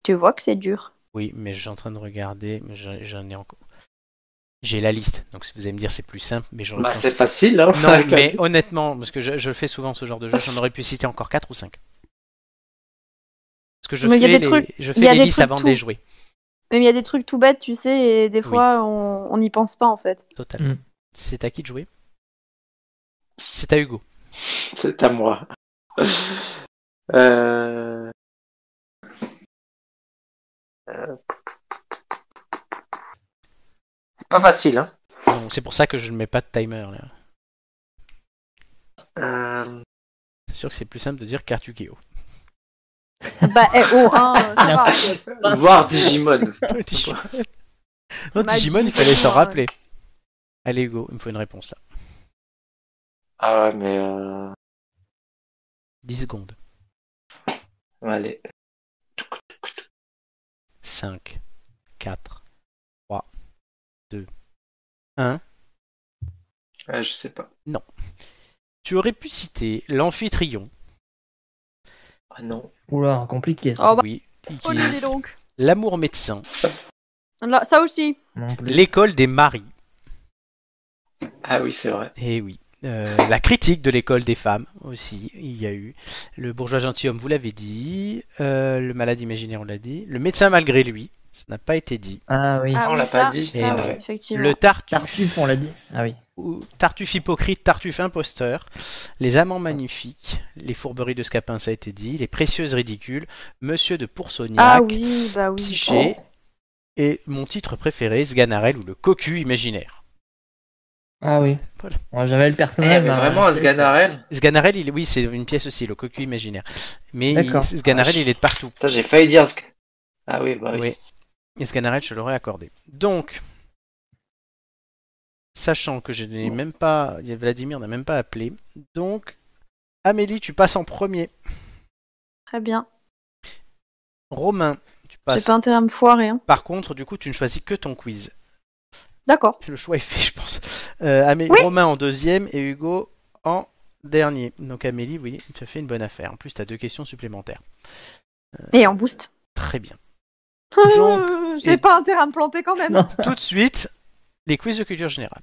S8: Tu vois que c'est dur.
S1: Oui, mais je suis en train de regarder. mais J'en j'en ai encore. J'ai la liste, donc si vous allez me dire c'est plus simple, mais j'en
S2: bah,
S1: pense-
S2: c'est facile. Hein,
S1: Non,
S2: [LAUGHS] avec la-
S1: mais honnêtement, parce que je, je le fais souvent ce genre de jeu, j'en aurais pu citer encore 4 ou 5. Parce que je fais,
S8: Mais il y a
S1: les,
S8: des trucs-
S1: je
S8: il y
S1: fais
S8: a
S1: les
S8: des
S1: listes
S8: trucs
S1: avant de
S8: tout.
S1: les jouer.
S8: Même il y a des trucs tout bêtes, tu sais, et des fois, on on n'y pense pas, en fait.
S1: Totalement.
S4: Mm.
S1: C'est à qui de jouer C'est à Hugo.
S2: C'est à moi. [LAUGHS] Euh, euh, C'est pas facile. Hein.
S1: Non, C'est pour ça que je ne mets pas de timer. là.
S2: Euh,
S1: C'est sûr que c'est plus simple de dire
S8: [LAUGHS]
S1: Cartugeo.
S8: Bah, eh, oh,
S1: [LAUGHS]
S8: hein, ça va.
S2: Voir Digimon.
S1: non,
S8: Magic,
S1: Digimon, il fallait s'en
S8: ouais.
S1: rappeler. Allez, Hugo, il me faut une réponse là.
S2: Ah ouais, mais euh,
S1: 10 secondes.
S2: Allez.
S1: 5, 4, 3, 2, 1.
S2: Ah, je sais pas.
S1: Tu aurais pu citer l'amphitryon.
S2: Ah non.
S4: Oula, compliqué ça.
S5: Oh bah,
S1: Oui. qui-
S5: oh, dis donc.
S1: L'amour médecin.
S5: Là, ça aussi.
S4: Non plus.
S1: L'école des maris.
S2: Ah oui, c'est vrai.
S1: Eh oui. Euh, la critique de l'école des femmes aussi, il y a eu. Le bourgeois gentilhomme, vous l'avez dit. Euh, le malade imaginaire, on l'a dit. Le médecin malgré lui, ça n'a pas été dit.
S4: Ah oui.
S5: Ah
S2: On
S5: oui,
S2: l'a
S5: ça,
S2: pas dit.
S5: ça,
S1: Eh
S5: oui,
S1: ouais.
S5: effectivement.
S1: Le tartuffe,
S4: Tartuffe, on l'a dit. Ah oui.
S1: ou tartuffe hypocrite, tartuffe imposteur. Les amants magnifiques, les fourberies de Scapin, ça a été dit. Les précieuses ridicules, Monsieur de Poursognac.
S5: Ah oui, bah oui.
S1: Psyché et mon titre préféré, Sganarelle ou le cocu imaginaire.
S4: Ah oui.
S1: Voilà.
S4: Bon, J'avais le
S2: Il y
S4: personnage.
S2: avait
S4: mais en
S2: Eh, vraiment un
S4: réalité,
S2: Sganarelle.
S1: Sganarelle, il, oui, c'est une pièce aussi, le cocu imaginaire. Mais il,
S4: D'accord.
S1: Sganarelle,
S2: Ah, je-
S1: il est de partout.
S2: Putain, j'ai failli dire Sc- Ah oui, bah oui.
S1: Oui. Et Sganarelle, je l'aurais accordé. Donc, sachant que je n'ai même pas. Vladimir n'a même pas appelé. Donc, Amélie, tu passes en premier.
S5: Très bien.
S1: Romain, tu
S5: J'ai
S1: passes.
S5: pas intérêt à me foirer. hein.
S1: Par contre, du coup, tu ne choisis que ton quiz.
S5: D'accord.
S1: Le choix est fait, [LAUGHS] je pense. Euh, Amé-
S5: Oui.
S1: Romain en deuxième et Hugo en dernier. Donc Amélie, oui, tu as fait une bonne affaire. En plus, tu as deux questions supplémentaires. Euh,
S5: Et en boost.
S1: Très bien.
S8: [LAUGHS]
S5: Euh, J'ai
S1: et-
S5: pas intérêt à me planter quand même.
S4: Non.
S1: Tout de suite, les quiz de culture générale.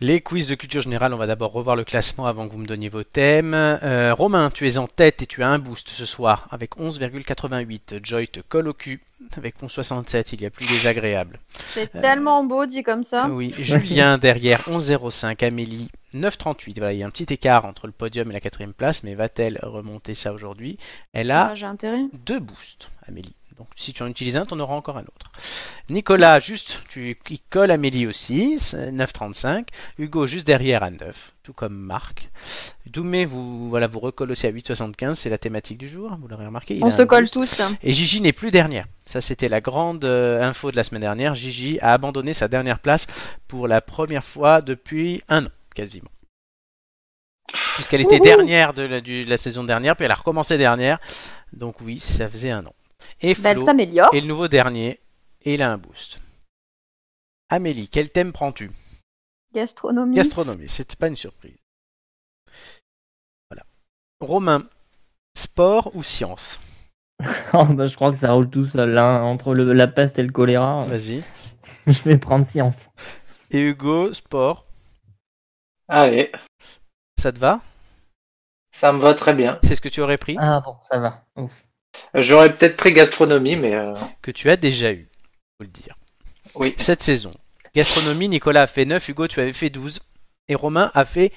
S1: Les quiz de culture générale, on va d'abord revoir le classement avant que vous me donniez vos thèmes. Euh, Romain, tu es en tête et tu as un boost ce soir avec 11,88. Joy te colle au cul avec 11,67, il y a plus désagréable.
S5: C'est tellement beau dit comme ça.
S1: Euh, Oui, Julien derrière 11,05, Amélie 9,38. Voilà, il y a un petit écart entre le podium et la quatrième place, mais va-t-elle remonter ça aujourd'hui Elle a
S5: Ah, J'ai intérêt.
S1: deux boosts, Amélie. Donc si tu en utilises un, tu en auras encore un autre. Nicolas, juste, tu il colle Amélie aussi, c'est 9,35. Hugo, juste derrière à 9, tout comme Marc. Doumé, vous, voilà, vous recolle aussi à 8,75, c'est la thématique du jour, vous l'aurez remarqué. il a
S5: On se
S1: un
S5: colle
S1: boost.
S5: tous.
S1: Et Gigi n'est plus dernière. Ça, c'était la grande euh, info de la semaine dernière. Gigi a abandonné sa dernière place pour la première fois depuis un an, quasiment. Puisqu'elle était dernière de la, du- de la saison dernière, puis elle a recommencé dernière. Donc oui, ça faisait un an. Et
S5: Bah, elle
S1: Flo
S5: s'améliore.
S1: est le nouveau dernier, et il a un boost. Amélie, quel thème prends-tu
S5: Gastronomie.
S1: Gastronomie, c'était pas une surprise. Voilà. Romain, sport ou science
S4: [LAUGHS] Oh, bah, je crois que ça roule tout seul. hein. Entre le- la peste et le choléra,
S1: Vas-y.
S4: [LAUGHS] je vais prendre science.
S1: Et Hugo, sport
S2: Allez,
S1: Ça te va
S2: ça me va très bien.
S1: C'est ce que tu aurais pris
S4: Ah bon, ça va. Ouf.
S2: J'aurais peut-être pris gastronomie, mais euh,
S1: Que tu as déjà eu, faut le dire.
S2: oui.
S1: Cette saison. Gastronomie, Nicolas a fait 9, Hugo tu avais fait 12 et Romain a fait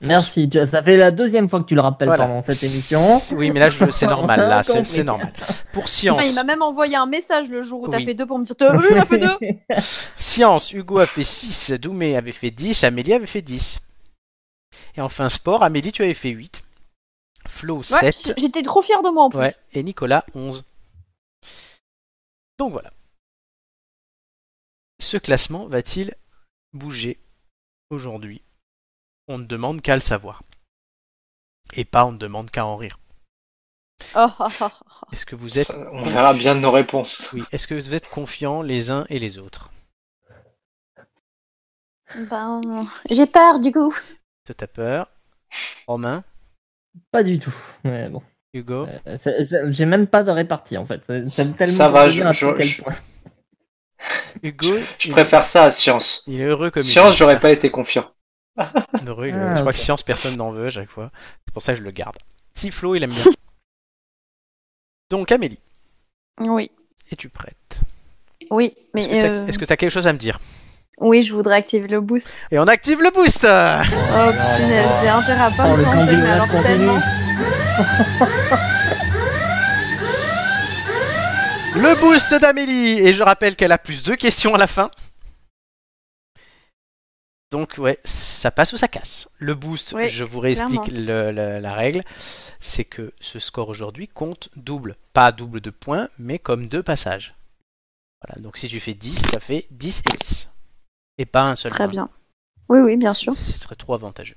S4: Merci. tu- Ça fait la deuxième fois que tu le rappelles
S1: voilà.
S4: pendant cette
S5: [LAUGHS]
S4: émission.
S1: S- Oui, mais là je- c'est normal
S4: [LAUGHS]
S1: là, c'est
S4: Compris.
S1: c'est normal. Pour
S5: Enfin, il
S1: science,
S5: m'a même envoyé un message le jour où t'as
S1: Oui.
S5: fait deux pour me dire T'as vu, j'en
S1: [LAUGHS]
S5: fais deux
S1: science, Hugo a fait 6, Doumé avait fait 10, Amélie avait fait 10. Et enfin sport, Amélie tu avais fait 8. Flo
S5: Ouais,
S1: 7.
S5: J'étais trop fière de moi en plus.
S1: Ouais, et Nicolas 11. Donc voilà. Ce classement va-t-il bouger aujourd'hui On ne demande qu'à le savoir. Et pas on ne demande qu'à en rire.
S5: Oh, oh, oh, oh.
S1: Est-ce que vous êtes
S2: Ça, on verra bien nos réponses.
S1: oui, est-ce que vous êtes confiants les uns et les autres
S8: Ben, j'ai peur du coup.
S1: Toi t'as peur Romain,
S4: [LAUGHS] Pas du tout. Mais bon.
S1: Hugo,
S4: Euh, ça- ça- J'ai même pas de répartie en fait. Ça, ça me tellement
S2: Ça va,
S4: bien
S2: je-
S4: à
S2: je-
S4: quel
S2: je-
S4: point.
S1: Hugo,
S2: Je
S1: il-
S2: préfère ça à science.
S1: Il est heureux comme il
S2: Science,
S1: est.
S2: j'aurais pas été confiant.
S1: Heureux, il est-
S4: Ah,
S1: je crois
S4: ok.
S1: que science personne n'en veut à chaque fois. C'est pour ça que je le garde. Si Flo, il aime
S4: [LAUGHS]
S1: bien. Donc Amélie,
S5: Oui,
S1: es-tu prête
S5: oui,
S1: Est-ce
S5: mais.
S1: que t'as-
S5: euh,
S1: est-ce que tu as quelque chose à me dire
S5: Oui, je voudrais activer le boost.
S1: Et on active le boost
S5: Oh,
S1: Ah
S5: punaise, j'ai intérêt à pas me
S4: Oh, le
S5: planter, mais alors
S4: cambriolage continue.
S5: tellement.
S1: Le boost d'Amélie Et je rappelle qu'elle a plus deux questions à la fin. Donc ouais, ça passe ou ça casse. Le boost,
S5: Oui,
S1: je vous réexplique le- le- la règle, c'est que ce score aujourd'hui compte double. Pas double de points, mais comme deux passages. Voilà, donc si tu fais 10, ça fait 10 et 10. et pas un seul
S5: Très
S1: brin.
S5: bien. Oui, oui, bien sûr.
S1: Ce serait trop avantageux.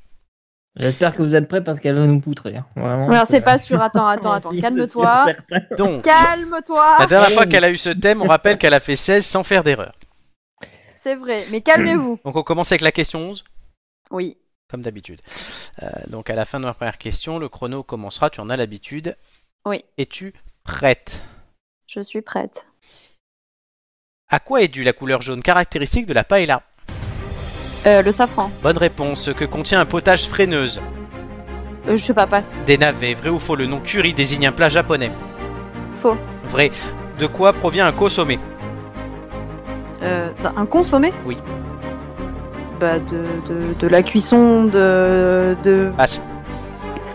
S4: J'espère que vous êtes prêts parce qu'elle va nous poutrer. hein. Vraiment,
S5: Alors, c'est
S4: parce que-
S5: pas sûr. Attends, attends,
S1: [LAUGHS]
S5: attends.
S4: Si, c'est
S5: Calme-toi.
S4: sûr, certain.
S1: Donc, la
S5: Calme-toi.
S1: dernière fois qu'elle a eu ce thème, on rappelle qu'elle a fait 16 sans faire d'erreur.
S5: C'est vrai.
S1: [CLEARS THROAT]
S5: Mais calmez-vous.
S1: Donc on commence avec la question 11.
S5: Oui.
S1: comme d'habitude. Euh, donc à la fin de ma première question, le chrono commencera, tu en as l'habitude.
S5: Oui.
S1: Es-tu prête
S5: Je suis prête.
S1: À quoi est due la couleur jaune caractéristique de la paella
S5: Euh, le safran.
S1: Bonne réponse, que contient un potage freineuse.
S5: Euh, je sais pas, passe.
S1: Des navets, vrai ou faux, le nom curry désigne un plat japonais.
S5: Faux.
S1: Vrai. De quoi provient un consommé
S5: Euh, un consommé
S1: Oui.
S5: Bah, de, de, de la cuisson, de. de.
S1: Passe.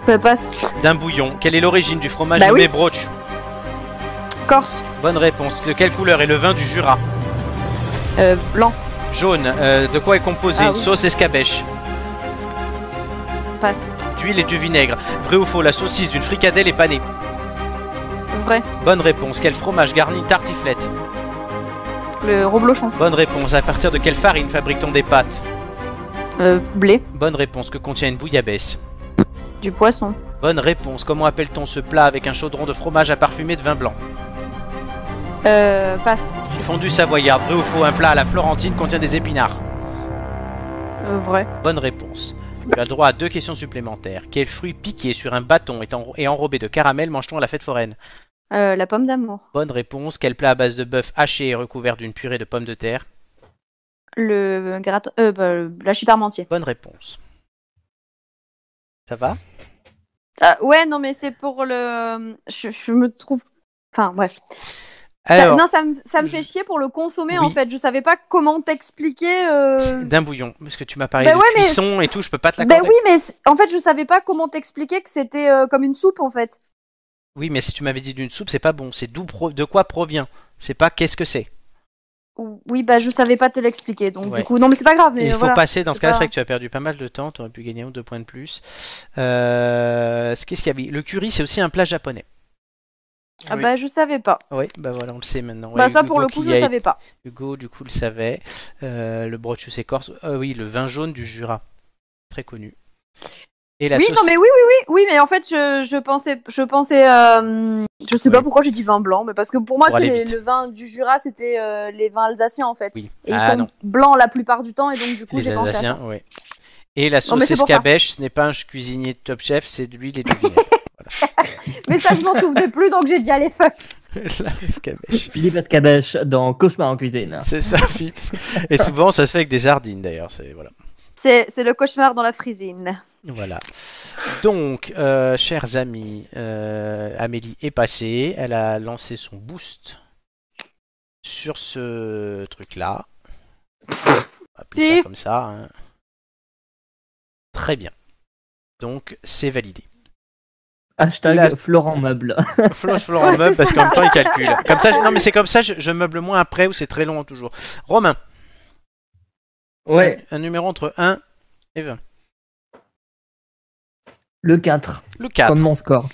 S5: bah, passe.
S1: D'un bouillon. Quelle est l'origine du fromage
S5: Bah
S1: nommé
S5: oui.
S1: broch
S5: Corse.
S1: Bonne réponse. De quelle couleur est le vin du Jura
S5: Euh, blanc.
S1: Jaune. Euh, de quoi est composée
S5: Ah
S1: une
S5: oui.
S1: sauce escabèche
S5: Passe.
S1: D'huile et du vinaigre. Vrai ou faux, la saucisse d'une fricadelle est panée
S5: Vrai.
S1: Bonne réponse. Quel fromage garni tartiflette
S5: Le reblochon.
S1: Bonne réponse. À partir de quelle farine fabrique-t-on des pâtes
S5: Euh, blé.
S1: Bonne réponse. Que contient une bouillabaisse
S5: Du poisson.
S1: Bonne réponse. Comment appelle-t-on ce plat avec un chaudron de fromage à parfumer de vin blanc
S5: Euh, passe.
S1: Une fondue savoyarde. Vrai ou faux, un plat à la florentine contient des épinards
S5: Euh, vrai.
S1: Bonne réponse. Tu as droit à deux questions supplémentaires. Quel fruit piqué sur un bâton est en- et enrobé de caramel mange-t-on à la fête foraine
S5: Euh, la pomme d'amour.
S1: Bonne réponse. Quel plat à base de bœuf haché et recouvert d'une purée de pommes de terre
S5: Le gratte. Euh, bah, le- la chiparmentier.
S1: Bonne réponse. Ça va
S5: Ah, ouais, non, mais c'est pour le. Je, je me trouve. Enfin, bref. Ça-
S1: Alors, [LAUGHS]
S5: Bah, non, ça me, ça me fait chier pour le consommer
S1: Oui.
S5: en fait. Je savais pas comment t'expliquer.
S1: [LAUGHS]
S5: euh,
S1: d'un bouillon, parce que tu m'as parlé
S5: Bah
S1: de
S5: ouais, mais
S1: cuisson et tout, je peux pas te l'accorder.
S5: Ben oui, mais c- en fait, je savais pas comment t'expliquer que c'était euh, comme une soupe en fait.
S1: Oui, mais si tu m'avais dit d'une soupe, c'est pas bon. C'est d'où pro- de quoi provient. C'est pas qu'est-ce que c'est.
S5: Ou- Oui, bah je savais pas te l'expliquer. Donc
S1: Ouais.
S5: du coup, non, mais c'est pas grave.
S1: Et
S5: Mais
S1: il
S5: euh,
S1: faut
S5: voilà.
S1: passer dans ce
S5: C'est
S1: cas-là,
S5: pas-
S1: c'est vrai que tu as perdu pas mal de temps, tu aurais pu gagner un ou deux points de plus. Euh, Qu'est-ce qu'il y avait Le curry, c'est aussi un plat japonais.
S5: Ah
S2: Oui.
S5: bah je savais pas.
S1: Oui, bah voilà, on le sait maintenant.
S5: bah
S1: Ouais,
S5: ça
S1: Hugo
S5: pour le
S1: qui
S5: coup,
S1: y a-
S5: je savais pas.
S1: Hugo, du coup, le savait. Euh, le brochus et corse. Ah oui, le vin jaune du Jura. Très connu. Et la
S5: Oui,
S1: sauce-
S5: non, mais oui, oui, oui, oui, mais en fait, je, je pensais, je pensais, euh, je sais
S1: Oui.
S5: pas pourquoi j'ai dit vin blanc, mais parce que pour moi,
S1: Pour
S5: tu sais,
S1: aller
S5: les-
S1: vite.
S5: le vin du Jura, c'était euh, les vins alsaciens en fait,
S1: Oui.
S5: et
S1: ah
S5: ils sont
S1: non,
S5: blancs la plupart du temps, et donc du coup,
S1: les
S5: j'ai pensé à ça.
S1: Alsaciens, oui. Et la
S5: mais
S1: sauce
S5: c'est pour ça.
S1: escabèche, ce n'est pas un cuisinier de top chef, c'est de l'huile et du vinaigre.
S5: Mais ça, je m'en souvenais plus, donc j'ai dit allez fuck.
S1: la escabèche.
S4: Philippe Escabèche dans Cauchemar en cuisine.
S1: C'est ça, Philippe. Et souvent, ça se fait avec des sardines, d'ailleurs. C'est voilà.
S5: C'est c'est le cauchemar dans la frisine.
S1: Voilà. Donc, euh, chers amis, euh, Amélie est passée. Elle a lancé son boost sur ce truc-là. On va appeler ça
S5: Si.
S1: comme ça. hein. Très bien. Donc, c'est
S5: [LAUGHS]
S1: validé.
S4: Hashtag
S1: La-
S4: Florent Meuble.
S1: Flanche Florent
S5: Ouais,
S1: meuble
S5: c'est
S1: parce
S5: ça.
S1: qu'en même temps, il calcule. Comme ça, je- non, mais c'est comme ça, je, je meuble moins après ou c'est très long toujours. Romain,
S4: Ouais,
S1: un numéro entre 1 et 20.
S4: le 4,
S1: Le 4.
S4: comme mon score.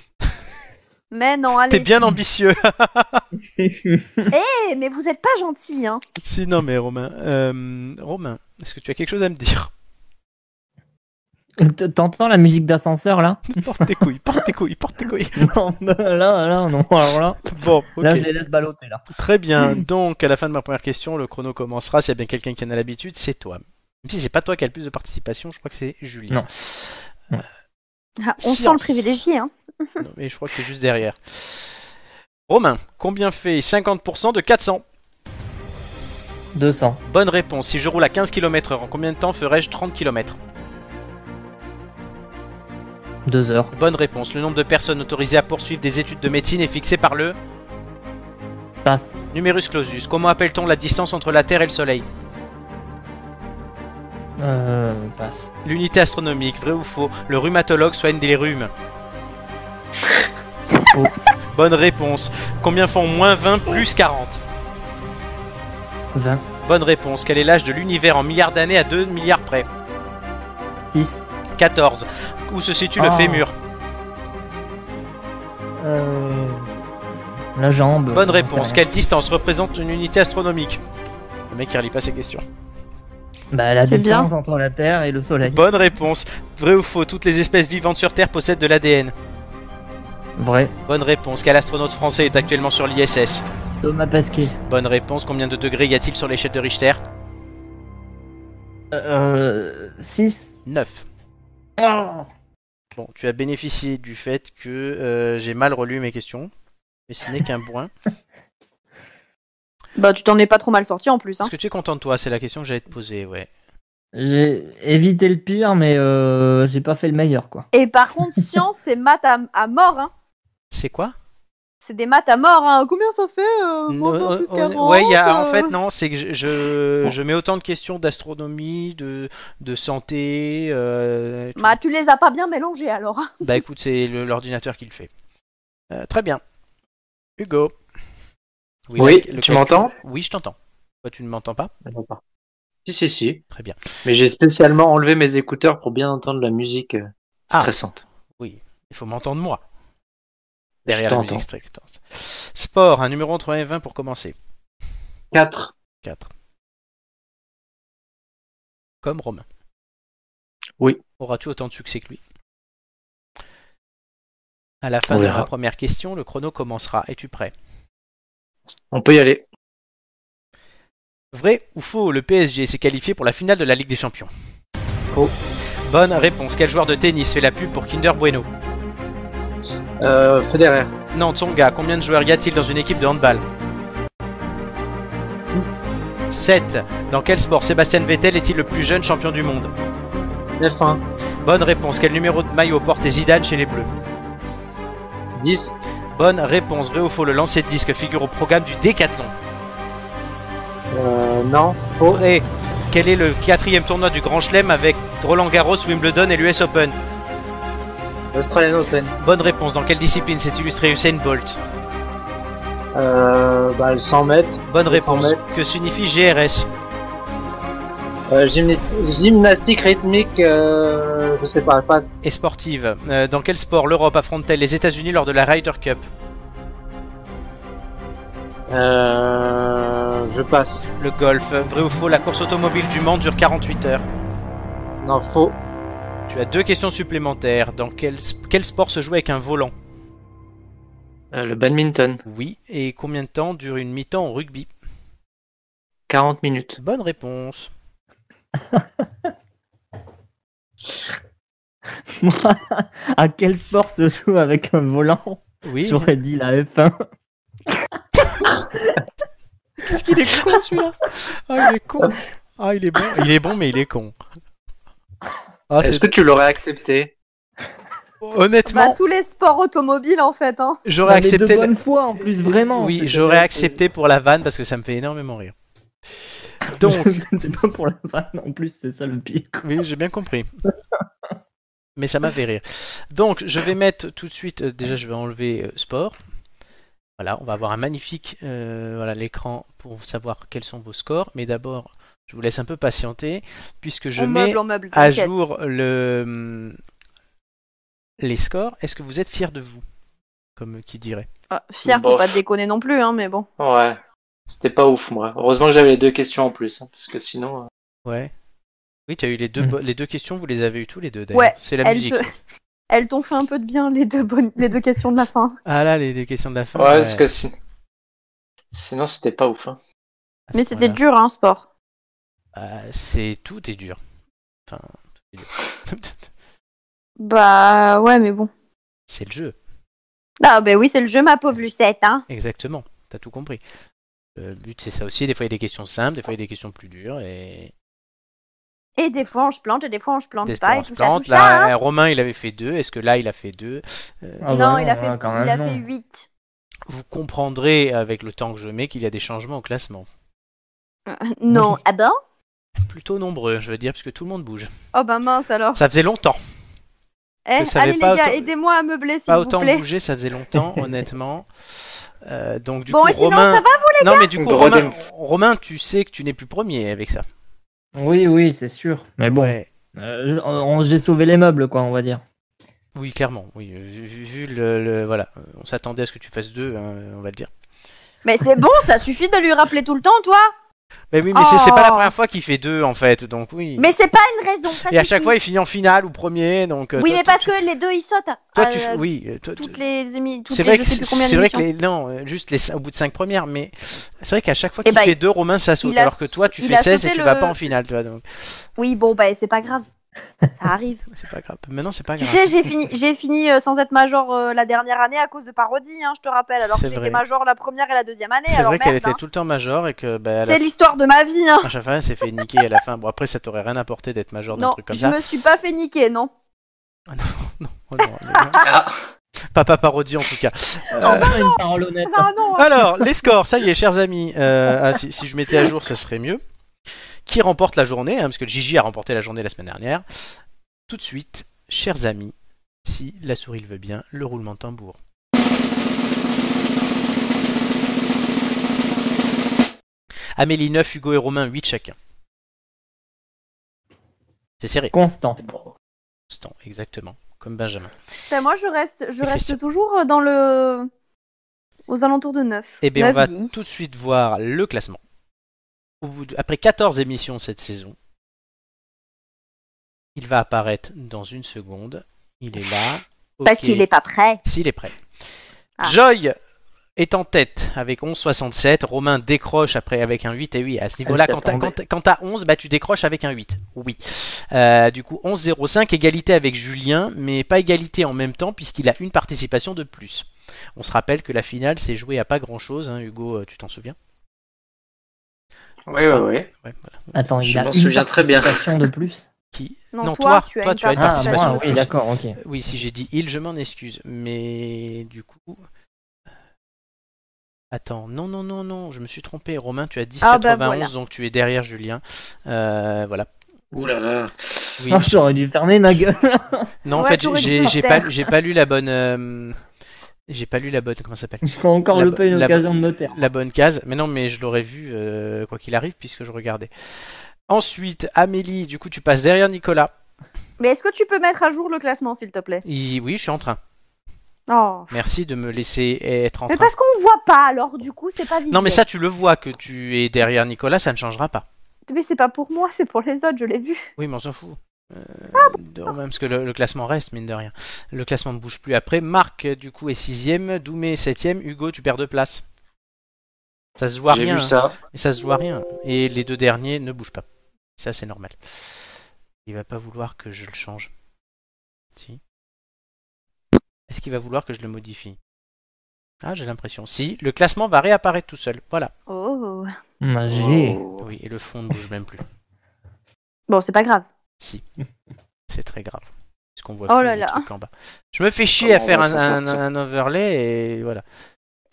S5: Mais non, allez.
S1: T'es bien ambitieux. [LAUGHS]
S5: Eh, mais vous êtes pas gentil, hein.
S1: Si, non, mais Romain. euh, Romain, est-ce que tu as quelque chose à me dire
S4: T- T'entends la musique d'ascenseur là [LAUGHS]
S1: Porte tes couilles, porte tes couilles, porte tes couilles.
S4: Non, là, là, non, alors là.
S1: Bon, ok.
S4: Là, je les laisse balloter là.
S1: Très bien. Donc, à la fin de ma première question, le chrono commencera. S'il y a bien quelqu'un qui en a l'habitude, c'est toi. Même si c'est pas toi qui a le plus de participation, je crois que c'est Julie.
S4: Non.
S5: Ah, on
S1: Science.
S5: sent le privilégié, hein.
S1: Non, mais je crois que t'es juste derrière. Romain, combien fait 50% de 400
S4: 200.
S1: Bonne réponse. Si je roule à 15 km/h, en combien de temps ferais-je 30 km
S4: 2 heures.
S1: Bonne réponse. Le nombre de personnes autorisées à poursuivre des études de médecine est fixé par le
S4: Passe.
S1: numerus clausus. Comment appelle-t-on la distance entre la Terre et le Soleil
S4: Euh, passe.
S1: L'unité astronomique, vrai ou faux, le rhumatologue soigne des
S4: [LAUGHS]
S1: rhumes.
S4: Faux.
S1: Bonne réponse. Combien font moins 20 plus 40
S4: 20.
S1: Bonne réponse. Quel est l'âge de l'univers en milliards d'années à 2 milliards près
S4: 6.
S1: 14. Où se situe le
S4: Ah.
S1: fémur
S4: Euh... La jambe.
S1: Bonne
S4: j'en
S1: réponse.
S4: sais rien.
S1: Quelle distance représente une unité astronomique Le mec il relit pas ses questions.
S4: Bah, la
S5: C'est bien.
S4: distance entre la Terre et le Soleil.
S1: Bonne réponse. Vrai ou faux Toutes les espèces vivantes sur Terre possèdent de l'ADN.
S4: Vrai.
S1: Bonne réponse. Quel astronaute français est actuellement sur l'ISS
S4: Thomas Pasquet.
S1: Bonne réponse. Combien de degrés y a-t-il sur l'échelle de Richter
S4: Euh. Oh. 6.
S1: 9. Bon, tu as bénéficié du fait que euh, j'ai mal relu mes questions. Mais ce n'est qu'un point.
S5: Bah, tu t'en es pas trop mal sorti en plus. Hein.
S1: Est-ce que tu es content de toi C'est la question que j'allais te poser, ouais.
S4: J'ai évité le pire, mais euh, j'ai pas fait le meilleur, quoi.
S5: Et par contre, science, c'est maths à, à mort. Hein.
S1: C'est quoi
S5: C'est des maths à mort. Hein. Combien ça fait euh, moins
S1: Non,
S5: bien plus
S1: on-
S5: qu'avant,
S1: ouais, il y a,
S5: euh,
S1: en fait, non, c'est que je, je,
S4: Bon.
S1: je mets autant de questions d'astronomie, de, de santé. euh, tout.
S5: Bah, tu les as pas bien mélangés alors. hein.
S1: Bah écoute, c'est le- l'ordinateur qui le fait. Euh, très bien. Hugo.
S2: Oui,
S1: lequel-
S2: tu
S1: lequel-
S2: m'entends
S1: Oui, je t'entends. Toi, tu ne m'entends pas
S2: Si, si, si.
S1: Très bien.
S2: Mais j'ai spécialement enlevé mes écouteurs pour bien entendre la musique euh,
S1: Ah.
S2: stressante.
S1: Il faut m'entendre moi.
S2: Je
S1: Derrière la
S2: t'entends.
S1: musique stricte. Sport, un numéro entre 1 et 20 pour commencer.
S2: 4.
S1: 4. Comme Romain.
S2: Oui.
S1: Auras-tu autant de succès que lui À la fin
S2: On
S1: de
S2: verra.
S1: la première question, le chrono commencera. Es-tu prêt
S2: On peut y aller.
S1: Vrai ou faux, le PSG s'est qualifié pour la finale de la Ligue des Champions
S2: Faux.
S1: Bonne réponse. Quel joueur de tennis fait la pub pour Kinder Bueno
S2: Euh, Federer.
S1: Non, Tsonga, combien de joueurs y a-t-il dans une équipe de handball 7. Dans quel sport Sébastien Vettel est-il le plus jeune champion du monde
S2: F1.
S1: Bonne réponse. Quel numéro de maillot porte Zidane chez les Bleus
S2: 10.
S1: Bonne réponse. Vrai ou faux, le lancer de disque figure au programme du décathlon
S2: Euh, non. Faux.
S1: Vrai. Quel est le quatrième tournoi du Grand Chelem avec Roland Garros, Wimbledon et l'US Open
S2: Australian Open.
S1: Bonne réponse. Dans quelle discipline s'est illustré Usain Bolt
S2: Euh, bah, le 100 mètres.
S1: Bonne
S2: 100
S1: réponse.
S2: mètres.
S1: Que signifie GRS
S2: Euh, gymni- gymnastique rythmique. Euh, je sais pas. Passe.
S1: Et sportive. Euh, dans quel sport l'Europe affronte-t-elle les États-Unis lors de la Ryder Cup
S2: Euh, je passe.
S1: Le golf. Vrai ou faux, la course automobile du Mans dure 48 heures.
S2: Non. Faux.
S1: Tu as deux questions supplémentaires. Dans quel, quel sport se joue avec un volant
S2: Euh, le badminton.
S1: Oui. Et combien de temps dure une mi-temps au rugby
S2: 40 minutes.
S1: Bonne réponse.
S4: Moi, [LAUGHS] à quel sport se joue avec un volant
S1: Oui.
S4: J'aurais dit la F1.
S1: [LAUGHS] Qu'est-ce qu'il est con celui-là Ah, il est con. Ah, il est bon. Il est bon, mais il est con. Ah,
S2: Est-ce
S1: c'est-
S2: que tu l'aurais accepté
S5: Bah,
S1: Honnêtement,
S5: tous les sports automobiles en fait. Hein.
S1: j'aurais
S4: Non, mais
S1: accepté.
S4: De
S1: la-
S4: bonne foi, en plus, vraiment.
S1: Oui,
S4: C'était-
S1: j'aurais
S4: [LAUGHS]
S1: accepté pour la vanne parce que ça me fait énormément rire. Donc,
S4: C'était pas pour la vanne, en plus, c'est ça le pire.
S1: oui, j'ai bien compris. Mais ça m'a fait rire. Donc, je vais mettre tout de suite. euh, déjà, je vais enlever euh, sport. Voilà, on va avoir un magnifique euh, voilà l'écran pour savoir quels sont vos scores. Mais d'abord, je vous laisse un peu patienter puisque je
S5: en
S1: mets
S5: meuble, en meuble.
S1: à
S5: t'inquiète.
S1: jour le hum, les scores. Est-ce que vous êtes fiers de vous, comme qui dirait
S5: Ah, fier, faut
S2: Bof.
S5: pas te déconner non plus, hein, mais bon.
S2: Ouais. C'était pas ouf, moi. Heureusement que j'avais les deux questions en plus. hein, parce que sinon. euh,
S1: Ouais. Oui, tu as eu les deux
S2: Mmh.
S4: Mhm.
S1: bo- les deux questions. Vous les avez eu tous les deux. d'ailleurs.
S5: Ouais,
S1: C'est la
S5: elles
S1: musique.
S5: se-
S1: ça.
S5: Elles t'ont fait un peu de bien les deux bonnes, les deux questions de la fin.
S1: Ah là, les, les questions de la fin.
S2: Ouais, parce que si- sinon, c'était pas ouf. Hein.
S1: à ce
S5: Mais c'était
S1: point-là.
S5: dur, hein, sport.
S1: Ah, c'est tout est dur. Enfin, tout est dur. [LAUGHS]
S5: Bah ouais, mais bon.
S1: c'est le jeu,
S5: Ah bah oui, c'est le jeu, ma pauvre Lucette, hein.
S1: exactement. T'as tout compris. Le but c'est ça aussi. Des fois il y a des questions simples, des fois il y a des questions plus dures et
S5: Et des fois on se plante, et des fois on se plante
S1: des
S5: pas,
S1: fois,
S5: et
S1: on se
S5: tout ça,
S1: plante.
S5: tout ça, hein.
S1: Là, euh, Romain il avait fait deux. Est-ce que là il a fait deux Euh,
S4: Ah
S5: non,
S4: bah
S5: il a fait,
S4: ouais, quand
S5: il a
S4: même, non.
S5: fait 8.
S1: vous comprendrez avec le temps que je mets qu'il y a des changements au classement.
S5: [LAUGHS] Non, ah ben
S1: Plutôt nombreux, je veux dire, puisque tout le monde bouge.
S5: Oh bah mince alors.
S1: Ça faisait longtemps.
S5: Eh,
S1: je savais
S5: allez les
S1: pas
S5: gars,
S1: autant-
S5: aidez-moi à meubler s'il
S1: Pas
S5: vous
S1: autant
S5: plaît.
S1: bouger, ça faisait longtemps, honnêtement. Euh, donc du
S5: Bon,
S1: coup,
S5: et sinon,
S1: Romain.
S5: ça va,
S1: non, mais du coup,
S2: Brodé.
S1: Romain, Romain, tu sais que tu n'es plus premier avec ça.
S4: Oui, oui, c'est sûr. Mais bon,
S1: Ouais.
S4: euh, on- j'ai sauvé les meubles, quoi, on va dire.
S1: Oui, clairement. Oui, euh, vu, vu- vu le, le- voilà, euh, on s'attendait à ce que tu fasses deux, hein, on va le dire.
S5: Mais c'est bon, ça suffit de lui rappeler tout le temps, toi.
S1: Mais oui, mais c'est- c'est pas la
S5: Oh.
S1: première fois qu'il fait deux en fait, donc oui.
S5: Mais c'est pas une raison. ça,
S1: [LAUGHS] Et à
S5: c'est
S1: chaque
S5: tout.
S1: fois, il finit en finale ou premier, donc. euh,
S5: Oui,
S1: toi-
S5: mais
S1: toi,
S5: parce
S1: tu-
S5: que les deux ils sautent.
S1: Toi,
S5: à-
S1: tu. f- Oui, euh, toi-
S5: Toutes les émi- toutes
S1: C'est vrai
S5: les- je
S1: que
S5: sais
S1: c'est
S5: plus combien
S1: c'est vrai que
S5: d'émissions.
S1: les non euh, juste les cin- au bout de cinq premières mais c'est vrai qu'à chaque fois
S5: Eh
S1: qu'il
S5: ben,
S1: fait deux Romain ça saute
S5: il a
S1: alors que toi tu
S5: il
S1: fais
S5: a
S1: 16 et
S5: sauté
S1: tu
S5: le-
S1: vas pas en finale toi donc
S5: Oui, bon, bah c'est pas grave.
S1: [LAUGHS]
S5: Ça arrive.
S1: c'est pas grave maintenant c'est pas
S5: tu
S1: grave
S5: sais, j'ai fini, j'ai fini euh, sans être major euh, la dernière année à cause de parodie, hein, je te rappelle. Alors
S1: C'est
S5: que
S1: vrai.
S5: j'étais major la première et la deuxième année.
S1: c'est
S5: alors
S1: vrai qu'elle
S5: merde,
S1: était
S5: hein.
S1: tout le temps major et que bah, à, la
S5: C'est l'histoire de ma vie. Hein.
S1: à chaque fois elle s'est fait niquer à la fin bon après ça t'aurait rien apporté d'être major d'un
S5: Non,
S1: truc comme
S5: je
S1: ça
S5: me suis pas fait niquer,
S1: [LAUGHS]
S5: non.
S1: Oh non, [LAUGHS] mais non.
S2: Ah,
S1: papa parodie en tout cas
S4: Enfin, Ah, bah une parole honnête.
S5: Non, Ah non. euh,
S1: alors les scores ça y est chers amis euh, ah, si, si je mettais à jour ça serait mieux qui remporte la journée hein, parce que Gigi a remporté la journée la semaine dernière tout de suite chers amis si la souris le veut bien le roulement de tambour Amélie 9, Hugo et Romain 8 chacun. C'est serré,
S4: Constant.
S2: bon.
S1: Constant, exactement, comme Benjamin.
S5: Putain, moi, je reste, je
S1: Christian.
S5: reste toujours euh, dans le. aux alentours de 9.
S1: Eh bien, on
S5: 9,
S1: va
S5: 10.
S1: tout de suite voir le classement. Au bout de- Après 14 émissions cette saison, il va apparaître dans une seconde. Il est là.
S5: Parce
S1: Ok.
S5: qu'il est pas prêt.
S1: S'il est prêt.
S5: Ah.
S1: Joy est en tête avec 11,67. Romain décroche après avec un 8. Et oui, à ce niveau-là,
S4: Elle s'y
S1: quand t'as-
S4: attendait.
S1: quand t'as- quand t'as 11, bah, tu décroches avec un 8. Oui. Euh, du coup, 11,05. Égalité avec Julien, mais pas égalité en même temps puisqu'il a une participation de plus. On se rappelle que la finale s'est jouée à pas grand-chose. hein, Hugo, euh, tu t'en souviens
S2: Oui, oui, oui.
S1: Ouais, voilà.
S4: Attends,
S2: Je
S4: il a
S2: m'en
S4: une
S2: souviens très bien.
S4: participation de plus.
S1: Qui-
S5: Non,
S1: toi,
S5: toi, tu as
S1: toi,
S5: une
S1: tu as [LAUGHS] une
S4: Ah,
S1: participation
S4: moi,
S1: de
S4: oui,
S1: plus.
S4: d'accord, ok.
S1: Oui, si j'ai dit il, je m'en excuse. Mais du coup. Attends, non, non, non, non, je me suis trompé. Romain, tu as 10,91,
S5: Ah, bah voilà.
S1: donc tu es derrière Julien. Euh, voilà.
S2: Ouh là là.
S5: [LAUGHS]
S1: Oui.
S4: Oh, J'aurais dû fermer ma gueule. [LAUGHS]
S1: Non, en
S5: Ouais,
S1: fait,
S5: t'aurais dû
S1: j'ai
S5: le
S1: j'ai
S5: faire.
S1: pas, j'ai pas lu la bonne. euh, J'ai pas lu la bonne. Comment ça s'appelle
S4: Je peux encore
S1: La
S4: louper
S1: bo-
S4: une
S1: la
S4: occasion
S1: bo-
S4: de me taire.
S1: La bonne case. Mais non, mais je l'aurais vu euh, quoi qu'il arrive, puisque je regardais. Ensuite, Amélie, du coup, tu passes derrière Nicolas.
S5: Mais est-ce que tu peux mettre à jour le classement, s'il te plaît
S1: Il- Oui, je suis en train.
S5: Oh.
S1: Merci de me laisser être en
S5: Mais
S1: train.
S5: parce qu'on voit pas, alors du coup, c'est pas visible.
S1: Non, mais ça, tu le vois que tu es derrière Nicolas, ça ne changera pas.
S5: Mais c'est pas pour moi, c'est pour les autres, je l'ai vu.
S1: Oui, mais on s'en fout. Euh, de- même parce que le, le classement reste, mine de rien. Le classement ne bouge plus après. Marc, du coup, est 6ème. Doumé, 7ème. Hugo, tu perds deux places. Ça se voit
S2: J'ai
S1: rien.
S2: vu
S1: hein.
S2: ça.
S1: Et ça se voit rien. Et les deux derniers ne bougent pas. Ça, c'est normal. Il va pas vouloir que je le change. Si. Est-ce qu'il va vouloir que je le modifie Ah, j'ai l'impression. Si, le classement va réapparaître tout seul. Voilà.
S5: Oh.
S4: Ah, Magie.
S2: Oh.
S1: Oui, et le fond ne bouge même plus.
S5: Bon, c'est pas grave.
S1: Si. C'est très grave. Parce qu'on voit
S5: Oh
S1: plus
S5: là
S1: le
S5: là.
S1: truc en bas. Je me fais chier à
S2: Comment on
S1: faire
S2: va
S1: un,
S2: s'en
S1: un-
S2: sortir
S1: un overlay et voilà.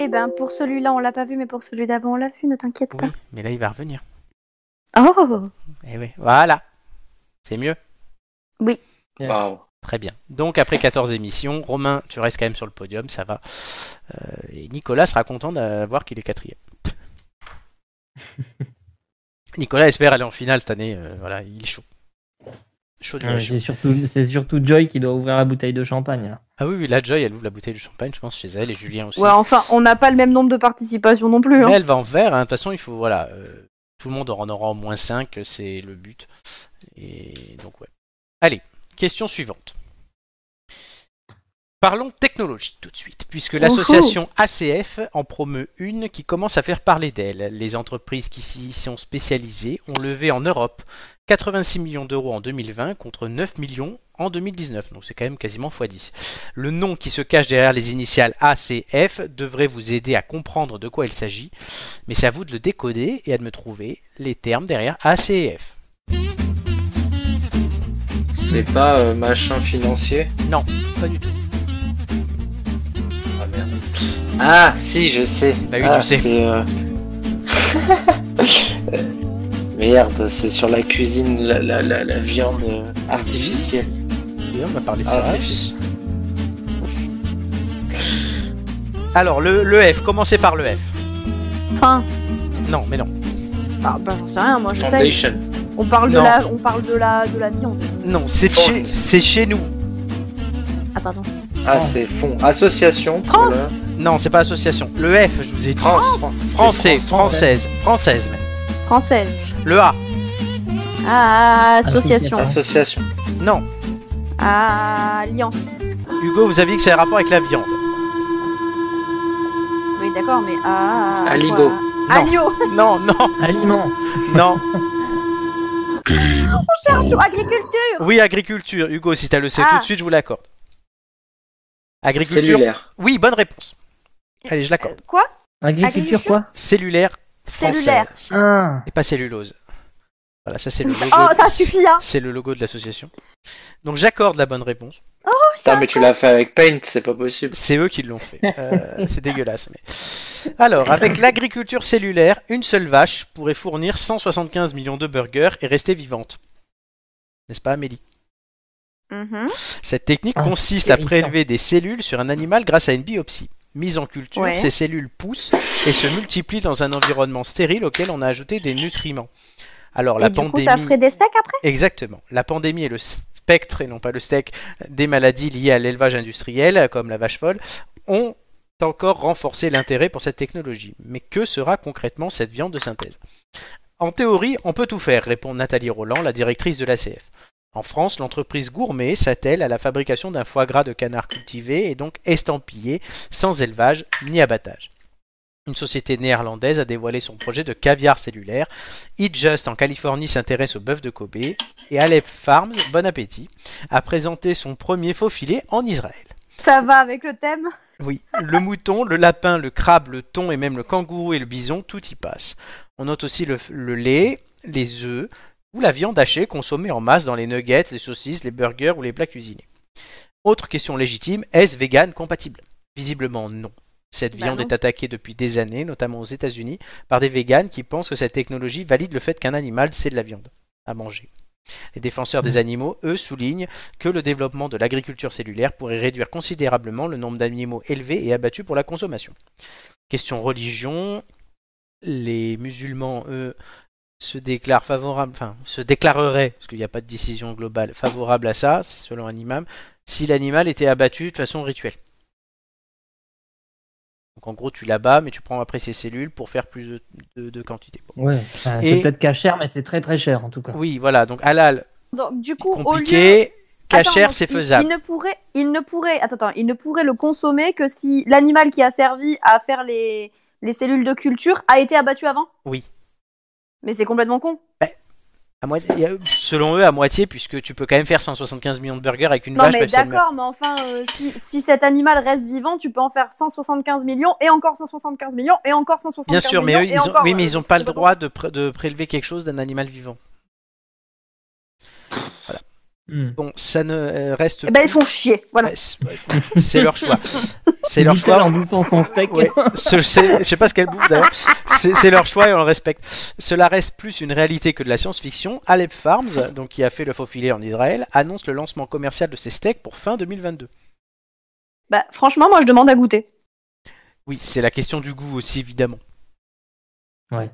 S5: Eh ben, pour celui-là, on l'a pas vu, mais pour celui d'avant, on l'a vu, ne t'inquiète
S1: Oui, mais là il va revenir.
S5: pas. Oh
S1: Et oui, voilà. C'est mieux. Ah,
S4: Ah,
S2: Waouh.
S1: Très bien. Donc après 14 émissions, Romain, tu restes quand même sur le podium, ça va. Euh, et Nicolas sera content d'avoir qu'il est
S2: [LAUGHS]
S1: quatrième. Nicolas espère aller en finale cette année. euh, voilà, il est chaud. Chaud du
S2: Ah,
S4: Ouais,
S1: chaud.
S4: C'est surtout, c'est surtout Joy qui doit ouvrir la bouteille de champagne. Là.
S1: Ah oui, oui, la Joy, elle ouvre la bouteille de champagne, je pense, chez elle et Julien aussi.
S5: Ouais, enfin, on n'a pas le même nombre de participations non plus.
S1: Mais
S5: Hein.
S1: elle va en faire, hein. de toute façon, il faut, voilà, euh, tout le monde en aura au moins 5, c'est le but. Et donc, ouais. Allez, question suivante. Parlons technologie tout de suite, puisque l'association ACF en promeut une qui commence à faire parler d'elle. Les entreprises qui s'y sont spécialisées ont levé en Europe 86 millions d'euros en 2020 contre 9 millions en 2019, donc c'est quand même quasiment x10. Le nom qui se cache derrière les initiales ACF devrait vous aider à comprendre de quoi il s'agit, mais c'est à vous de le décoder et à de me trouver les termes derrière ACF.
S2: C'est pas euh, machin financier.
S1: Pas du tout.
S2: Ah merde. Ah si, je sais.
S1: Bah oui,
S2: Ah,
S1: tu sais.
S2: c'est, euh, [LAUGHS] euh, Merde, c'est sur la cuisine, la, la, la, la viande euh, artificielle.
S1: Et on va parler de ça.
S2: Artifici-
S1: Alors, le, le F, commencez par le F.
S5: Enfin,
S1: Non, mais non.
S5: bah, bah, j'en sais rien, moi je sais.
S2: Foundation.
S5: On parle, de
S1: Non.
S5: la, on parle de, la, de la viande.
S1: Non, c'est chez, c'est chez nous.
S5: Ah, pardon.
S2: Ah, c'est fonds. Association. pour
S5: France.
S2: la-
S1: Non, c'est pas association. Le F, je vous ai dit.
S2: France. France.
S1: Français,
S2: C'est
S1: française, française même.
S5: Française.
S1: Le A.
S5: Ah, association.
S2: Association.
S1: Non.
S5: Ah, alliance.
S1: Hugo, vous aviez que c'est un rapport avec la [LAUGHS] viande.
S5: Oui, d'accord, mais ah.
S2: Aligo.
S5: quoi Alio.
S1: Non, non,
S4: Aliment.
S1: non.
S5: Agriculture.
S1: Oui, agriculture. Hugo, si tu le sais
S5: Ah.
S1: tout de suite, je vous l'accorde. Agriculture.
S2: Cellulaire.
S1: Oui, bonne réponse. Allez, je l'accorde.
S5: Quoi
S4: Agriculture quoi
S1: Cellulaire française.
S5: Cellulaire.
S4: Ah,
S1: Et pas cellulose. Voilà, ça c'est le logo.
S5: Oh, ça suffit, hein.
S1: C'est le logo de l'association. Donc j'accorde la bonne réponse.
S2: Putain, mais tu l'as fait avec Paint, c'est pas possible.
S1: C'est eux qui l'ont fait. Euh, [LAUGHS] c'est dégueulasse. Mais... Alors, avec l'agriculture cellulaire, une seule vache pourrait fournir 175 millions de burgers et rester vivante. N'est-ce pas, Amélie
S5: Mhm.
S1: Cette technique
S4: Ah,
S1: consiste à
S4: terrifiant.
S1: prélever des cellules sur un animal grâce à une biopsie. Mise en culture,
S5: Ouais.
S1: ces cellules poussent et se multiplient dans un environnement stérile auquel on a ajouté des nutriments. Alors, la
S5: Et du coup,
S1: pandémie.
S5: ça ferait des steaks après
S1: Exactement. La pandémie est le spectre, et non pas le steak, des maladies liées à l'élevage industriel, comme la vache folle, ont encore renforcé l'intérêt pour cette technologie. Mais que sera concrètement cette viande de synthèse En théorie, on peut tout faire, répond Nathalie Roland, la directrice de l'ACF. En France, l'entreprise Gourmet s'attelle à la fabrication d'un foie gras de canard cultivé et donc estampillé, sans élevage ni abattage. Une société néerlandaise a dévoilé son projet de caviar cellulaire. Eat Just en Californie s'intéresse au bœuf de Kobe et Alep Farms, bon appétit, a présenté son premier faux filet en Israël.
S5: Ça va avec le thème.
S1: Oui, le mouton, le lapin, le crabe, le thon et même le kangourou et le bison, tout y passe. On note aussi le, le lait, les œufs ou la viande hachée consommée en masse dans les nuggets, les saucisses, les burgers ou les plats cuisinés. Autre question légitime, est-ce vegan compatible Visiblement non. Cette
S5: Bah
S1: viande
S5: non.
S1: est attaquée depuis des années, notamment aux États-Unis, par des véganes qui pensent que cette technologie valide le fait qu'un animal, c'est de la viande à manger. Les défenseurs
S5: Mmh.
S1: des animaux, eux, soulignent que le développement de l'agriculture cellulaire pourrait réduire considérablement le nombre d'animaux élevés et abattus pour la consommation. Question religion, les musulmans, eux, se déclarent favorables, enfin, se déclareraient, parce qu'il n'y a pas de décision globale, favorable à ça, c'est selon un imam, si l'animal était abattu de façon rituelle. Donc en gros, tu l'abats, mais tu prends après ses cellules pour faire plus de, de- de quantité. Bon.
S4: ouais. Ah,
S1: Et-
S4: C'est peut-être cachère, mais c'est très très cher en tout cas.
S1: Oui, voilà, donc halal,
S5: Donc, du coup, au lieu.
S1: compliqué,
S5: Attends,
S1: cachère,
S5: donc,
S1: c'est
S5: il-
S1: faisable.
S5: Il ne pourrait, il ne pourrait, attends, attends, il ne pourrait le consommer que si l'animal qui a servi à faire les, les cellules de culture a été abattu avant.
S1: Oui.
S5: Mais c'est complètement con.
S1: À moitié- il y a- selon eux, à moitié, puisque tu peux quand même faire 175 millions de burgers avec une
S5: non
S1: vache,
S5: mais
S1: même si elle meurt.
S5: d'accord, mais enfin, euh, si, si cet animal reste vivant, tu peux en faire 175 millions et encore 175 millions et encore 175 millions.
S1: Bien sûr, mais eux,
S5: et
S1: ils ont,
S5: encore,
S1: oui, mais
S5: euh,
S1: ils n'ont
S5: c'est
S1: pas le
S5: complètement
S1: droit de, pr- de prélever quelque chose d'un animal vivant.
S4: Hmm.
S1: Bon, ça ne euh, reste.
S5: con. Eh ben ils font chier, voilà.
S1: Ouais, c'est- c'est leur [LAUGHS] choix. C'est leur
S4: Dit-elle
S1: choix.
S4: en bouffant son steak.
S1: Ouais, ce- c'est- je sais pas ce qu'elle bouffe d'ailleurs. C'est c'est leur choix et on le respecte. Cela reste plus une réalité que de la science-fiction. Alep Farms, donc qui a fait le faux filet en Israël, annonce le lancement commercial de ses steaks pour fin 2022.
S5: Bah franchement, moi je demande à goûter.
S1: Oui, c'est la question du goût aussi évidemment.
S4: Ouais,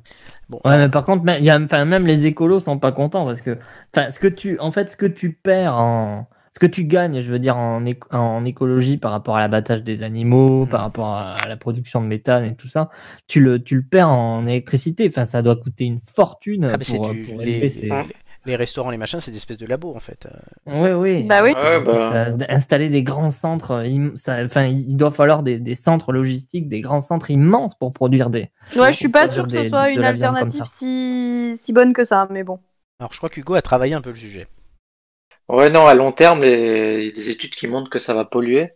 S4: mais par contre, mais- il y a, enfin, même les écolos sont pas contents parce que, enfin, ce que tu, en fait, ce que tu perds en, ce que tu gagnes, je veux dire, en, éco- en écologie par rapport à l'abattage des animaux,
S1: Hmm.
S4: par rapport à, à la production de méthane et tout ça, tu le, tu le perds en électricité. Enfin, ça doit coûter une fortune.
S1: Ah, mais c'est
S4: pour-
S1: du-
S4: pour
S1: les,
S4: élever
S5: Ah.
S4: ces-
S1: les- les restaurants, les machins, c'est des espèces de labos en fait. Euh,
S4: Oui, oui.
S5: Bah oui.
S4: Ça-
S1: Ah,
S2: Ouais, bah.
S4: ça- installer des grands centres, euh, im- ça- enfin, il doit falloir des, des centres logistiques, des grands centres immenses pour produire des.
S5: Ouais, je suis pas
S4: Des-
S5: sûre que
S4: de
S5: ce soit
S4: la
S5: une
S4: viande comme
S5: alternative
S4: ça.
S5: si si bonne que ça, mais bon.
S1: Alors je crois qu'Hugo a travaillé un peu le sujet.
S2: Ouais, non, à long terme, les- il y a des études qui montrent que ça va polluer.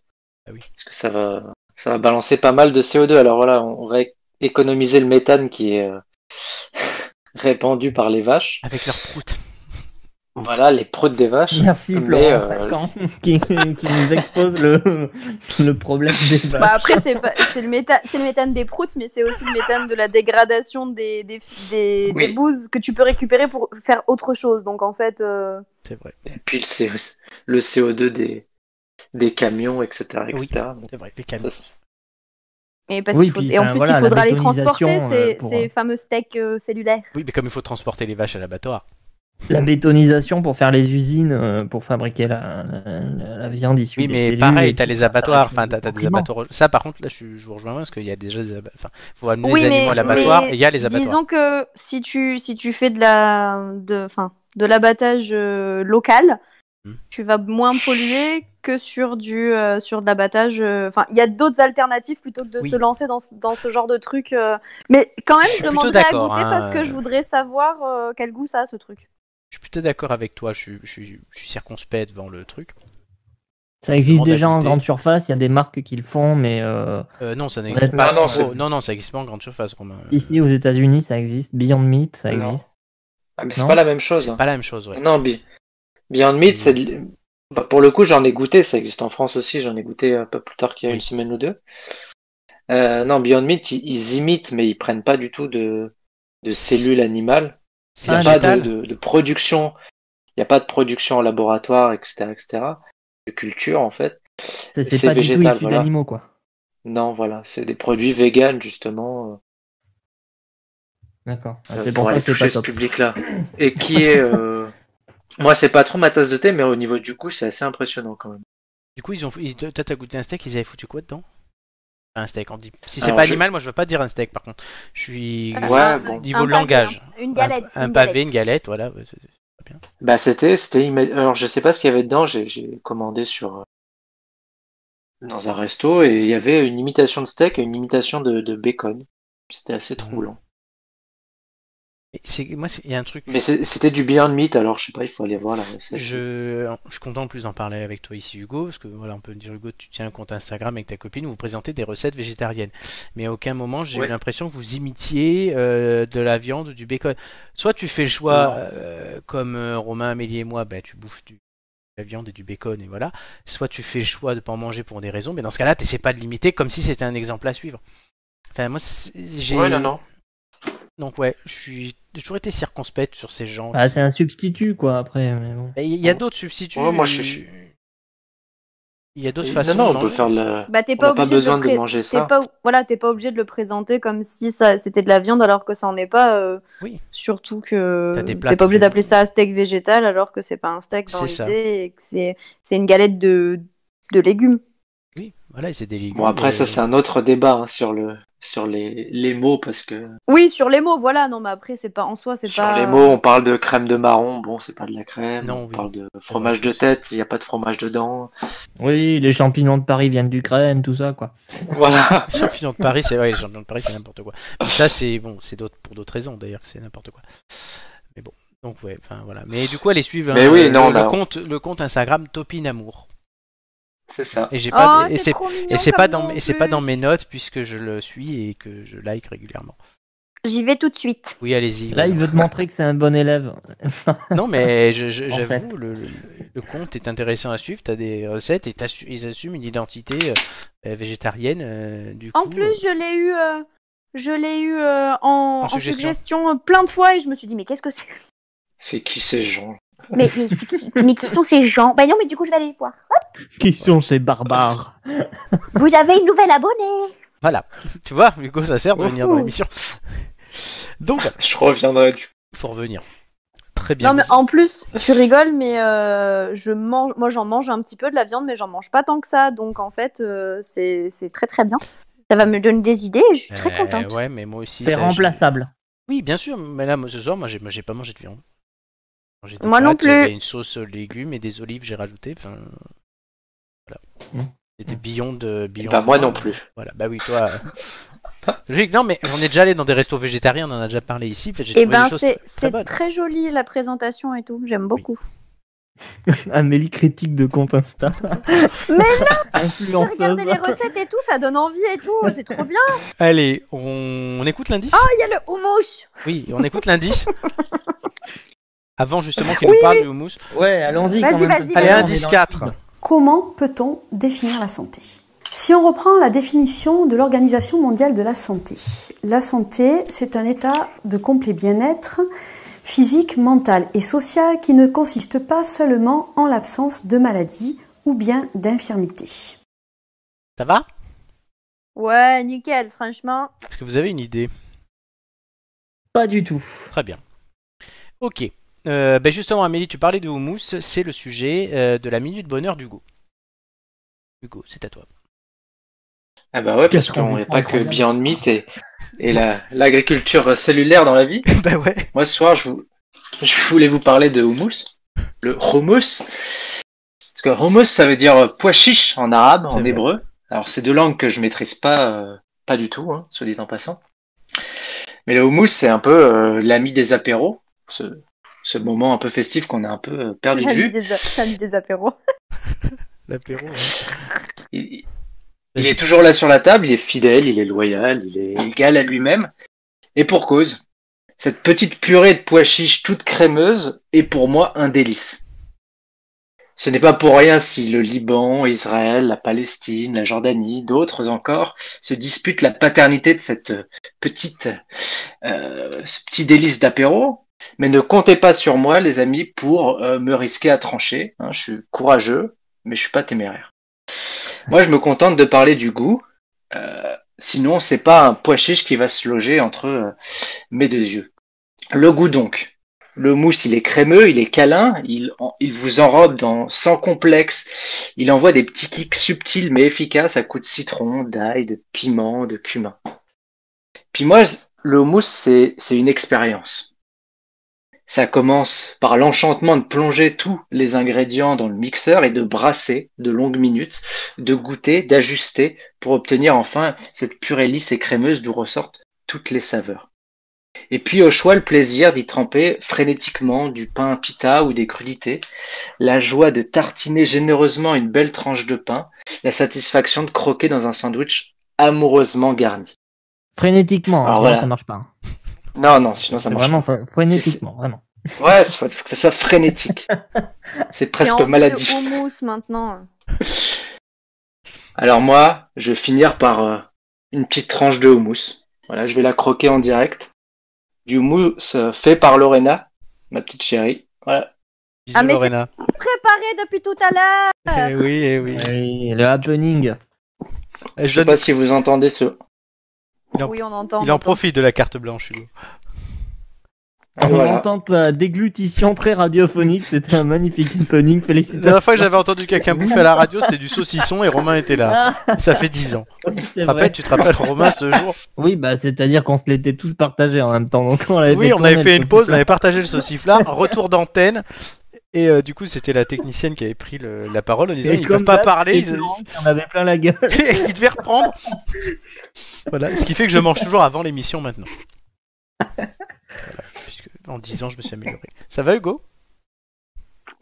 S1: Ah oui.
S2: Parce que ça va, ça va balancer pas mal de CO2. Alors voilà, on va é- économiser le méthane qui est euh, [LAUGHS] répandu par les vaches.
S1: Avec leur prout.
S2: Voilà, les proutes
S1: [LAUGHS]
S2: des vaches.
S4: Merci
S2: Mais,
S4: Florent
S2: euh,
S4: Sacan [LAUGHS] qui, qui nous expose le, le problème des vaches.
S5: Bah après, c'est pas- c'est le, méta- c'est le méthane des proutes, mais c'est aussi le méthane de la dégradation des, des, des,
S2: Oui.
S5: des bouses que tu peux récupérer pour faire autre chose. Donc en fait, euh,
S1: C'est vrai.
S2: Et puis le, CO... le CO2 des, des camions, etc.
S1: Oui.
S2: etc. Donc,
S1: C'est vrai. Les
S2: ça,
S1: camions.
S2: c'est-
S5: et, parce
S4: Oui,
S5: qu'il faut-
S4: puis,
S5: et en
S4: enfin,
S5: plus,
S4: voilà,
S5: il faudra
S4: la
S5: les transporter,
S4: bétonisation, euh,
S5: ces,
S4: pour-
S5: ces fameux steaks euh, cellulaires.
S1: Oui, mais comme il faut transporter les vaches à l'abattoir.
S4: la bétonisation pour faire les usines euh, pour fabriquer la, la- la viande issue
S1: Oui,
S4: des
S1: mais
S4: cellules et
S1: pareil, t'as
S4: tout
S1: les
S4: ça,
S1: abattoirs.
S4: ça va
S1: Enfin,
S4: être
S1: t'as t'as des
S4: compliment.
S1: abattoirs. Ça, par contre, là, je, je vous rejoins parce qu'il y a déjà des abattoirs. Enfin, faut amener
S5: Oui,
S1: les
S5: mais-
S1: animaux à l'abattoir
S5: mais
S1: et il y a les abattoirs.
S5: Disons que si tu, si tu fais de la de, enfin, de l'abattage euh, local,
S1: Hmm.
S5: tu vas moins polluer que sur du euh, sur de l'abattage. euh, Enfin, il y a d'autres alternatives plutôt que de
S1: Oui.
S5: se lancer dans, ce- dans ce genre de truc. euh. Mais quand même,
S1: Je suis
S5: je
S1: plutôt
S5: demanderais à
S1: d'accord,
S5: goûter
S1: hein.
S5: parce que je voudrais savoir euh, quel goût ça a ce truc.
S1: Je suis plutôt d'accord avec toi. Je, suis- je suis- je suis circonspect devant le truc.
S4: Ça existe
S1: Demande à
S4: déjà en
S1: goûter.
S4: grande surface, il y a des marques qui le font, mais euh,
S1: Euh, non, ça n'existe pas.
S2: Ah non,
S1: en
S2: c'est-
S1: gros. non, non, ça n'existe pas en grande surface, Romain. Euh,
S4: ici aux États-Unis ça existe, Beyond Meat ça
S2: Non.
S4: existe.
S2: Ah, mais c'est
S4: Non.
S2: pas la même chose.
S1: C'est Euh, pas la même chose, ouais.
S2: Non, Bi- Beyond
S4: Mm.
S2: Meat, c'est de- bah, pour le coup, j'en ai goûté. Ça existe en France aussi. J'en ai goûté euh, pas plus tard qu'il y a
S1: Oui.
S2: une semaine ou deux. Euh, non, Beyond Meat, ils, ils imitent, mais ils prennent pas du tout de, de
S1: C'est-
S2: cellules animales.
S1: C'est
S2: Il n'y a
S4: Ah,
S2: pas de,
S1: végétal.
S2: de- de production. Il n'y a pas de production en laboratoire, etc., etc. De culture, en fait.
S4: C'est c'est
S2: C'est
S4: pas du tout
S2: végétal,
S4: issu
S2: voilà.
S4: d'animaux quoi.
S2: Non, voilà. C'est des produits véganes, justement. euh,
S4: D'accord. Ah,
S2: Euh,
S4: c'est
S2: pour
S4: pour ça
S2: aller
S4: que c'est
S2: toucher
S4: pas
S2: ce
S4: top.
S2: public-là. Et qui est. euh, Moi, c'est pas trop ma tasse de thé, mais au niveau du goût, c'est assez impressionnant quand même.
S1: Du coup, ils ont, ils- toi, t'as goûté un steak, ils avaient foutu quoi dedans Un steak. On dit... Si c'est
S2: Alors,
S1: pas
S2: je-
S1: animal, moi, je veux pas dire un steak, par contre. Je suis
S2: Ouais, bon.
S1: niveau
S5: Un pavé,
S1: langage.
S5: Une
S1: Un-
S5: galette.
S1: Un,
S5: une
S1: pavé,
S5: galette.
S1: une galette, voilà. ouais, c'est-
S2: Bah, c'était, c'était. imma- Alors, je sais pas ce qu'il y avait dedans. J'ai, j'ai commandé sur euh, dans un resto et il y avait une imitation de steak et une imitation de, de bacon. C'était
S1: Hmm.
S2: assez troublant.
S1: Et c'est- Moi, c'est- il y a un truc.
S2: Mais c'est- c'était du Beyond Meat, alors je sais pas. Il faut aller voir la recette.
S1: Je, je suis content en plus d'en parler avec toi ici, Hugo, parce que voilà, on peut dire, Hugo, tu tiens un compte Instagram avec ta copine où vous présentez des recettes végétariennes. Mais à aucun moment, j'ai
S2: Ouais.
S1: eu l'impression que vous imitiez euh, de la viande ou du bacon. Soit tu fais le choix, euh, comme euh, Romain, Amélie et moi, ben, tu bouffes du, de la viande et du bacon, et voilà. Soit tu fais le choix de ne pas en manger pour des raisons, mais dans ce cas-là, tu pas de limiter comme si c'était un exemple à suivre. Enfin, moi, c'est- j'ai.
S2: Ouais, non, non.
S1: Donc, ouais, je suis- j'ai toujours été circonspect sur ces gens.
S4: Ah, c'est un substitut quoi après. Mais bon.
S1: Mais Il y a d'autres substituts.
S2: Ouais, moi, je- je-
S1: Il y a d'autres
S2: Et-
S1: façons.
S2: non, non,
S1: de
S2: on peut
S1: manger.
S2: faire le.
S5: Bah, t'es
S2: On n'a
S5: pas
S2: pas
S5: obligé
S2: besoin
S5: de,
S2: de,
S5: pré-
S2: manger
S5: T'es
S2: ça.
S5: pas, voilà, t'es pas obligé de le présenter comme si ça c'était de la viande alors que ça en est pas. euh,
S1: Oui.
S5: Surtout que
S1: T'as des
S5: t'es
S1: plats
S5: pas obligé
S1: très-
S5: d'appeler ça un steak végétal alors que c'est pas un steak dans
S1: C'est ça.
S5: l'idée et que c'est c'est une galette de de légumes.
S1: Oui, voilà, et c'est des légumes.
S2: Bon, après,
S1: euh,
S2: ça, c'est un autre débat hein, sur le sur les, les mots parce que.
S5: Oui, sur les mots, voilà. Non, mais après c'est pas en soi, c'est
S2: Sur
S5: pas.
S2: les mots, on parle de crème de marron, bon, c'est pas de la crème.
S1: Non,
S2: on
S1: oui.
S2: parle de fromage
S1: c'est
S2: de
S1: ça.
S2: tête, il n'y a pas de
S1: [LAUGHS]
S2: fromage dedans.
S4: Oui, les champignons de Paris viennent d'Ukraine, tout ça quoi.
S2: Voilà.
S1: Les champignons de Paris, c'est ouais, les champignons de Paris, c'est n'importe quoi. Mais
S2: [LAUGHS]
S1: ça, c'est bon, c'est d'autres pour d'autres raisons d'ailleurs que c'est n'importe quoi. Mais bon, donc ouais, enfin voilà. Mais du coup, allez suivre.
S2: Mais
S1: hein,
S2: oui,
S1: le,
S2: non,
S1: le
S2: bah, on-
S1: compte, le compte Instagram Topine Amour.
S2: C'est ça.
S1: Et j'ai
S5: Oh,
S1: pas, et
S5: c'est
S1: c'est
S5: trop mignon
S1: et c'est
S5: comme
S1: pas
S5: nom
S1: dans,
S5: en
S1: et c'est pas
S5: plus.
S1: dans mes notes puisque je le suis et que je like régulièrement.
S5: J'y vais tout de suite.
S1: Oui, allez-y. voilà.
S4: Là, il veut te montrer que c'est un bon élève.
S1: Non,
S4: [LAUGHS]
S1: mais je- je-
S4: En
S1: j'avoue,
S4: fait.
S1: le, le- le compte est intéressant à suivre. T'as des recettes et t'assu- ils assument une identité euh, euh, végétarienne. euh, du coup,
S5: En
S1: euh,
S5: plus, je l'ai eu, euh, je l'ai eu euh, en,
S1: En
S5: en
S1: suggestion.
S5: suggestion. euh, plein de fois et je me suis dit mais qu'est-ce
S1: [LAUGHS]
S5: que c'est
S2: C'est qui ces gens
S3: Mais, mais, c'est qui- mais qui sont ces gens
S5: Ben
S3: Bah non, mais du coup, je vais aller voir.
S4: Qui sont ces barbares
S3: Vous avez une nouvelle abonnée
S1: Voilà, tu vois, Hugo, ça sert de venir dans l'émission. Donc, voilà.
S2: Je reviendrai du
S1: faut revenir. Très bien.
S5: Non mais
S1: Vous-
S5: en plus, tu rigoles, mais euh, je mange, moi j'en mange un petit peu de la viande, mais j'en mange pas tant que ça, donc en fait euh, c'est c'est très très bien.
S3: Ça va me donner des idées, je suis très
S1: Euh,
S3: contente.
S1: ouais, mais moi aussi.
S4: C'est
S1: ça, j'ai-
S4: remplaçable.
S1: Oui, bien sûr, mais là, moi, ce soir, moi, j'ai, moi, j'ai pas mangé de viande. J'ai mangé des
S5: Moi non
S1: pâtes, j'avais
S5: plus.
S1: une sauce aux légumes et des olives, j'ai rajouté. Enfin, voilà.
S4: Mm.
S1: C'était beyond, euh, beyond.
S2: Bah, moi
S1: Meat.
S2: non plus.
S1: Voilà, bah oui, toi. euh. Logique, non, mais on est déjà allé dans des restos végétariens, on en a déjà parlé ici. fait, J'ai
S5: Et
S1: trouvé
S5: ben
S1: des choses
S5: c'est
S1: tr- très
S5: c'est
S1: bonnes.
S5: très, joli la présentation et tout, j'aime beaucoup.
S4: [LAUGHS] Amélie critique de compte Insta.
S5: Mais
S1: [LAUGHS]
S5: J'ai
S4: Influenceuse.
S5: regardé les recettes et tout, ça donne envie et tout, c'est trop bien.
S1: Allez, on, on écoute l'indice
S5: Il y a le houmous.
S1: Oui, on écoute
S5: [LAUGHS]
S1: l'indice. Avant justement qu'il nous parle du houmous.
S4: Ouais, allons-y.
S5: Vas-y,
S4: quand même,
S5: vas-y,
S4: parce que
S5: vas-y.
S1: Allez,
S4: là, on est
S1: indice
S4: dans le
S1: 4.
S4: vide.
S11: Comment peut-on définir la santé Si on reprend la définition de l'Organisation mondiale de la santé, la santé, c'est un état de complet bien-être physique, mental et social qui ne consiste pas seulement en l'absence de maladie ou bien d'infirmité.
S1: Ça va
S5: Ouais, nickel, franchement.
S1: Est-ce que vous avez une idée
S4: Pas du tout.
S1: Très bien. Ok. Euh, ben justement, Amélie, tu parlais de houmous, c'est le sujet euh, de la minute bonheur d'Hugo. Hugo, c'est à toi.
S2: Ah bah ouais, parce qu'on n'est pas que Beyond Meat et, et la- l'agriculture cellulaire dans la vie.
S1: [LAUGHS] ben ouais.
S2: Moi, ce soir, je, vous- je voulais vous parler de houmous, le hummus. Parce que hummus, ça veut dire euh, pois chiche en arabe,
S1: C'est
S2: en
S1: vrai.
S2: hébreu. Alors, c'est deux langues que je maîtrise pas, euh, pas du tout, hein, soit dit en passant. Mais le hummus, c'est un peu euh, l'ami des apéros, ce, ce moment un peu festif qu'on a un peu euh, perdu de
S5: T'as mis
S2: vue.
S5: des, t'as mis des apéros.
S1: L'apéro. hein.
S2: Il, il est toujours là sur la table, il est fidèle, il est loyal, il est égal à lui-même. Et pour cause, cette petite purée de pois chiches toute crémeuse est pour moi un délice. Ce n'est pas pour rien si le Liban, Israël, la Palestine, la Jordanie, d'autres encore se disputent la paternité de cette petite, euh, ce petit délice d'apéro. Mais ne comptez pas sur moi, les amis, pour euh, me risquer à trancher. hein. je suis courageux, mais je suis pas téméraire. Moi, je me contente de parler du goût. Euh, sinon, c'est pas un pois chiche qui va se loger entre euh, mes deux yeux. Le goût donc. Le mousse, il est crémeux, il est câlin, il, en- il vous enrobe dans, sans complexe. Il envoie des petits kicks subtils mais efficaces à coups de citron, d'ail, de piment, de cumin. Puis moi, je- le mousse, c'est c'est une expérience. Ça commence par l'enchantement de plonger tous les ingrédients dans le mixeur et de brasser de longues minutes de goûter, d'ajuster pour obtenir enfin cette purée lisse et crémeuse d'où ressortent toutes les saveurs. Et puis au choix, le plaisir d'y tremper frénétiquement du pain pita ou des crudités, la joie de tartiner généreusement une belle tranche de pain, la satisfaction de croquer dans un sandwich amoureusement garni.
S4: Frénétiquement,
S2: Alors
S4: sinon,
S2: voilà.
S4: ça marche pas. hein.
S2: Non, non, sinon ça
S4: C'est
S2: marche.
S4: vraiment fr- frénétiquement, vraiment.
S2: pas. Ouais, faut, faut que ça soit
S4: [LAUGHS]
S2: frénétique. C'est
S5: Et en
S2: presque
S5: plus de
S2: maladif.
S5: houmous maintenant.
S2: Alors moi, je vais finir par euh, une petite tranche de houmous. Voilà, je vais la croquer en direct. Du houmous euh, fait par Lorena, ma petite chérie. Voilà.
S1: Bisous,
S5: Ah, mais c'est-
S1: Lorena.
S5: Préparé depuis tout à l'heure.
S1: Eh oui, eh oui.
S4: Oui, le happening.
S1: Eh,
S2: Je
S1: Je
S2: sais
S1: donne-
S2: pas si vous entendez ce.
S1: Il en-
S5: Oui, on entend.
S1: Il
S5: on
S1: en
S5: entend.
S1: profite de la carte blanche, Hugo.
S2: Ah,
S4: On
S2: voilà.
S4: entend ta euh, déglutition très radiophonique, c'était un magnifique happening,
S1: La
S4: félicitations.
S1: dernière fois que j'avais entendu quelqu'un bouffer à la radio, c'était du saucisson et Romain était là. Ça fait 10 ans.
S4: Ah, [LAUGHS] c'est vrai.
S1: Rappelle, tu te rappelles Romain ce jour
S4: Oui, bah c'est-à-dire qu'on se l'était tous partagé en même temps, donc on l'avait
S1: Oui,
S4: fait
S1: on avait
S4: tourner,
S1: fait
S4: le
S1: une pause, on
S4: petit
S1: avait partagé le sauciflard, retour d'antenne. Et euh, du coup, c'était la technicienne qui avait pris le- la parole en disant
S4: Et
S1: ils
S4: comme
S1: peuvent pas
S4: d'hab,
S1: parler,
S4: c'était
S1: ils,
S4: Laurent qui en avait plein la gueule.
S1: [LAUGHS] ils devaient reprendre. Voilà, ce qui fait que je mange toujours avant l'émission maintenant. Voilà, puisque en 10 ans, je me suis amélioré. Ça va, Hugo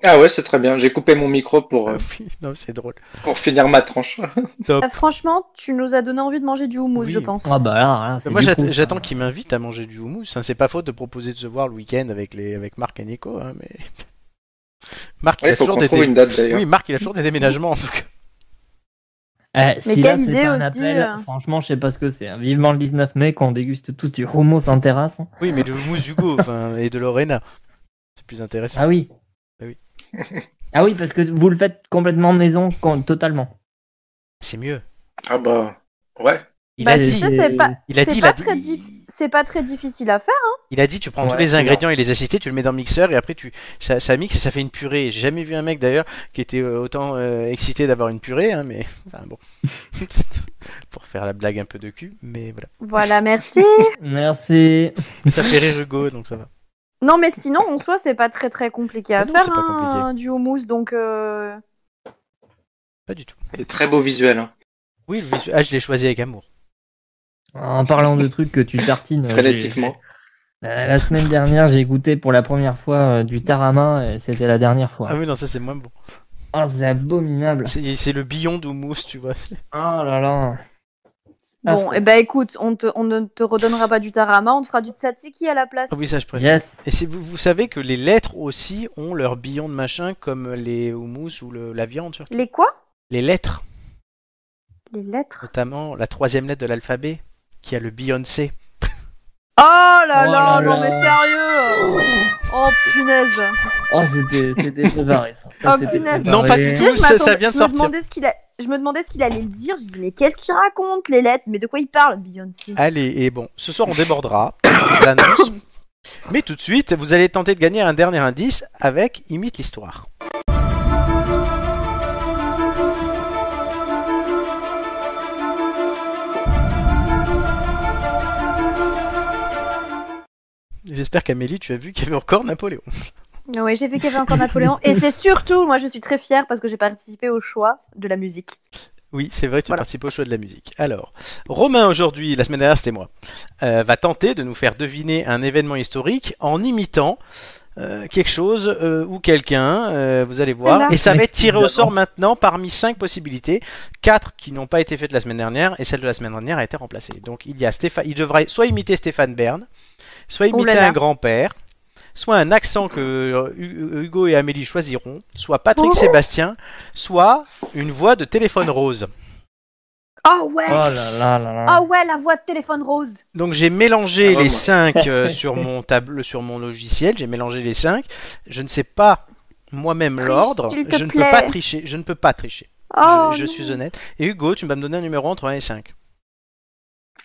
S2: Ah ouais, c'est très bien. J'ai coupé mon micro pour, euh,
S1: [LAUGHS] Oui, Non, c'est drôle.
S2: pour finir ma tranche.
S5: Euh, Franchement, tu nous as donné envie de manger du houmous,
S1: Oui.
S5: je pense.
S4: Ah bah là, là, c'est
S1: Moi,
S4: du
S1: j'att-
S4: coup, ça.
S1: j'attends qu'ils m'invitent à manger du houmous. hein. C'est pas faute de proposer de se voir le week-end avec, les... avec Marc et Nico. hein, mais... [LAUGHS] Marc, il
S2: Il
S1: a
S2: faut
S1: toujours
S2: qu'on
S1: des
S2: trouve
S1: dé-
S2: une date d'ailleurs.
S1: Oui, Marc, il a toujours des déménagements en tout cas.
S4: Eh, si là
S5: quelle
S4: c'est
S5: idée
S4: un
S5: aussi,
S4: appel,
S5: euh.
S4: franchement, je sais pas ce que c'est. hein. Vivement le 19 mai qu'on déguste tout du houmous en terrasse. hein.
S1: [LAUGHS] Oui, mais de houmous d'Hugo enfin, et de Lorena. C'est plus intéressant.
S4: Ah oui.
S1: Ah oui.
S4: Ah oui, parce que vous le faites complètement maison, com- totalement.
S1: C'est mieux.
S2: Ah bah ouais.
S1: Il
S5: Bah,
S1: a
S5: tu
S1: dit.
S5: sais, c'est pas-
S1: Il a
S5: c'est
S1: dit, il
S5: pas
S1: a dit,
S5: très dif- C'est pas très difficile à faire.
S1: il a dit, tu prends tous
S4: Ouais,
S1: les
S4: c'est
S1: ingrédients et les acidités, tu le mets dans le mixeur et après tu, ça, ça mixe et ça fait une purée. J'ai jamais vu un mec d'ailleurs qui était euh, autant euh, excité d'avoir une purée, hein, mais enfin [LAUGHS] bon, pour faire la blague un peu de cul, mais voilà. [LAUGHS]
S5: Voilà, merci.
S4: Merci.
S1: Ça fait rire Hugo, donc ça va.
S5: non, mais sinon, en soi, c'est pas très très compliqué à
S1: Ah non,
S5: faire
S1: c'est pas
S5: hein,
S1: compliqué.
S5: du houmous, donc. euh,
S1: Pas du tout.
S2: Et très beau visuel. hein.
S1: Oui, le visu- ah, je l'ai choisi avec amour.
S4: En parlant de trucs que tu tartines, euh, j'ai-
S2: Frénétiquement.
S4: la, la semaine dernière, j'ai goûté pour la première fois euh, du tarama, et c'était la dernière fois.
S1: Ah oui, non, ça c'est moins bon.
S4: Ah, c'est abominable.
S1: C'est c'est le billon d'houmous, tu vois.
S4: Oh là là.
S5: Bon,
S4: Ah,
S5: et ben écoute, on, te- on ne te redonnera pas du tarama, on te fera du tzatziki à la place.
S1: Ah oui, ça je préfère.
S4: Yes.
S1: Et si vous, vous savez que les lettres aussi ont leur billon de machin comme les houmous ou le- la viande surtout.
S5: Les quoi
S1: Les lettres,
S5: Les lettres.
S1: notamment la troisième lettre de l'alphabet qui a le Beyoncé.
S5: Oh là
S4: Oh
S5: là,
S4: là
S5: non
S4: là.
S5: mais sérieux Oh punaise
S4: Oh, c'était c'était préparé ça. Ça,
S5: Oh,
S4: c'était
S5: punaise.
S4: préparé.
S1: Non, pas du
S5: Tu
S1: tout.
S5: sais, je
S1: ça- ça
S5: m'attendais-
S1: vient de
S5: je
S1: sortir.
S5: Me demandais ce qu'il a- Je me demandais ce qu'il allait le dire, je dis mais qu'est-ce qu'il raconte les lettres Mais de quoi il parle, Beyoncé
S1: [COUGHS] Allez, et bon, ce soir on débordera. J'annonce. Mais tout de suite, vous allez tenter de gagner un dernier indice avec Imite l'histoire. J'espère qu'Amélie, tu as vu qu'il y avait encore Napoléon.
S5: Oui, j'ai vu qu'il y avait encore Napoléon. Et c'est surtout, moi je suis très fière parce que j'ai participé au choix de la musique.
S1: Oui, c'est vrai, tu
S5: Voilà.
S1: participes au choix de la musique. Alors, Romain, aujourd'hui, la semaine dernière, c'était moi, euh, va tenter de nous faire deviner un événement historique en imitant euh, quelque chose euh, ou quelqu'un, euh, vous allez voir.
S5: Voilà.
S1: Et ça va être tiré au
S4: Merci.
S1: sort maintenant parmi cinq possibilités, quatre qui n'ont pas été faites la semaine dernière, et celle de la semaine dernière a été remplacée. Donc, il y a Stéphane, il devra soit imiter Stéphane Bern, soit
S5: Ouh là
S1: imiter
S5: là.
S1: un grand-père, soit un accent que euh, Hu- Hugo et Amélie choisiront, soit Patrick Sébastien, soit une voix de téléphone rose.
S5: Oh ouais
S4: Oh
S1: Ah,
S4: là là là là.
S5: Oh ouais, la voix de téléphone rose
S1: Donc j'ai mélangé
S2: Ah, vraiment.
S1: les 5
S2: [LAUGHS]
S1: sur mon table, sur mon logiciel, j'ai mélangé les 5. Je ne sais pas moi-même
S5: Triche,
S1: l'ordre,
S5: s'il te
S1: je ne peux
S5: plaît.
S1: pas tricher, je ne peux pas tricher. Je-
S5: Oh
S1: je suis honnête. Et Hugo, tu vas me donner un numéro entre 1 et 5.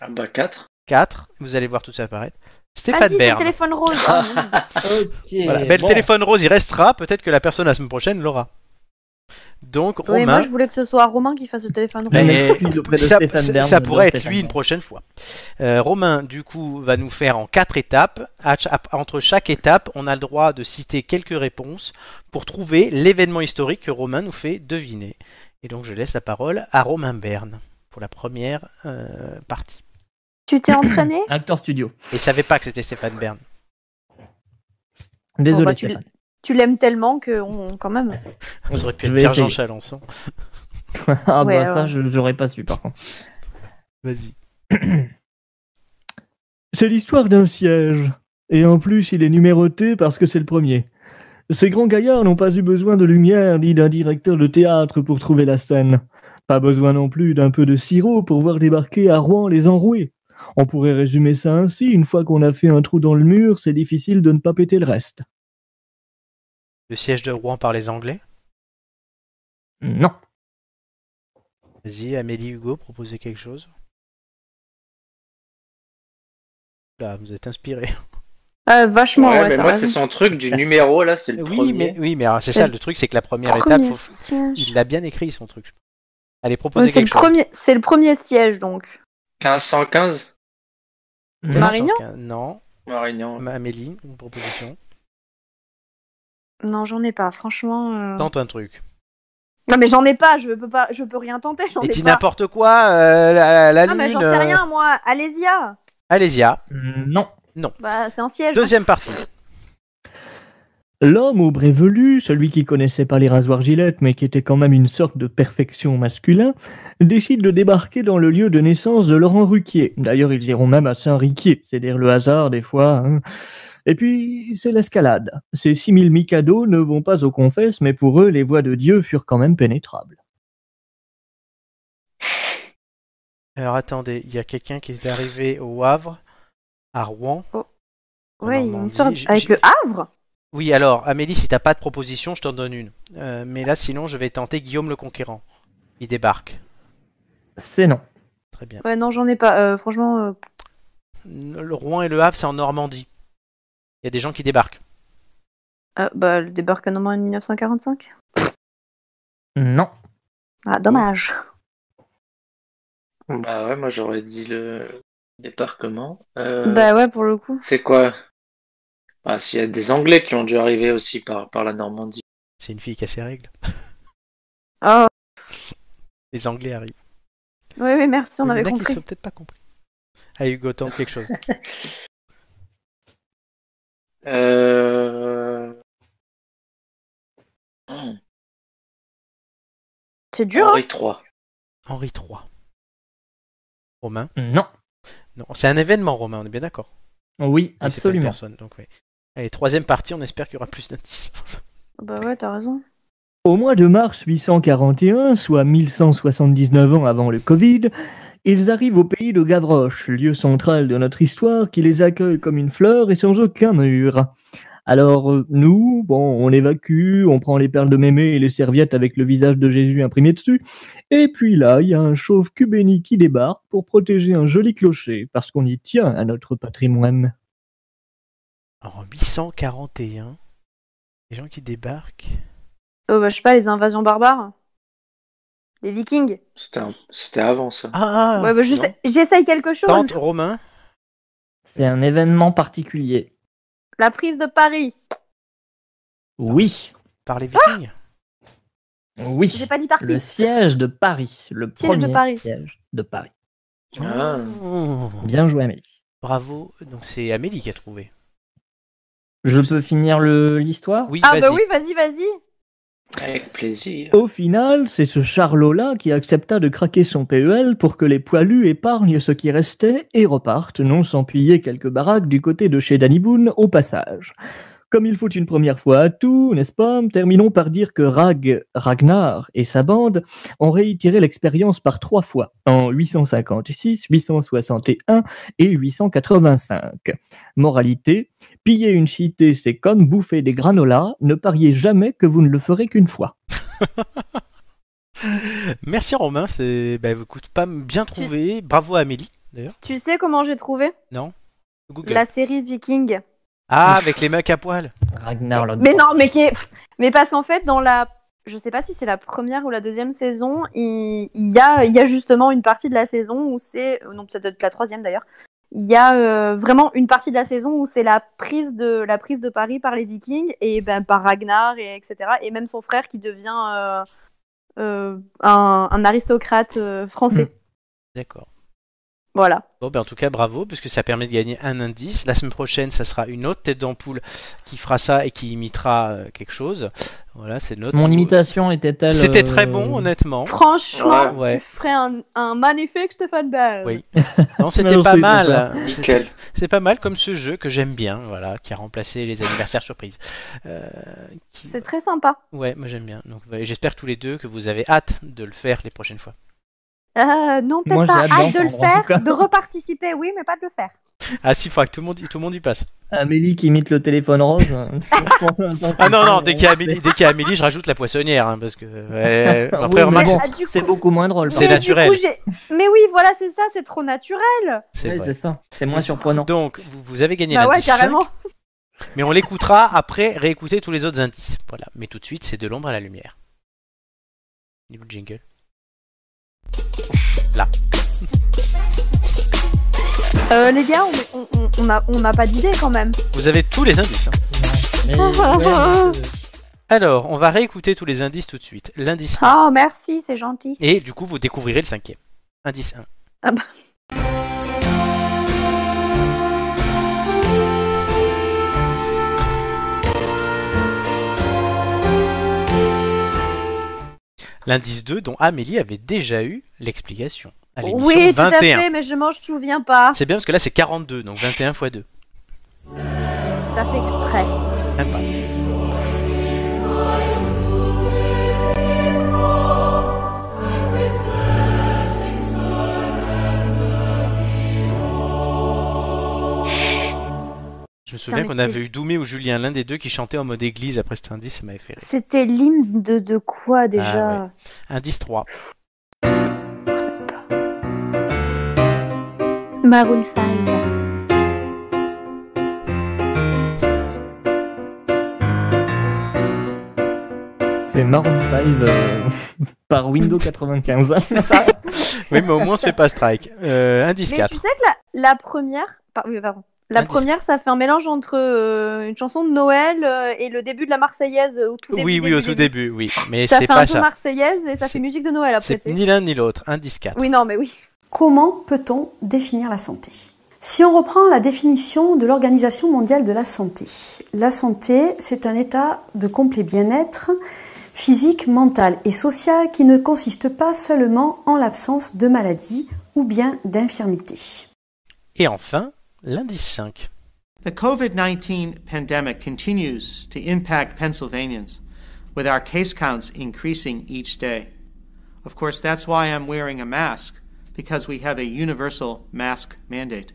S2: Ah Bah 4.
S1: 4, vous allez voir tout ça apparaître.
S5: Vas-y,
S1: Stéphane
S5: c'est le
S1: Bern. [LAUGHS]
S5: téléphone rose
S4: Ok,
S1: Voilà. Mais
S4: bon.
S1: le téléphone rose, il restera, peut-être que la personne la semaine prochaine l'aura. Donc
S5: Oui, moi
S1: Romain,
S5: je voulais que ce soit Romain qui fasse le téléphone rose.
S1: Ben,
S4: Mais excuse auprès de
S1: ça,
S4: Stéphane
S1: ça-
S4: Bern,
S1: ça
S4: de
S1: pourrait être
S4: Stéphane
S1: lui une
S4: Bern.
S1: prochaine fois. Euh, Romain, du coup, va nous faire en quatre étapes. À cha- Entre chaque étape, on a le droit de citer quelques réponses pour trouver l'événement historique que Romain nous fait deviner. Et donc, je laisse la parole à Romain Berne pour la première euh, partie.
S5: Tu t'es entraîné
S4: Acteur studio.
S1: Et savait pas que c'était Stéphane Bern.
S4: Désolé,
S5: bah, tu-
S4: Stéphane.
S5: Tu l'aimes tellement que on... quand même.
S1: On aurait pu
S4: Je
S1: être
S4: vais
S1: Pierre-Jean
S4: essayer.
S1: Chalençon.
S4: [LAUGHS] ah
S5: Ouais,
S4: bah ça,
S5: ouais.
S4: je- j'aurais pas su par contre.
S1: Vas-y.
S4: C'est l'histoire d'un siège. Et en plus, il est numéroté parce que c'est le premier. Ces grands gaillards n'ont pas eu besoin de lumière ni d'un directeur de théâtre pour trouver la scène. Pas besoin non plus d'un peu de sirop pour voir débarquer à Rouen les enroués. On pourrait résumer ça ainsi, une fois qu'on a fait un trou dans le mur, c'est difficile de ne pas péter le reste.
S1: Le siège de Rouen par les Anglais.
S4: Non.
S1: Vas-y, Amélie Hugo, proposez quelque chose. Là, vous êtes inspiré.
S5: vachement,
S2: ouais, mais moi c'est son truc du numéro là, c'est le premier.
S1: Oui, mais, oui, mais alors, c'est ça, le truc, c'est que la première étape, faut- il l'a bien écrit, son truc. Allez, proposez
S5: C'est le,
S1: quelque chose.
S5: premier... c'est le premier siège donc.
S2: 1515
S5: Marignan
S1: 1515, Non,
S2: Marignan.
S1: Ma- Amélie, une proposition.
S5: Non, j'en ai pas, franchement. euh.
S1: Tente un truc.
S5: Non, mais j'en ai pas, je peux, pas... Je peux rien tenter, j'en
S1: Et
S5: ai
S1: dis
S5: pas.
S1: n'importe quoi, euh, la, la
S5: Non, mais
S1: lune.
S5: j'en sais
S1: euh,
S5: rien, moi. Allez-y, ah.
S1: Allez-y, ah.
S4: Non.
S5: Bah, c'est un siège.
S1: deuxième partie.
S4: L'homme au brévelu, celui qui connaissait pas les rasoirs gilettes mais qui était quand même une sorte de perfection masculin, décide de débarquer dans le lieu de naissance de Laurent Ruquier. D'ailleurs, ils iront même à Saint-Riquier, c'est-à-dire le hasard des fois. hein. Et puis, c'est l'escalade. Ces 6000 micados ne vont pas aux confesses, mais pour eux, les voies de Dieu furent quand même pénétrables.
S1: Alors attendez, il y a quelqu'un qui est arrivé au Havre, à Rouen.
S5: Oui, il y a une
S1: Normandie,
S5: histoire
S1: j'ai-
S5: avec
S1: j'ai-
S5: le Havre.
S1: Oui, alors, Amélie, si t'as pas de proposition, je t'en donne une. Euh, mais là, sinon, je vais tenter Guillaume le Conquérant. Il débarque.
S4: C'est non.
S1: Très bien.
S5: Ouais, non, j'en ai pas. euh, franchement, euh,
S1: Le Rouen et le Havre, c'est en Normandie. Il y a des gens qui débarquent.
S5: euh, bah, le débarquement en 1945.
S4: Non.
S5: Ah, dommage.
S2: Bah ouais, moi j'aurais dit le débarquement. Euh,
S5: Bah ouais, pour le coup.
S2: C'est quoi Bah s'il y a des Anglais qui ont dû arriver aussi par, par la Normandie.
S1: C'est une fille qui a ses règles.
S5: Oh,
S1: Les Anglais arrivent.
S5: oui, oui, merci, on
S1: Il y en
S5: avait
S1: a qui
S5: compris.
S1: sont peut-être pas compris. Ah Hugo, tente quelque
S5: [LAUGHS]
S1: chose.
S2: Euh... hmm,
S5: C'est dur, hein
S2: Henri III.
S1: Henri III. Romain
S4: Non.
S1: Non, c'est un événement, Romain, on est bien d'accord.
S4: Oui,
S1: Oui, c'est pas une
S4: absolument.
S1: personne, donc oui. Allez, troisième partie, on espère qu'il y aura plus d'indices.
S5: Bah ouais, t'as raison.
S4: Au mois de mars 841, soit 1179 ans avant le Covid, ils arrivent au pays de Gavroche, lieu central de notre histoire qui les accueille comme une fleur et sans aucun mur. Alors euh, nous, bon, on évacue, on prend les perles de mémé et les serviettes avec le visage de Jésus imprimé dessus, et puis là, il y a un chauve cubéni qui débarque pour protéger un joli clocher, parce qu'on y tient à notre patrimoine.
S1: Alors, en 841, les gens qui débarquent.
S5: Euh, bah, je sais pas, les invasions barbares. Les vikings.
S2: C'était un- c'était avant ça.
S1: Ah, ah,
S5: ouais, bah, je
S2: non.
S5: sais- j'essaye quelque chose.
S1: tente romain.
S4: C'est un événement particulier.
S5: La prise de Paris.
S4: Oui,
S1: Par les vikings
S4: oui.
S5: J'ai pas dit Paris.
S4: Le siège de Paris, le
S5: Siège de
S4: premier
S5: Paris.
S4: siège de Paris.
S2: Ah.
S1: Oh,
S4: Bien joué, Amélie.
S1: Bravo. Donc, c'est Amélie qui a trouvé.
S4: Je peux finir le- l'histoire
S1: Oui,
S5: Ah
S1: vas-y.
S5: bah oui, vas-y, vas-y.
S2: Ah, Avec plaisir.
S4: Au final, c'est ce Charlot-là qui accepta de craquer son PEL pour que les poilus épargnent ce qui restait et repartent, non sans piller quelques baraques du côté de chez Danny Boone au passage. Comme il faut une première fois à tout, n'est-ce pas Terminons par dire que Rag, Ragnar et sa bande ont réitéré l'expérience par trois fois, en 856, 861 et 885. Moralité, piller une cité, c'est comme bouffer des granolas, ne pariez jamais que vous ne le ferez qu'une fois.
S1: Merci Romain, c'est bah, écoute, pas bien trouvé. Bravo à Amélie.
S5: Tu sais comment j'ai trouvé
S1: Google.
S5: La série Viking.
S1: Ah, avec les mecs à poil.
S4: Ragnar Lodbrok.
S5: Mais non, mais qui est- pff, Mais parce qu'en fait, dans la. Je sais pas si c'est la première ou la deuxième saison, il il y a, il y a justement une partie de la saison où c'est. Non, peut-être la troisième d'ailleurs. Il y a euh, vraiment une partie de la saison où c'est la prise de la prise de Paris par les Vikings et ben par Ragnar et etc. Et même son frère qui devient euh, euh, un, un aristocrate euh, français.
S4: Mm.
S1: D'accord.
S5: Voilà.
S1: Bon, ben, en tout cas, bravo, puisque ça permet de gagner un indice. La semaine prochaine, ça sera une autre tête d'ampoule qui fera ça et qui imitera euh, quelque chose. Voilà, c'est notre.
S4: Mon imitation Euh, était telle.
S1: C'était très bon, honnêtement.
S5: Franchement,
S1: Ouais.
S5: tu ferais un, un magnifique Stéphane Bell.
S1: Oui. Non, c'était
S4: Non,
S1: pas
S4: c'est
S1: mal. C'était-
S2: Nickel.
S1: C'est pas mal comme ce jeu que j'aime bien, voilà, qui a remplacé les anniversaires surprises. Euh, qui-
S5: C'est très sympa.
S1: Ouais, moi j'aime bien. Donc, ouais, j'espère tous les deux que vous avez hâte de le faire les prochaines fois.
S5: Euh, non,
S4: Moi,
S5: peut-être pas.
S4: j'ai hâte d'en
S5: Hâte de le
S4: prendre, en tout cas.
S5: faire, de reparticiper, oui, mais pas de le faire.
S1: Ah si, il faudra que tout le monde, y- tout le monde y passe.
S4: Amélie qui imite le téléphone
S5: [LAUGHS]
S4: rose.
S1: Ah non, non, dès qu'il y a Amélie, dès qu'il y a Amélie, je rajoute la poissonnière, hein, parce que...
S4: [LAUGHS]
S1: ouais,
S4: Oui,
S1: après,
S4: mais
S1: remarque,
S4: bon,
S5: Ah, du
S4: c'est
S5: coup-
S4: beaucoup moins drôle.
S1: C'est
S5: Mais du
S1: naturel.
S5: coup, j'ai- mais oui, voilà, c'est ça, c'est trop naturel.
S1: c'est
S4: Oui,
S1: vrai.
S4: c'est ça. C'est moins surprenant.
S1: Donc, vous, vous avez gagné
S5: Bah ouais,
S1: l'indice 5,
S5: carrément.
S1: mais on l'écoutera après réécouter tous les autres indices. Voilà, mais tout de suite, c'est de l'ombre à la lumière. Il est où le jingle
S5: Euh, les gars, on on- on- on a- on n'a pas d'idée quand même.
S1: Vous avez tous les indices. hein.
S4: Mais, ouais, mais,
S1: Alors, on va réécouter tous les indices tout de suite. L'indice 1.
S5: [LAUGHS] Oh, merci, c'est gentil.
S1: Et du coup, vous découvrirez le cinquième. Indice 1.
S5: Ah bah.
S1: L'indice 2, dont Amélie avait déjà eu l'explication à l'émission
S5: Oui, tout
S1: 21.
S5: à fait, mais je m'en souviens pas.
S1: C'est bien parce que là, c'est 42, donc 21 x 2.
S5: Ça fait exprès.
S1: Même pas. Je me souviens
S5: mais
S1: qu'on
S5: c'est-
S1: avait eu Doumé ou Julien, l'un des deux qui chantait en mode église après cet indice, ça m'avait fait rire.
S5: C'était l'hymne de, de quoi déjà
S1: ouais. Indice 3.
S5: Maroon 5.
S4: euh, C'est Maroon 5 euh, [LAUGHS] par Windows 95.
S1: C'est ça [LAUGHS] Oui, mais au moins on se fait pas strike. Euh, indice
S5: Mais
S1: 4.
S5: tu sais que la, la première. par- oui, pardon. La
S1: Indice.
S5: première, ça fait un mélange entre euh, une chanson de Noël euh, et le début de la Marseillaise euh, au tout début.
S1: oui, oui, au tout
S5: début.
S1: début, oui. Mais
S5: Ça fait
S1: c'est
S5: un
S1: pas
S5: peu
S1: ça.
S5: marseillaise et ça
S1: C'est-
S5: fait musique de Noël après.
S1: C'est
S5: c'est-
S1: ni l'un ni l'autre. Indice 4.
S5: Oui, non, mais oui.
S11: Comment peut-on définir la santé Si on reprend la définition de l'Organisation mondiale de la santé, la santé, c'est un état de complet bien-être physique, mental et social qui ne consiste pas seulement en l'absence de maladie ou bien d'infirmité.
S1: Et enfin, l'indice 5.
S6: The COVID 19 pandemic continues to impact Pennsylvanians, with our case counts increasing each day. Of course, that's why I'm wearing a mask, because we have a universal mask mandate.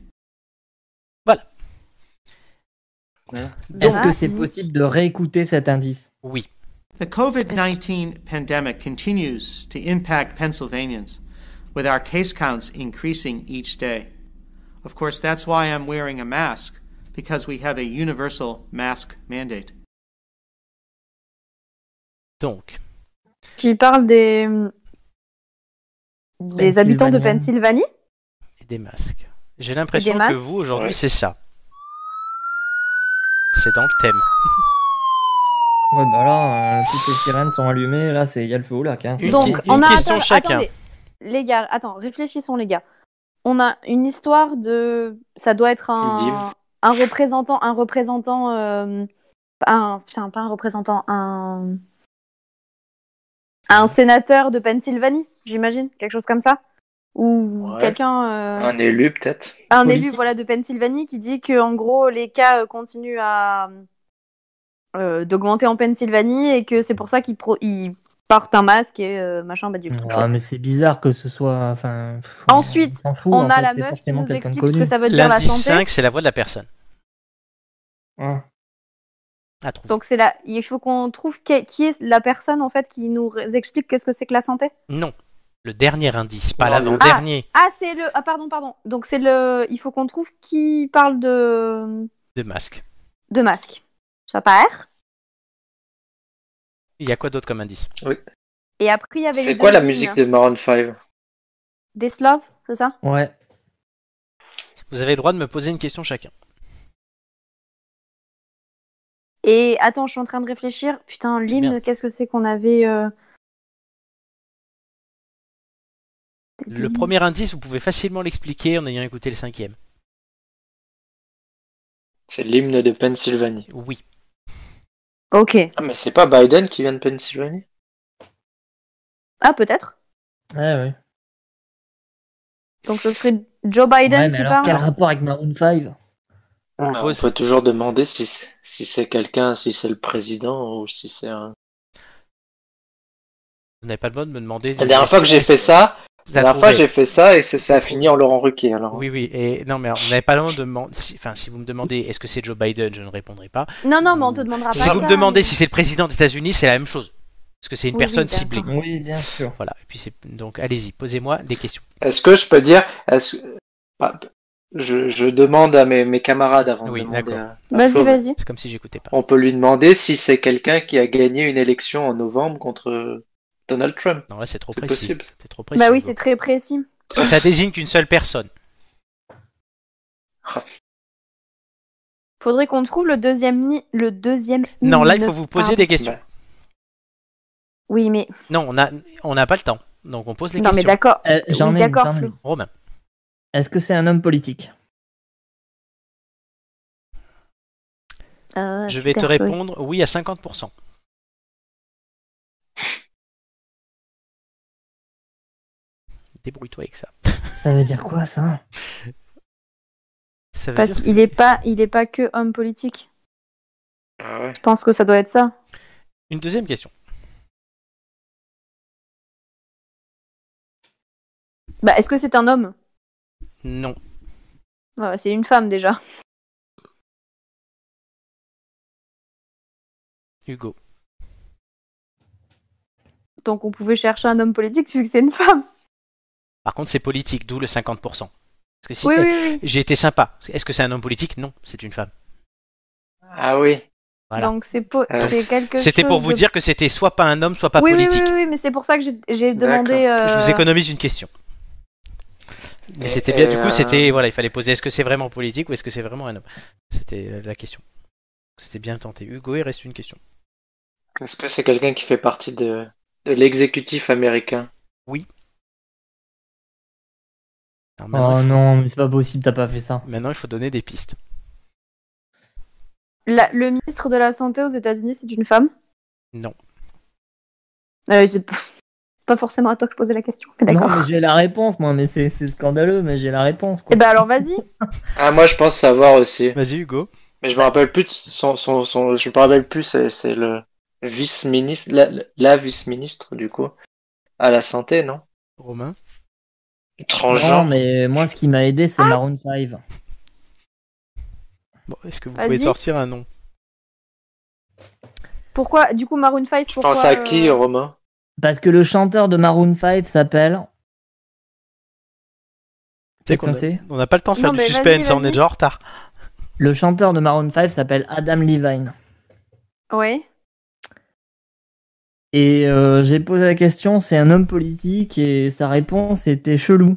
S4: Est-ce
S5: Ah,
S4: que c'est
S5: oui.
S4: possible de réécouter cet indice
S1: Oui.
S6: The COVID 19 pandemic continues to impact Pennsylvanians, with our case counts increasing each day. Of course, that's why I'm wearing a mask, because we have a universal mask mandate.
S1: Donc,
S5: Qui parle des, des habitants de Pennsylvanie.
S1: des masques. J'ai l'impression
S5: masques
S1: que vous, aujourd'hui,
S2: Ouais.
S1: c'est ça. C'est dans le thème.
S4: Ouais, bah là, euh, toutes les sirènes sont allumées. Là, c'est il y a le feu au lac. Hein.
S1: Une
S5: Donc,
S1: qui-
S5: on
S1: une
S5: a
S1: question
S5: attends-
S1: chacun.
S5: attendez. les gars, attends, réfléchissons les gars. On a une histoire de, ça doit être
S2: Dim.
S5: un, un représentant, un représentant, euh, un, putain, pas un représentant, un, un sénateur de Pennsylvanie, j'imagine, quelque chose comme ça, ou
S2: Ouais.
S5: quelqu'un, euh,
S2: Un élu, peut-être.
S5: un, élu,
S4: politique.
S5: voilà, de Pennsylvanie qui dit que en gros les cas euh, continuent à euh, d'augmenter en Pennsylvanie et que c'est pour ça qu'ils pro- ils portent un masque et euh, machin, bah du
S4: Ouais,
S5: tout.
S4: Ah, mais c'est bizarre que ce soit. Enfin. pff,
S5: Ensuite,
S4: on, s'en fout,
S5: on
S4: en
S5: a
S4: fait,
S5: la
S4: c'est
S5: meuf qui
S4: forcément
S5: nous
S4: quelqu'un de
S5: explique ce que
S4: connu.
S5: ça veut dire la
S1: L'indice
S5: santé.
S1: 5, c'est la voix de la personne.
S4: Ouais.
S1: À trouver.
S5: Donc c'est là, il faut qu'on trouve qui est, qui est la personne en fait qui nous ré- explique qu'est-ce que c'est que la santé.
S1: Non. Le dernier indice, pas
S2: Non,
S1: l'avant-dernier.
S5: Ah c'est le, ah pardon pardon. Donc c'est le, il faut qu'on trouve qui parle de
S1: De masque.
S5: de masque. Ça part.
S1: Il y a quoi d'autre comme indice
S5: Et après il y avait.
S2: C'est
S5: les
S2: quoi
S5: deux
S2: la
S5: signes.
S2: musique de Maroon 5
S5: Death Love, c'est ça
S4: Ouais.
S1: Vous avez le droit de me poser une question chacun.
S5: Et attends, je suis en train de réfléchir. Putain,
S1: bien.
S5: l'hymne, qu'est-ce que c'est qu'on avait euh, Mm.
S1: Le premier indice, vous pouvez facilement l'expliquer en ayant écouté le cinquième.
S2: C'est l'hymne de Pennsylvanie.
S1: Oui.
S5: Ok.
S2: Ah, mais c'est pas Biden qui vient de Pennsylvanie
S5: Ah peut-être.
S4: Ouais, ouais.
S5: Donc ce serait Joe Biden
S4: Ouais, mais
S5: qui
S4: alors,
S5: parle.
S4: quel rapport avec Maroon 5
S2: Bah,
S1: Ouais,
S2: On
S1: Ah, c'est-
S2: peut toujours demander si, c'est- si c'est quelqu'un, si c'est le président ou si c'est un.
S1: Vous n'avez pas le droit de me demander.
S2: La dernière fois que j'ai fait ça,
S1: T'as
S2: la dernière fois
S1: trouvé.
S2: j'ai fait ça et c'est- ça a fini en Laurent Ruquier. Alors,
S1: Oui, oui. Et non, mais vous n'avez pas le droit de demander. si- Enfin, si vous me demandez est-ce que c'est Joe Biden, je ne répondrai pas.
S5: Non non, mais on te demandera Ah, pas.
S1: si vous
S5: ça, hein.
S1: me demandez
S5: mais-
S1: si c'est le président des États-Unis, c'est la même chose. Parce que c'est une
S5: Oui,
S1: personne
S5: oui,
S1: ciblée.
S4: Oui, bien sûr.
S1: Voilà. Et puis c'est donc allez-y, posez-moi des questions.
S2: est-ce que je peux dire, est-ce ah, je, je demande à mes, mes camarades avant
S1: Oui,
S2: de demander.
S1: d'accord.
S2: à- à
S5: Vas-y
S2: Fauve.
S5: vas-y.
S1: C'est comme si j'écoutais pas.
S2: On peut lui demander si c'est quelqu'un qui a gagné une élection en novembre contre Donald Trump.
S1: Non, là c'est trop
S2: C'est
S1: précis.
S2: possible.
S1: C'est trop précis.
S5: Bah oui,
S1: Hugo.
S5: c'est très précis.
S1: Parce que ça désigne qu'une seule personne.
S5: Faudrait qu'on trouve le deuxième ni le deuxième.
S1: Non, là il
S5: hymne.
S1: faut vous poser
S5: Pardon.
S1: des questions.
S2: Bah,
S5: Oui, mais
S1: Non, on a on n'a pas le temps. Donc on pose les
S5: non, mais
S1: questions.
S5: d'accord.
S4: Euh,
S5: Oui,
S4: J'en ai une,
S5: d'accord,
S4: j'en ai
S5: Flo.
S4: une.
S1: Romain.
S4: Est-ce que c'est un homme politique
S5: Euh,
S1: Je vais te
S5: super, oui.
S1: répondre oui à 50%. Débrouille-toi avec ça.
S4: Ça veut dire quoi ça
S1: Ça veut
S5: Parce
S1: dire
S5: qu'il
S1: que-
S5: est pas, il est pas que homme politique.
S2: ah ouais.
S5: Je pense que ça doit être ça.
S1: Une deuxième question.
S5: Bah, est-ce que c'est un homme
S1: Non.
S5: Ouais, C'est une femme déjà.
S1: Hugo.
S5: Donc on pouvait chercher un homme politique vu que c'est une femme.
S1: Par contre, c'est politique, d'où le 50%. Parce que si
S5: Oui,
S1: eh,
S5: oui, oui.
S1: j'ai été sympa. Est-ce que c'est un homme politique Non, c'est une femme.
S2: Ah oui.
S1: Voilà.
S5: Donc c'est po-
S2: Euh,
S5: c'est quelque
S1: C'était pour
S5: chose
S1: vous
S5: de-
S1: dire que c'était soit pas un homme, soit pas
S5: oui, oui,
S1: politique.
S5: Oui, oui, mais c'est pour ça que j'ai- j'ai demandé.
S1: Je
S5: euh,
S1: vous économise une question. Mais
S2: Et-
S1: c'était bien,
S2: et,
S1: du coup,
S2: euh,
S1: c'était voilà, il fallait poser est-ce que c'est vraiment politique ou est-ce que c'est vraiment un homme C'était euh, la- la question. C'était bien tenté. Hugo, il reste une question.
S2: Est-ce que c'est quelqu'un qui fait partie de, de l'exécutif américain
S1: Alors maintenant,
S4: Oh
S1: il faut-
S4: non, mais c'est pas possible, t'as pas fait ça.
S1: maintenant, il faut donner des pistes.
S5: la- le ministre de la santé aux États-Unis, c'est une femme
S1: Non.
S5: Euh, c'est p- pas forcément à toi que je posais la question. mais
S4: Non,
S5: D'accord.
S4: mais j'ai la réponse, moi, mais c'est c'est scandaleux, mais j'ai la réponse. Quoi.
S5: Et bah alors vas-y.
S2: Ah moi je pense savoir aussi.
S1: Vas-y, Hugo.
S2: Mais je me rappelle plus de son, son, son- je me rappelle plus c'est c'est le vice-ministre la, la vice-ministre du coup à la santé, non
S1: Romain.
S4: Non,
S2: Transgenre.
S4: mais moi, ce qui m'a aidé, c'est Maroon 5.
S1: Bon, est-ce que vous
S5: Vas-y.
S1: pouvez sortir un nom
S5: Pourquoi Du coup, Maroon 5,
S2: Tu
S5: pourquoi
S2: penses à qui,
S5: euh,
S2: Romain
S4: Parce que le chanteur de Maroon 5 s'appelle.
S1: Tu sais
S4: T'es
S1: qu'on a-
S4: coincé
S1: On n'a pas le temps de faire
S5: Non,
S1: du
S5: mais vas-y,
S1: suspense, hein, on
S5: vas-y.
S1: est déjà en retard.
S4: Le chanteur de Maroon 5 s'appelle Adam Levine.
S5: Oui.
S4: Et euh, j'ai posé la question, c'est un homme politique et sa réponse était chelou.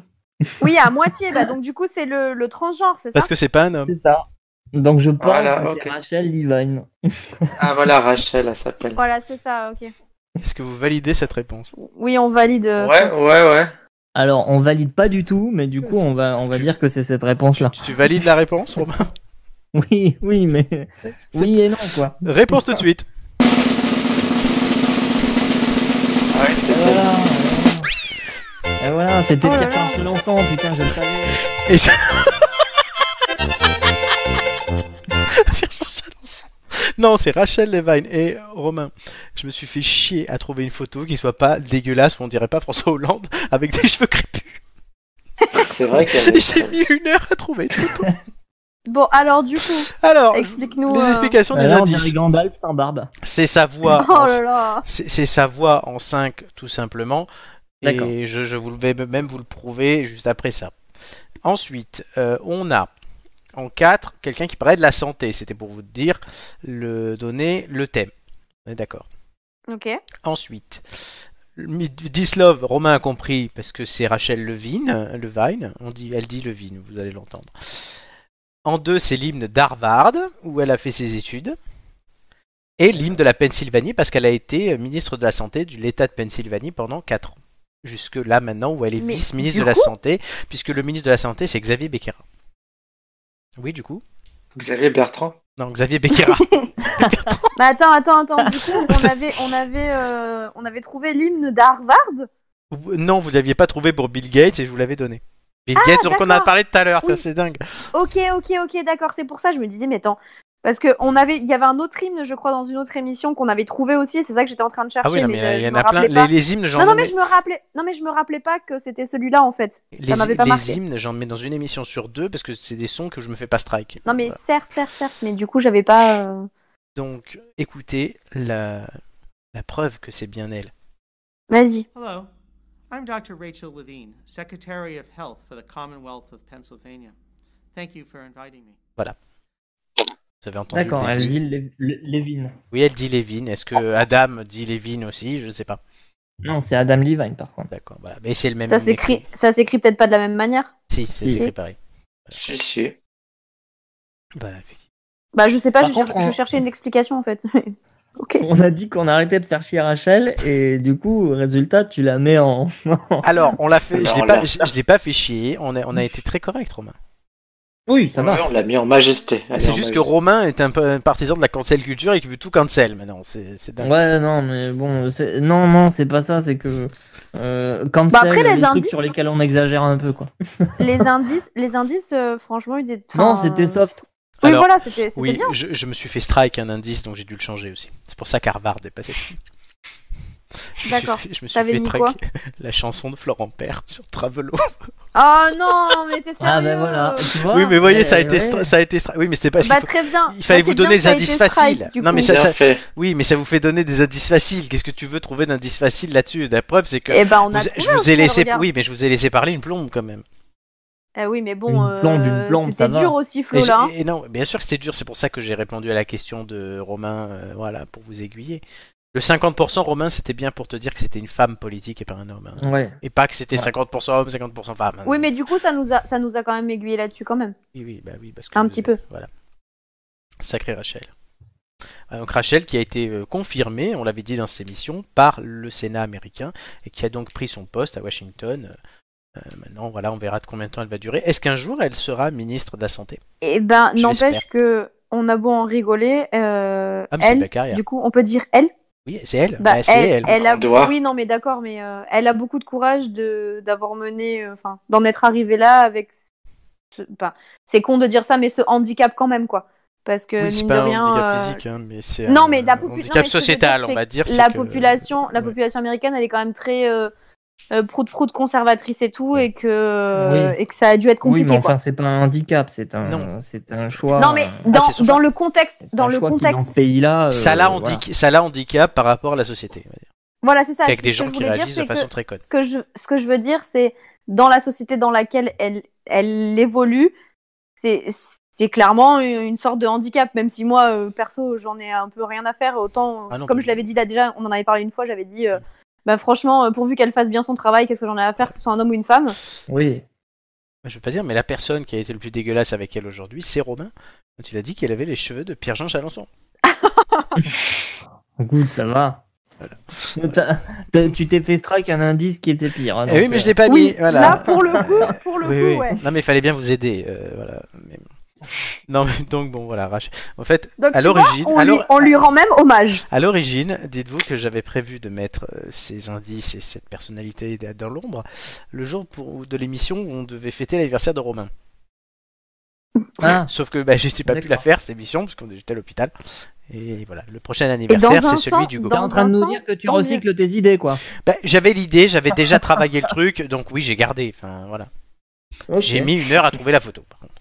S5: Oui, à moitié. Bah, donc, du coup, c'est le, le transgenre, c'est ça
S1: Parce que c'est pas un homme.
S4: C'est ça. Donc je pense
S2: Voilà,
S4: que
S2: ok.
S4: c'est Rachel Levine.
S2: Ah voilà, Rachel, elle s'appelle.
S5: Voilà, c'est ça, ok.
S1: Est-ce que vous validez cette réponse
S5: Oui, on valide. euh,
S2: Ouais, ouais, ouais.
S4: Alors on valide pas du tout, mais du coup on va on va dire que c'est cette réponse là.
S1: tu, tu valides la réponse, Romain
S4: [LAUGHS] Oui, oui, mais oui et non quoi.
S1: Réponse tout de suite.
S2: Ah ouais, c'est
S4: Voilà. Et voilà, c'était
S5: Oh
S4: le
S5: là là.
S4: carton de l'enfant, putain, je le savais.
S1: Et je- Non, c'est Rachel Levine et Romain. Je me suis fait chier à trouver une photo qui soit pas dégueulasse où on dirait pas François Hollande avec des cheveux crépus.
S2: belle. C'est vrai qu'elle
S1: Et [LAUGHS] J'ai mis une heure à trouver. une photo.
S5: Bon, alors, du coup,
S1: Alors,
S5: explique-nous.
S1: les
S5: euh,
S1: explications des
S4: Voilà, Bah on dirait
S1: indices.
S4: Gandalf sans barbe.
S1: C'est sa voix.
S5: [LAUGHS] Oh
S1: en-
S5: là là.
S1: C'est c'est sa voix en 5 tout simplement.
S4: D'accord.
S1: Et je, je vous le vais même vous le prouver juste après ça. Ensuite, euh, on a en 4 quelqu'un qui parlait de la santé. C'était pour vous dire, le donner le thème. On est d'accord.
S5: Ok.
S1: Ensuite, Mi- Dislove, Romain a compris parce que c'est Rachel Levine, euh, Levine. On dit, elle dit Levine, vous allez l'entendre. En deux, c'est l'hymne d'Harvard où elle a fait ses études. Et l'hymne de la Pennsylvanie parce qu'elle a été euh, ministre de la Santé de l'État de Pennsylvanie pendant 4 ans. Jusque là maintenant où elle est
S5: Mais
S1: vice-ministre
S5: du
S1: de la
S5: coup-
S1: Santé puisque le ministre de la Santé c'est Xavier Becerra. Oui du coup
S2: Xavier Bertrand.
S1: Non, Xavier Becerra.
S5: Mais Bah, attends, attends, attends. Du coup,
S1: [LAUGHS]
S5: on avait, on avait, euh, on avait trouvé l'hymne d'Harvard.
S1: Vous- Non, vous n'aviez pas trouvé pour Bill Gates et je vous l'avais donné. Bill Gates, donc on en a
S5: Ah, d'accord.
S1: parlé tout à l'heure, ça,
S5: Oui.
S1: c'est dingue.
S5: Ok, ok, ok, d'accord. C'est pour ça, je me disais, mais attends. Parce que on avait, il y avait un autre hymne, je crois, dans une autre émission qu'on avait trouvé aussi. et C'est ça que j'étais en train de chercher.
S1: Ah oui, non,
S5: mais
S1: mais il
S5: je-
S1: y
S5: je
S1: en
S5: me
S1: a plein.
S5: rappelais pas.
S1: Les, les hymnes, j'en
S5: Non, non,
S1: mets-
S5: mais je me rappelais, non, mais je me rappelais pas que c'était celui-là en fait.
S1: les,
S5: m'avait pas
S1: les
S5: marqué.
S1: hymnes, j'en mets dans une émission sur deux parce que c'est des sons que je me fais pas strike.
S5: Non, mais
S1: Voilà.
S5: certes, certes, certes, mais du coup, j'avais pas. euh,
S1: Donc, écoutez la, la preuve que c'est bien elle.
S5: Vas-y.
S6: Hello, I'm Dr. Rachel Levine, Secretary of Health for the Commonwealth of Pennsylvania. Thank you for inviting me.
S1: Vous avez entendu
S4: D'accord,
S1: le
S4: elle
S1: début.
S4: dit Le- Le- Levine.
S1: Oui, elle dit Lévin. Est-ce que Adam dit Lévin aussi Je sais pas.
S4: Non, c'est Adam Levine par contre.
S1: D'accord, voilà. Mais c'est le même.
S5: Ça
S1: hymne
S5: s'écrit, ça s'écrit peut-être pas de la même manière.
S1: Si, c'est
S4: Si.
S1: écrit pareil.
S2: Si, si.
S1: Voilà, effectivement.
S5: Bah, je sais pas.
S4: Par
S5: Je, cher-
S4: contre, on-
S5: je cherchais une explication en fait. [LAUGHS] ok.
S4: On a dit qu'on arrêtait de faire chier Rachel et du coup, résultat, tu la mets en. [LAUGHS]
S1: Alors, on l'a fait. Je
S2: Alors
S1: l'ai
S2: là.
S1: pas, je, je l'ai pas fait chier. On a, on a été très correct, Romain.
S4: oui, ça
S2: Ouais,
S4: va.
S2: on l'a mis en majesté. Elle est
S1: Ah, C'est
S2: en
S1: juste que
S2: majesté.
S1: Romain est un peu un partisan de la cancel culture et qui veut tout cancel maintenant. C'est c'est dingue.
S4: Ouais, non, mais bon, c'est- non, non, c'est pas ça, c'est que euh, quand
S5: Bah après, les
S4: les trucs
S5: indices-
S4: sur lesquels on exagère un peu, quoi.
S5: les indices, les indices, euh, franchement, ils étaient.
S4: Non,
S5: enfin,
S4: c'était
S5: euh,
S4: soft.
S5: Oui,
S1: Alors,
S5: voilà, c'était c'était
S1: Oui,
S5: bien.
S1: je, je me suis fait strike un indice, donc j'ai dû le changer aussi. C'est pour ça qu'Harvard est passé. Je me suis
S5: D'accord.
S1: fait- Je me suis
S5: T'avais
S1: fait
S5: mis
S1: traquer [LAUGHS] la chanson de Florent Père sur Travelo.
S5: Oh non, mais t'es sérieux.
S4: Ah ben voilà. tu vois,
S1: oui, mais voyez, ça a
S4: eh,
S1: été, stra-
S4: ouais.
S1: ça a été. stra- Oui, mais c'était pas. parce
S5: Bah,
S1: qu'il faut-
S5: très bien.
S1: il fallait
S5: Bah,
S1: vous
S5: c'est bien
S1: donner
S5: que ça
S1: des
S5: ait été
S1: indices faciles.
S5: strike, du
S1: Non,
S5: coup.
S1: mais
S2: Bien
S1: ça-
S2: fait.
S1: Oui, mais ça vous fait donner des indices faciles. Qu'est-ce que tu veux trouver d'indices faciles là-dessus La preuve, c'est que
S5: Eh ben, on a
S1: vous-
S5: trouvé
S1: je
S5: au
S1: vous ai
S5: final,
S1: laissé.
S5: regarde.
S1: Oui, mais je vous ai laissé parler une plombe quand même.
S5: Eh oui, mais bon.
S4: Une
S5: euh,
S4: plombe, une plombe, ça
S5: C'était
S4: va.
S5: dur aussi,
S1: Et
S5: Flo, là. hein.
S1: j'ai- et non, bien sûr que c'était dur. C'est pour ça que j'ai répondu à la question de Romain, euh, voilà, pour vous aiguiller. Le 50% Romain, c'était bien pour te dire que c'était une femme politique et pas un homme. hein.
S4: Ouais.
S1: Et pas que c'était
S4: Voilà.
S1: 50% hommes, 50% femmes. hein.
S5: Oui, mais du coup, ça nous a, ça nous a quand même aiguillé là-dessus, quand même.
S1: Oui, oui, bah oui, parce que.
S5: Un petit peu.
S1: Voilà. Sacré Rachel. Ah, Donc Rachel qui a été euh, confirmée, on l'avait dit dans ses missions, par le Sénat américain et qui a donc pris son poste à Washington. Euh, maintenant, voilà, on verra de combien de temps elle va durer. Est-ce qu'un jour elle sera ministre de la Santé
S5: Eh ben,
S1: Je
S5: n'empêche
S1: l'espère.
S5: que on a beau en rigoler, euh,
S1: Ah, mais c'est
S5: elle,
S1: Beccaria.
S5: du coup, on peut dire elle.
S1: Oui, c'est elle.
S5: Bah,
S1: Bah, c'est elle.
S5: a,
S2: On doit.
S5: oui, non, mais d'accord, mais euh, elle a beaucoup de courage de d'avoir mené, euh, enfin, d'en être arrivée là avec. ce- enfin, c'est con de dire ça, mais ce handicap quand même, quoi. Parce que
S1: Oui, c'est
S5: mine
S1: pas
S5: de
S1: un
S5: rien,
S1: handicap
S5: euh,
S1: physique, hein, mais c'est
S5: non,
S1: un
S5: mais la popu- non, mais
S1: handicap
S5: ce que je veux
S1: sociétal,
S5: dire,
S1: on va
S5: c'est
S1: dire.
S5: que
S1: c'est
S5: la
S1: que-
S5: population, la
S1: ouais.
S5: population américaine, elle est quand même très euh, euh, prout-prout conservatrice et tout, et que euh,
S4: Oui.
S5: et que ça a dû être
S4: Oui,
S5: compliqué.
S4: mais
S5: quoi.
S4: enfin, c'est pas un handicap, c'est un,
S1: Non.
S4: c'est un choix.
S5: non, mais
S4: euh,
S5: dans,
S1: Ah, c'est son
S5: dans
S1: choix.
S5: le contexte,
S4: c'est
S5: dans
S4: un
S5: le
S4: choix qui, dans ce
S5: contexte,
S4: pays-là. euh,
S1: Ça la
S4: voilà.
S1: handicap, ça la handicap par rapport à la société. on va dire.
S5: voilà, c'est ça.
S1: Avec
S5: ce
S1: des
S5: que
S1: gens
S5: je
S1: qui
S5: voulais dire,
S1: réagissent de
S5: c'est que
S1: façon très conne.
S5: ce que je, ce que je veux dire, c'est dans la société dans laquelle elle, elle évolue, c'est c'est clairement une sorte de handicap, même si moi, euh, perso, j'en ai un peu rien à faire. Autant,
S1: Ah non,
S5: comme
S1: pas
S5: je
S1: du
S5: l'avais dit là déjà, on en avait parlé une fois, j'avais dit, euh, bah, franchement, euh, pourvu qu'elle fasse bien son travail, qu'est-ce que j'en ai à faire, que ce soit un homme ou une femme
S4: Oui.
S1: Je veux pas dire, mais la personne qui a été le plus dégueulasse avec elle aujourd'hui, c'est Romain, quand il a dit qu'elle avait les cheveux de Pierre-Jean Chalençon.
S4: Good, ça va. [LAUGHS] T'as- t'as- tu t'es fait strike un indice qui était pire. hein,
S1: Eh oui,
S4: donc,
S1: mais je
S4: euh,
S1: l'ai pas
S5: Oui,
S1: mis. Voilà.
S5: là, pour le coup, pour le
S1: Oui,
S5: coup,
S1: oui.
S5: ouais.
S1: Non, mais il fallait bien vous aider. euh, voilà. Mais- Non, mais donc bon, voilà, Rach. En fait,
S5: Donc,
S1: à
S5: tu vois,
S1: l'origine,
S5: on,
S1: à
S5: lui,
S1: l'or-
S5: on lui rend même hommage.
S1: à l'origine, dites-vous que j'avais prévu de mettre euh, ces indices et cette personnalité dans l'ombre le jour pour, de l'émission où on devait fêter l'anniversaire de Romain.
S4: ah,
S1: Sauf que bah, j'ai pas pu
S4: D'accord.
S1: la faire, cette émission, parce qu'on était à l'hôpital. Et voilà, le prochain
S5: Et dans
S1: anniversaire,
S5: un
S1: c'est celui
S5: sens-
S1: du
S4: t'es
S5: dans
S4: en train de
S5: un
S4: nous
S5: sens,
S4: dire que tu
S5: tant mieux.
S4: recycles tes idées, quoi.
S1: Bah, j'avais l'idée, j'avais déjà travaillé le truc, donc oui, j'ai gardé. Enfin, voilà. J'ai mis une heure à trouver la photo, par
S2: [LAUGHS]
S1: contre.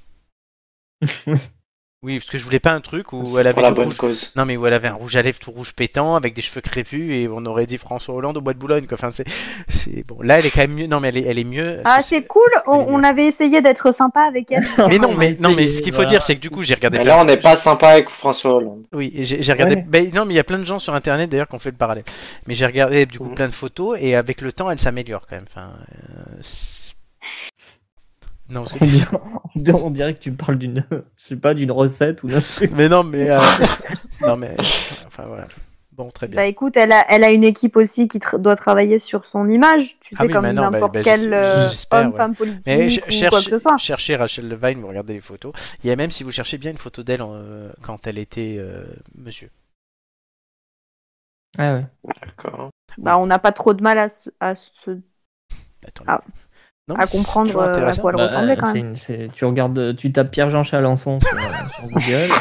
S1: oui, parce que je voulais pas un truc où elle
S2: C'est
S1: avait
S2: pour la
S1: tout
S2: bonne
S1: rouge.
S2: cause.
S1: Non, mais où elle avait un rouge à lèvres tout rouge pétant, avec des cheveux crépus, et on aurait dit François Hollande au bois de Boulogne. Quoi. Enfin, c'est, c'est bon. Là, elle est quand même mieux. Non, mais elle est, elle est mieux. parce
S5: Ah,
S1: que
S5: c'est cool, on,
S1: Elle est
S5: on avait essayé d'être sympa avec elle.
S1: [LAUGHS] Mais non, mais non, mais ce qu'il faut
S4: Voilà.
S1: dire, c'est que du coup, j'ai regardé.
S2: Mais
S1: plein
S2: là,
S1: de-
S2: on n'est pas sympa avec François Hollande.
S1: Oui, et j'ai j'ai regardé.
S4: Ouais.
S1: ben, non, mais il y a plein de gens sur Internet d'ailleurs qui ont fait le parallèle. Mais j'ai regardé du coup
S2: Mhm.
S1: plein de photos et avec le temps, elle s'améliore quand même. Enfin, euh, c'est- non,
S4: [LAUGHS]
S1: c'est-
S4: [LAUGHS] On dirait, on dirait que tu parles d'une, [LAUGHS] je sais pas, d'une recette ou d'un truc.
S1: mais non, mais euh, non, mais enfin voilà. Bon, très bien.
S5: Bah écoute, elle a, elle a une équipe aussi qui tra- doit travailler sur son image, tu
S1: Ah
S5: sais,
S1: oui,
S5: comme
S1: mais non, bah-
S5: n'importe
S1: bah, j'es-
S5: quel euh,
S1: j'espère,
S5: homme,
S1: ouais.
S5: femme politique
S1: Mais ch-
S5: ou quoi que
S1: cherchez,
S5: ce soit.
S1: cherchez Rachel Levine, vous regardez les photos. Il y a même si vous cherchez bien une photo d'elle euh, quand elle était euh, monsieur.
S4: Ah ouais.
S1: [LAUGHS]
S2: D'accord.
S5: Bah, on n'a pas trop de mal à se, à se-
S1: Attendez.
S5: Ah.
S1: Non,
S5: À
S1: mais c'est
S5: comprendre,
S1: toujours
S5: euh, à
S1: intéressant.
S5: quoi elle
S4: Bah,
S5: ressemblait, quand
S4: c'est
S5: même.
S4: une- c'est- tu regardes, tu tapes Pierre-Jean Chalençon sur, euh, sur Google.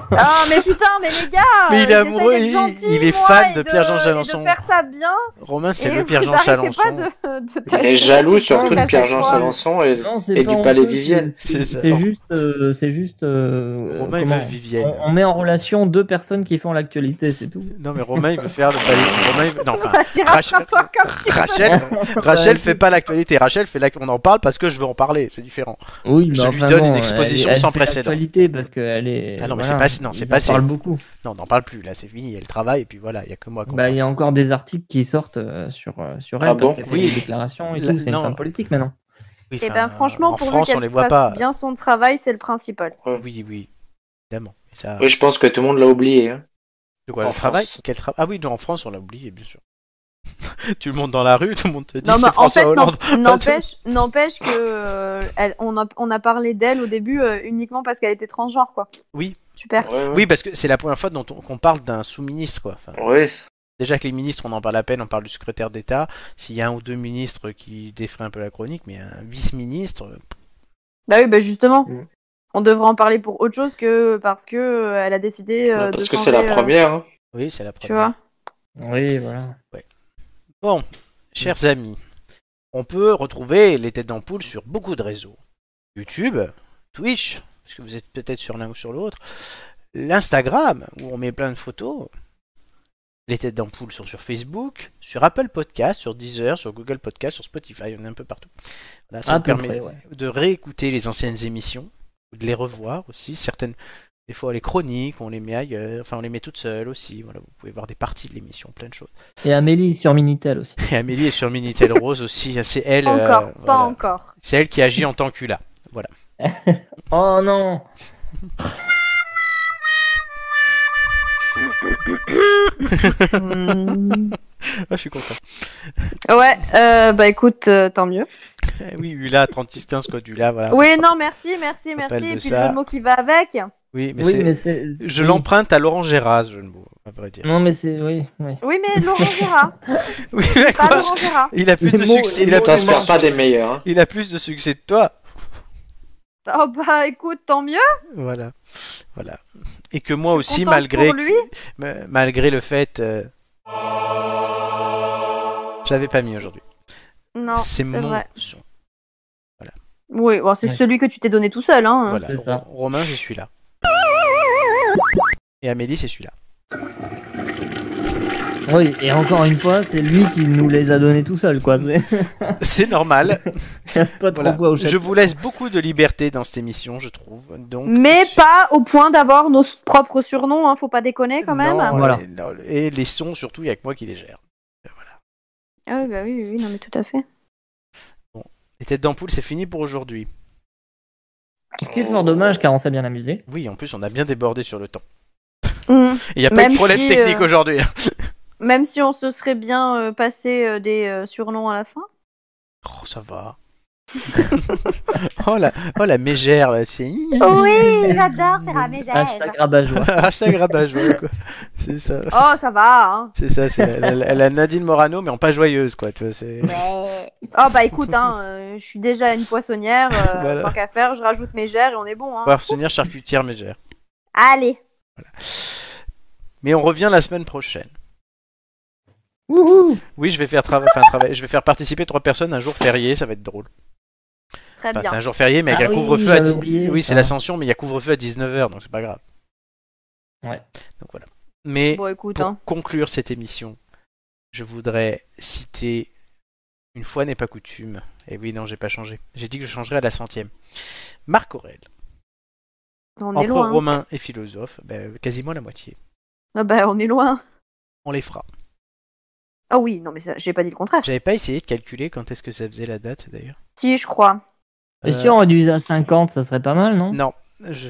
S4: [LAUGHS]
S5: Ah, mais putain, mais les gars
S1: Mais il est
S5: euh,
S1: amoureux,
S5: j'essaie d'être
S1: il-
S5: gentille,
S1: il est
S5: moi,
S1: fan
S5: et
S1: de Pierre-Jean
S5: et
S1: Jalençon.
S5: De faire ça bien.
S1: Romain, c'est
S5: et
S1: le
S5: vous
S1: Pierre-Jean
S5: arrêtez
S1: Chalençon.
S5: pas de- de
S2: Il
S5: taper
S2: est jaloux
S5: sur
S2: surtout
S5: Pierre
S2: de
S5: à
S2: Pierre-Jean
S5: chaque fois.
S2: Chalençon et
S4: Non, c'est
S2: Et
S4: pas
S2: du
S4: en
S2: palais
S4: jeu,
S2: Vivienne.
S4: C'est
S1: C'est ça.
S4: c'est juste, euh, c'est juste. euh,
S1: Romain, il
S4: comment
S1: veut Vivienne.
S4: on, on met en relation deux personnes qui font l'actualité, c'est tout.
S1: Non mais Romain il veut faire le palais.
S5: [LAUGHS]
S1: Romain il veut- non enfin
S5: Ça tira
S1: Rachel,
S5: pas comme
S1: Ah,
S5: tu-
S1: Rachel,
S5: [LAUGHS]
S1: Rachel fait pas l'actualité. Rachel fait l'act- on en parle parce que je veux en parler. C'est différent.
S4: Oui,
S1: Je
S4: mais
S1: lui
S4: enfin
S1: donne
S4: bon,
S1: une exposition
S4: elle- elle
S1: sans
S4: fait
S1: précédent.
S4: l'actualité parce qu'elle est.
S1: Ah non, mais c'est
S4: voilà,
S1: pas- non, c'est
S4: ils
S1: pas
S4: en
S1: assez.
S4: parlent beaucoup.
S1: Non on n'en parle plus là c'est fini. Elle travaille et puis voilà il y a que moi. qu'on
S4: Bah,
S1: parle.
S4: il y a encore des articles qui sortent euh, sur euh, sur elle
S2: Ah
S4: parce
S2: bon
S4: qu'elle fait
S1: Oui.
S4: des déclarations et
S1: La-
S4: tout. C'est une
S1: non.
S4: femme politique maintenant.
S1: Oui,
S5: Eh
S1: enfin,
S5: ben franchement,
S1: en
S5: pour
S1: France
S5: lui,
S1: on
S5: qu'elle
S1: les voit
S5: fasse
S1: pas.
S5: bien son travail, c'est le principal.
S1: Oui oui évidemment. Mais ça-
S2: Oui, je pense que tout le monde l'a oublié. hein.
S1: de quoi
S2: en
S1: elle travaille
S2: France.
S1: Quel tra- Ah oui non, en France on l'a oublié bien sûr. [LAUGHS] tu le montes dans la rue tout le monde te dit
S5: Non, mais
S1: c'est
S5: en
S1: François
S5: fait, n'em-
S1: Hollande.
S5: N'empêche, n'empêche que euh, elle- on, a, on a parlé d'elle au début euh, uniquement parce qu'elle était transgenre, quoi.
S1: Oui.
S5: Super.
S2: Ouais, ouais.
S1: Ah, Oui parce que c'est la première fois dont on- qu'on parle d'un sous-ministre quoi. Enfin,
S2: Ouais.
S1: Déjà que les ministres, on en parle à peine, on parle du secrétaire d'État. S'il y a un ou deux ministres qui défraient un peu la chronique, mais un vice-ministre, euh,
S5: Bah oui, bah justement.
S2: Mm.
S5: On devrait en parler pour autre chose que parce que euh, elle a décidé euh,
S2: Bah,
S5: de
S2: Parce que
S5: changer,
S2: c'est la
S5: euh,
S2: première. hein.
S1: oui, c'est la première.
S5: tu vois.
S4: Oui, voilà.
S1: Chers amis, on peut retrouver les têtes d'ampoule sur beaucoup de réseaux. YouTube, Twitch, parce que vous êtes peut-être sur l'un ou sur l'autre, l'Instagram, où on met plein de photos, les têtes d'ampoule sont sur Facebook, sur Apple Podcast, sur Deezer, sur Google Podcast, sur Spotify, on est un peu partout. Voilà, ça
S4: À
S1: vous
S4: Ah, peu
S1: permet
S4: près, ouais.
S1: de réécouter les anciennes émissions, ou de les revoir aussi, certaines... Des fois, les chroniques, on les met ailleurs, enfin, on les met toutes seules aussi. Voilà, vous pouvez voir des parties de l'émission, plein de choses.
S4: Et Amélie sur Minitel aussi.
S1: Et Amélie est sur Minitel Rose aussi. C'est elle. euh,
S5: Encore, pas
S1: voilà. [LAUGHS]
S5: encore.
S1: C'est elle qui agit en tant qu'Ula.
S4: Oh non.
S1: Ah, je suis content.
S5: Mm. Ouais, euh, bah écoute, euh, tant mieux.
S1: Eh oui, Ula, 3615 code Ula, voilà.
S5: oui, non, merci, merci,
S1: rappelle
S5: merci. Et
S1: Ah, de
S5: puis
S1: ça.
S5: le jeu de mots qui va avec.
S1: Oui, mais
S4: oui,
S1: c'est-
S4: mais c'est.
S1: Je
S4: oui.
S1: l'emprunte à Laurent Gérard, ce jeu de mots, à vrai
S5: Mm.
S1: dire.
S4: Non, mais c'est oui, oui.
S5: Oui, mais
S1: [LAUGHS]
S5: Laurent Gérard.
S1: Oui,
S5: pas
S1: d'accord.
S5: Laurent Gérard.
S1: Il a plus
S4: Les
S1: de
S4: mots-
S1: succès.
S4: les
S1: Il a
S4: mots
S1: plus
S2: T'en
S1: de
S4: sont
S2: sors pas des
S1: succès.
S2: meilleurs. hein.
S1: Il a plus de succès que toi.
S5: Oh bah écoute, tant mieux.
S1: Voilà. Voilà. Et que moi aussi,
S5: Contente
S1: malgré,
S5: pour lui.
S1: ma- malgré le fait. euh, Je l'avais pas mis aujourd'hui.
S5: Non.
S1: C'est mon
S5: vrai.
S1: son.
S5: Oui, bon, c'est
S4: Ouais.
S5: celui que tu t'es donné tout seul, hein.
S1: Voilà.
S4: c'est
S1: Ro-
S4: ça.
S1: Romain, c'est celui-là. Et Amélie, c'est celui-là.
S4: Oui, et encore une fois, c'est lui qui nous les a donnés tout seul, quoi. C'est
S1: C'est
S4: [LAUGHS]
S1: normal.
S4: pas trop
S1: Voilà.
S4: quoi au chat.
S1: Je vous laisse beaucoup de liberté dans cette émission, je trouve. Donc,
S5: Mais pas au point d'avoir nos propres surnoms, hein, faut pas déconner quand même.
S1: Non,
S4: Voilà.
S1: et- non, Et les sons, surtout, il n'y a que moi qui les gère.
S5: Ah oui, bah oui, oui, oui, non mais tout à fait.
S1: Les têtes d'ampoule, c'est fini pour aujourd'hui.
S4: Ce qui est fort dommage, car on s'est bien amusé.
S1: Oui, en plus, on a bien débordé sur le temps.
S5: Mm.
S1: Il n'y a pas eu
S5: Même
S1: de problème
S5: si,
S1: technique
S5: euh,
S1: aujourd'hui. [LAUGHS]
S5: Même si on se serait bien euh, passé euh, des euh, surnoms à la fin.
S1: Oh, ça va. [LAUGHS] oh, la, oh, la mégère, là. C'est... [LAUGHS]
S8: Oui, j'adore faire la
S4: Hashtag [LAUGHS] rabat-joie.
S1: Hashtag rabat joie, quoi. C'est ça.
S5: Oh, ça va. Hein.
S1: C'est ça, c'est la, la- la Nadine Morano, mais en pas joyeuse, quoi. Tu vois, c'est... [LAUGHS]
S8: Ouais.
S5: Oh bah écoute, hein, euh, je suis déjà une poissonnière.
S1: [LAUGHS]
S5: euh,
S1: Voilà.
S5: Tant qu'à faire, je rajoute mes gères et on est bon. Hein.
S1: On va retenir charcutière mégère.
S5: Allez.
S1: Mais on revient la semaine prochaine. Oui, je vais faire trava- enfin, travail. Je vais faire participer trois personnes un jour férié, ça va être drôle.
S5: Très
S1: Enfin,
S5: bien.
S1: c'est un jour férié, mais avec
S4: Ah
S1: un
S4: oui,
S1: couvre-feu à
S4: j'avais
S1: 10
S4: oublié, Ah.
S1: Oui, c'est
S4: ça.
S1: l'ascension, mais il y a couvre-feu à 19h, donc c'est pas grave.
S4: Ouais.
S1: Donc voilà. Mais
S5: Bon écoute,
S1: pour
S5: hein.
S1: conclure cette émission, je voudrais citer une fois n'est pas coutume. Et oui, non, j'ai pas changé. J'ai dit que je changerais à la centième. Marc Aurèle,
S5: on est
S1: empereur
S5: loin. hein.
S1: romain et philosophe, ben, quasiment la moitié.
S5: Ah bah on est loin.
S1: On les fera.
S5: Ah oui, non mais ça, j'ai pas dit le contraire.
S1: J'avais pas essayé de calculer quand est-ce que ça faisait la date d'ailleurs.
S5: Si, je crois.
S4: Et si
S1: Euh,
S4: on réduisait à 50, ça serait pas mal,
S5: Hein
S4: non
S1: Non. Je...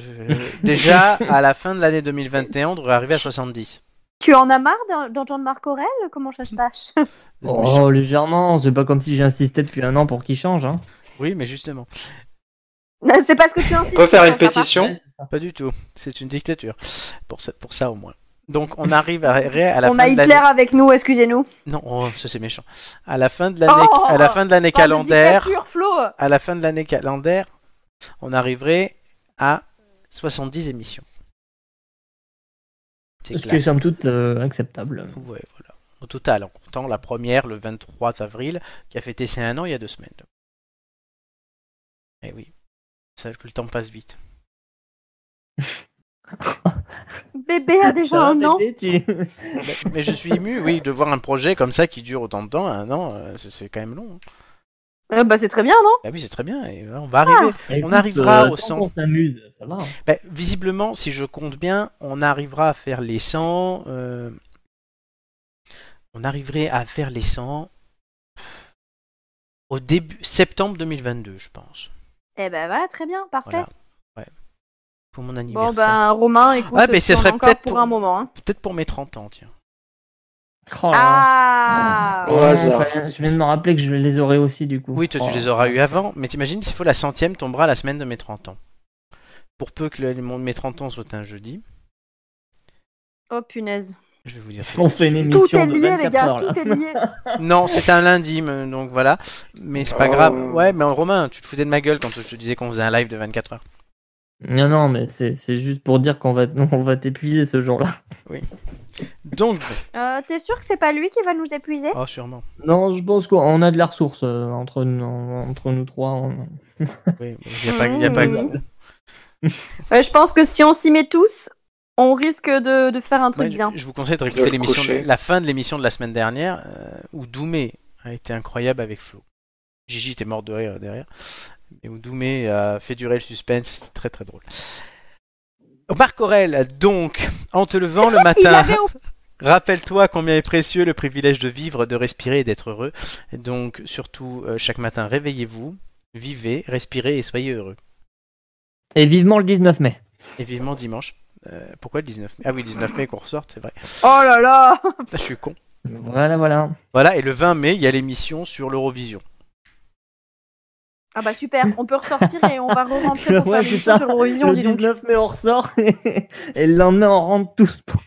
S5: [LAUGHS]
S1: Déjà, à la fin de l'année 2021, on devrait arriver à 70.
S5: Tu en as marre d'en- d'entendre Marc Aurel Comment
S1: [LAUGHS]
S5: ça se passe
S4: Oh, légèrement, c'est pas comme si j'insistais depuis un an pour qu'il change. Hein.
S1: Oui, mais justement.
S5: Non, [LAUGHS] C'est parce que tu insistes.
S2: On peut faire
S5: ça
S2: une
S5: va pas.
S2: pétition
S1: Pas du tout. C'est une dictature. Pour ça, pour ça au moins. Donc on arrive à, à la
S5: On
S1: fin
S5: a
S1: de
S5: Hitler
S1: l'année.
S5: avec nous, excusez-nous.
S1: Non, oh, ça c'est méchant. À la fin de l'année,
S5: Oh
S1: à la fin de l'année
S5: Parle de
S1: calendaire,
S5: dictature, Flo.
S1: à la fin de l'année calendaire, on arriverait à 70 émissions. C'est
S4: Ce qui est
S1: classe.
S4: somme toute euh, acceptable.
S1: Ouais, voilà. Au total, en comptant la première le 23 avril, qui a fêté ses un an il y a deux semaines. Eh oui. C'est vrai que le temps passe vite.
S5: Bébé a déjà
S4: Ça va,
S5: un an.
S4: Ah, bébé, tu-
S1: Mais- Mais je suis ému, oui, de voir un projet comme ça qui dure autant de temps, un an, euh, c'est- c'est quand même long. hein.
S5: Euh, bah c'est très bien, non
S1: Ah oui, c'est très bien, et euh, on va arriver.
S4: Écoute, euh,
S1: arrivera au
S4: tant
S1: cent.
S4: qu'on s'amuse, ça va. hein.
S1: Bah, visiblement, si je compte bien, on arrivera à faire les 100. euh, On arriverait à faire les 100 au début septembre 2022, je pense.
S5: Eh ben voilà, très bien, parfait.
S1: Voilà. Ouais. Pour mon
S5: Bon
S1: anniversaire.
S5: ben Romain, écoute,
S1: Ouais, mais
S5: tu
S1: ce
S5: en as
S1: serait
S5: encore
S1: peut-être
S5: pour
S1: pour-
S5: un moment. hein.
S1: Peut-être pour mes 30 ans, tiens.
S4: Oh là là.
S5: Ah.
S2: Au hasard.
S4: Ça- Je viens de me rappeler que je les aurais aussi du coup.
S1: Oui, toi, tu
S4: Oh.
S1: les auras eu avant, mais t'imagines s'il faut la centième tombera la semaine de mes 30 ans. Pour peu que le, le- mes 30 ans soit un jeudi,
S5: Oh punaise.
S1: je vais vous dire
S4: [LAUGHS]
S1: ça.
S4: On fait une émission
S5: Tout est
S4: de
S5: lié,
S4: 24
S5: les gars,
S4: heures là.
S5: tout est
S4: [LAUGHS]
S5: lié.
S1: Non, c'est un lundi, me- donc voilà. Mais c'est pas
S2: Oh.
S1: grave. Ouais, mais Romain, tu te foutais de ma gueule quand je te disais qu'on faisait un live de 24 heures.
S4: Non, non, mais c'est c'est juste pour dire qu'on va, [LAUGHS] on va t'épuiser ce jour-là.
S1: Donc,
S5: Euh, T'es sûr que c'est pas lui qui va nous épuiser
S1: oh, sûrement.
S4: Non, je pense qu'on a de la ressource euh, entre, nous- entre nous trois. on-
S1: Oui, il n'y a pas, y a pas
S4: Mm.
S5: Euh, Je pense que si on s'y met tous, on risque de, de faire un truc
S1: Moi, je-
S5: bien.
S1: Je vous conseille de
S2: De
S1: réécouter
S2: le
S1: l'émission, de-
S2: coucher.
S1: la fin de l'émission de la semaine dernière, euh, où Doumé a été incroyable avec Flo. Gigi était mort de rire euh, derrière, et où Doumé a fait durer le suspense, c'était très très drôle. Marc Aurel, donc, en te levant le
S5: [LAUGHS] Il
S1: matin,
S5: avait au-
S1: rappelle-toi combien est précieux le privilège de vivre, de respirer et d'être heureux. Donc, surtout, euh, chaque matin, réveillez-vous, vivez, respirez et soyez heureux.
S4: Et vivement le 19 mai.
S1: Et vivement dimanche. Euh, pourquoi le 19 mai Ah oui, 19 mai qu'on ressorte,
S5: [LAUGHS]
S1: c'est vrai.
S5: Oh là là
S1: Je suis con.
S4: Voilà, voilà.
S1: Voilà, et le 20 mai, il y a l'émission sur l'Eurovision. [LAUGHS]
S5: Ah bah super, on peut ressortir et on va re-rentrer pour
S4: [LAUGHS] Ouais,
S5: faire
S4: c'est
S5: l'émission
S4: ça.
S5: sur l'Eurovision,
S4: Le
S5: dis donc.
S4: 19 mai, on ressort. [LAUGHS] et le lendemain, on rentre tous. Pour...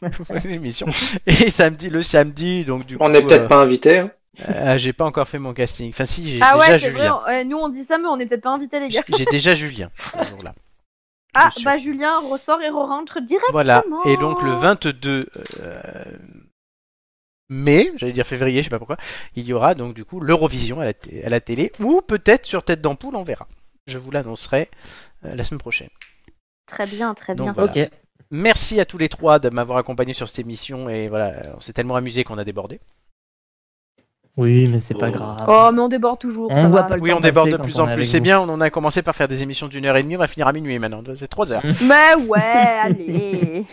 S1: l'émission. Et samedi, le samedi, donc du
S2: On
S1: coup,
S2: n'est peut-être
S1: euh,
S2: pas invité. hein.
S1: euh, j'ai pas encore fait mon casting. Enfin si, j'ai
S5: Ah
S1: déjà
S5: ouais, c'est vrai,
S1: Julien.
S5: on- ouais, nous on dit ça, mais on est peut-être pas invités, les gars.
S1: J'ai déjà Julien
S5: [LAUGHS]
S1: ce jour-là.
S5: Ah
S1: suis-
S5: bah Julien ressort et re-rentre direct.
S1: Voilà,
S5: Exactement.
S1: et donc le 22 euh, mai, j'allais dire février, je sais pas pourquoi, il y aura donc du coup l'Eurovision à la, té- à la télé, ou peut-être sur Tête d'Ampoule, on verra. Je vous l'annoncerai euh, la semaine prochaine.
S5: Très bien, très
S1: Donc,
S5: bien.
S1: Voilà.
S4: Ok.
S1: Merci à tous les trois de m'avoir accompagné sur cette émission et voilà, on s'est tellement amusé qu'on a débordé.
S4: Oui, mais c'est pas grave.
S5: Oh, mais on déborde toujours.
S4: Ah On
S5: ça
S4: voit
S5: va.
S4: pas le
S1: Oui,
S4: temps
S1: on déborde
S4: passer
S1: de
S4: quand
S1: plus
S4: on
S1: en
S4: est
S1: plus.
S4: avec
S1: C'est
S4: vous.
S1: bien, on en a commencé par faire des émissions d'une heure et demie, on va finir à minuit maintenant. C'est trois heures.
S5: Mais ouais, allez.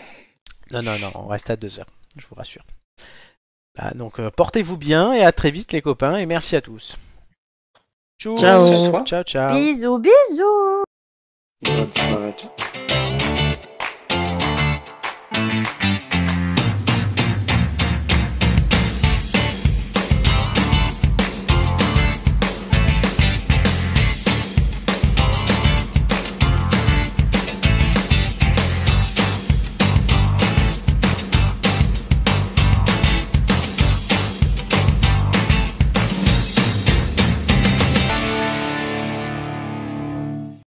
S1: Non, non, non, on reste à deux heures, je vous rassure. Là, donc euh, portez-vous bien et à très vite les copains et merci à tous. Tchuss.
S4: Ciao.
S1: Ciao, ciao.
S5: Bisous, bisous.
S2: Bonne soirée.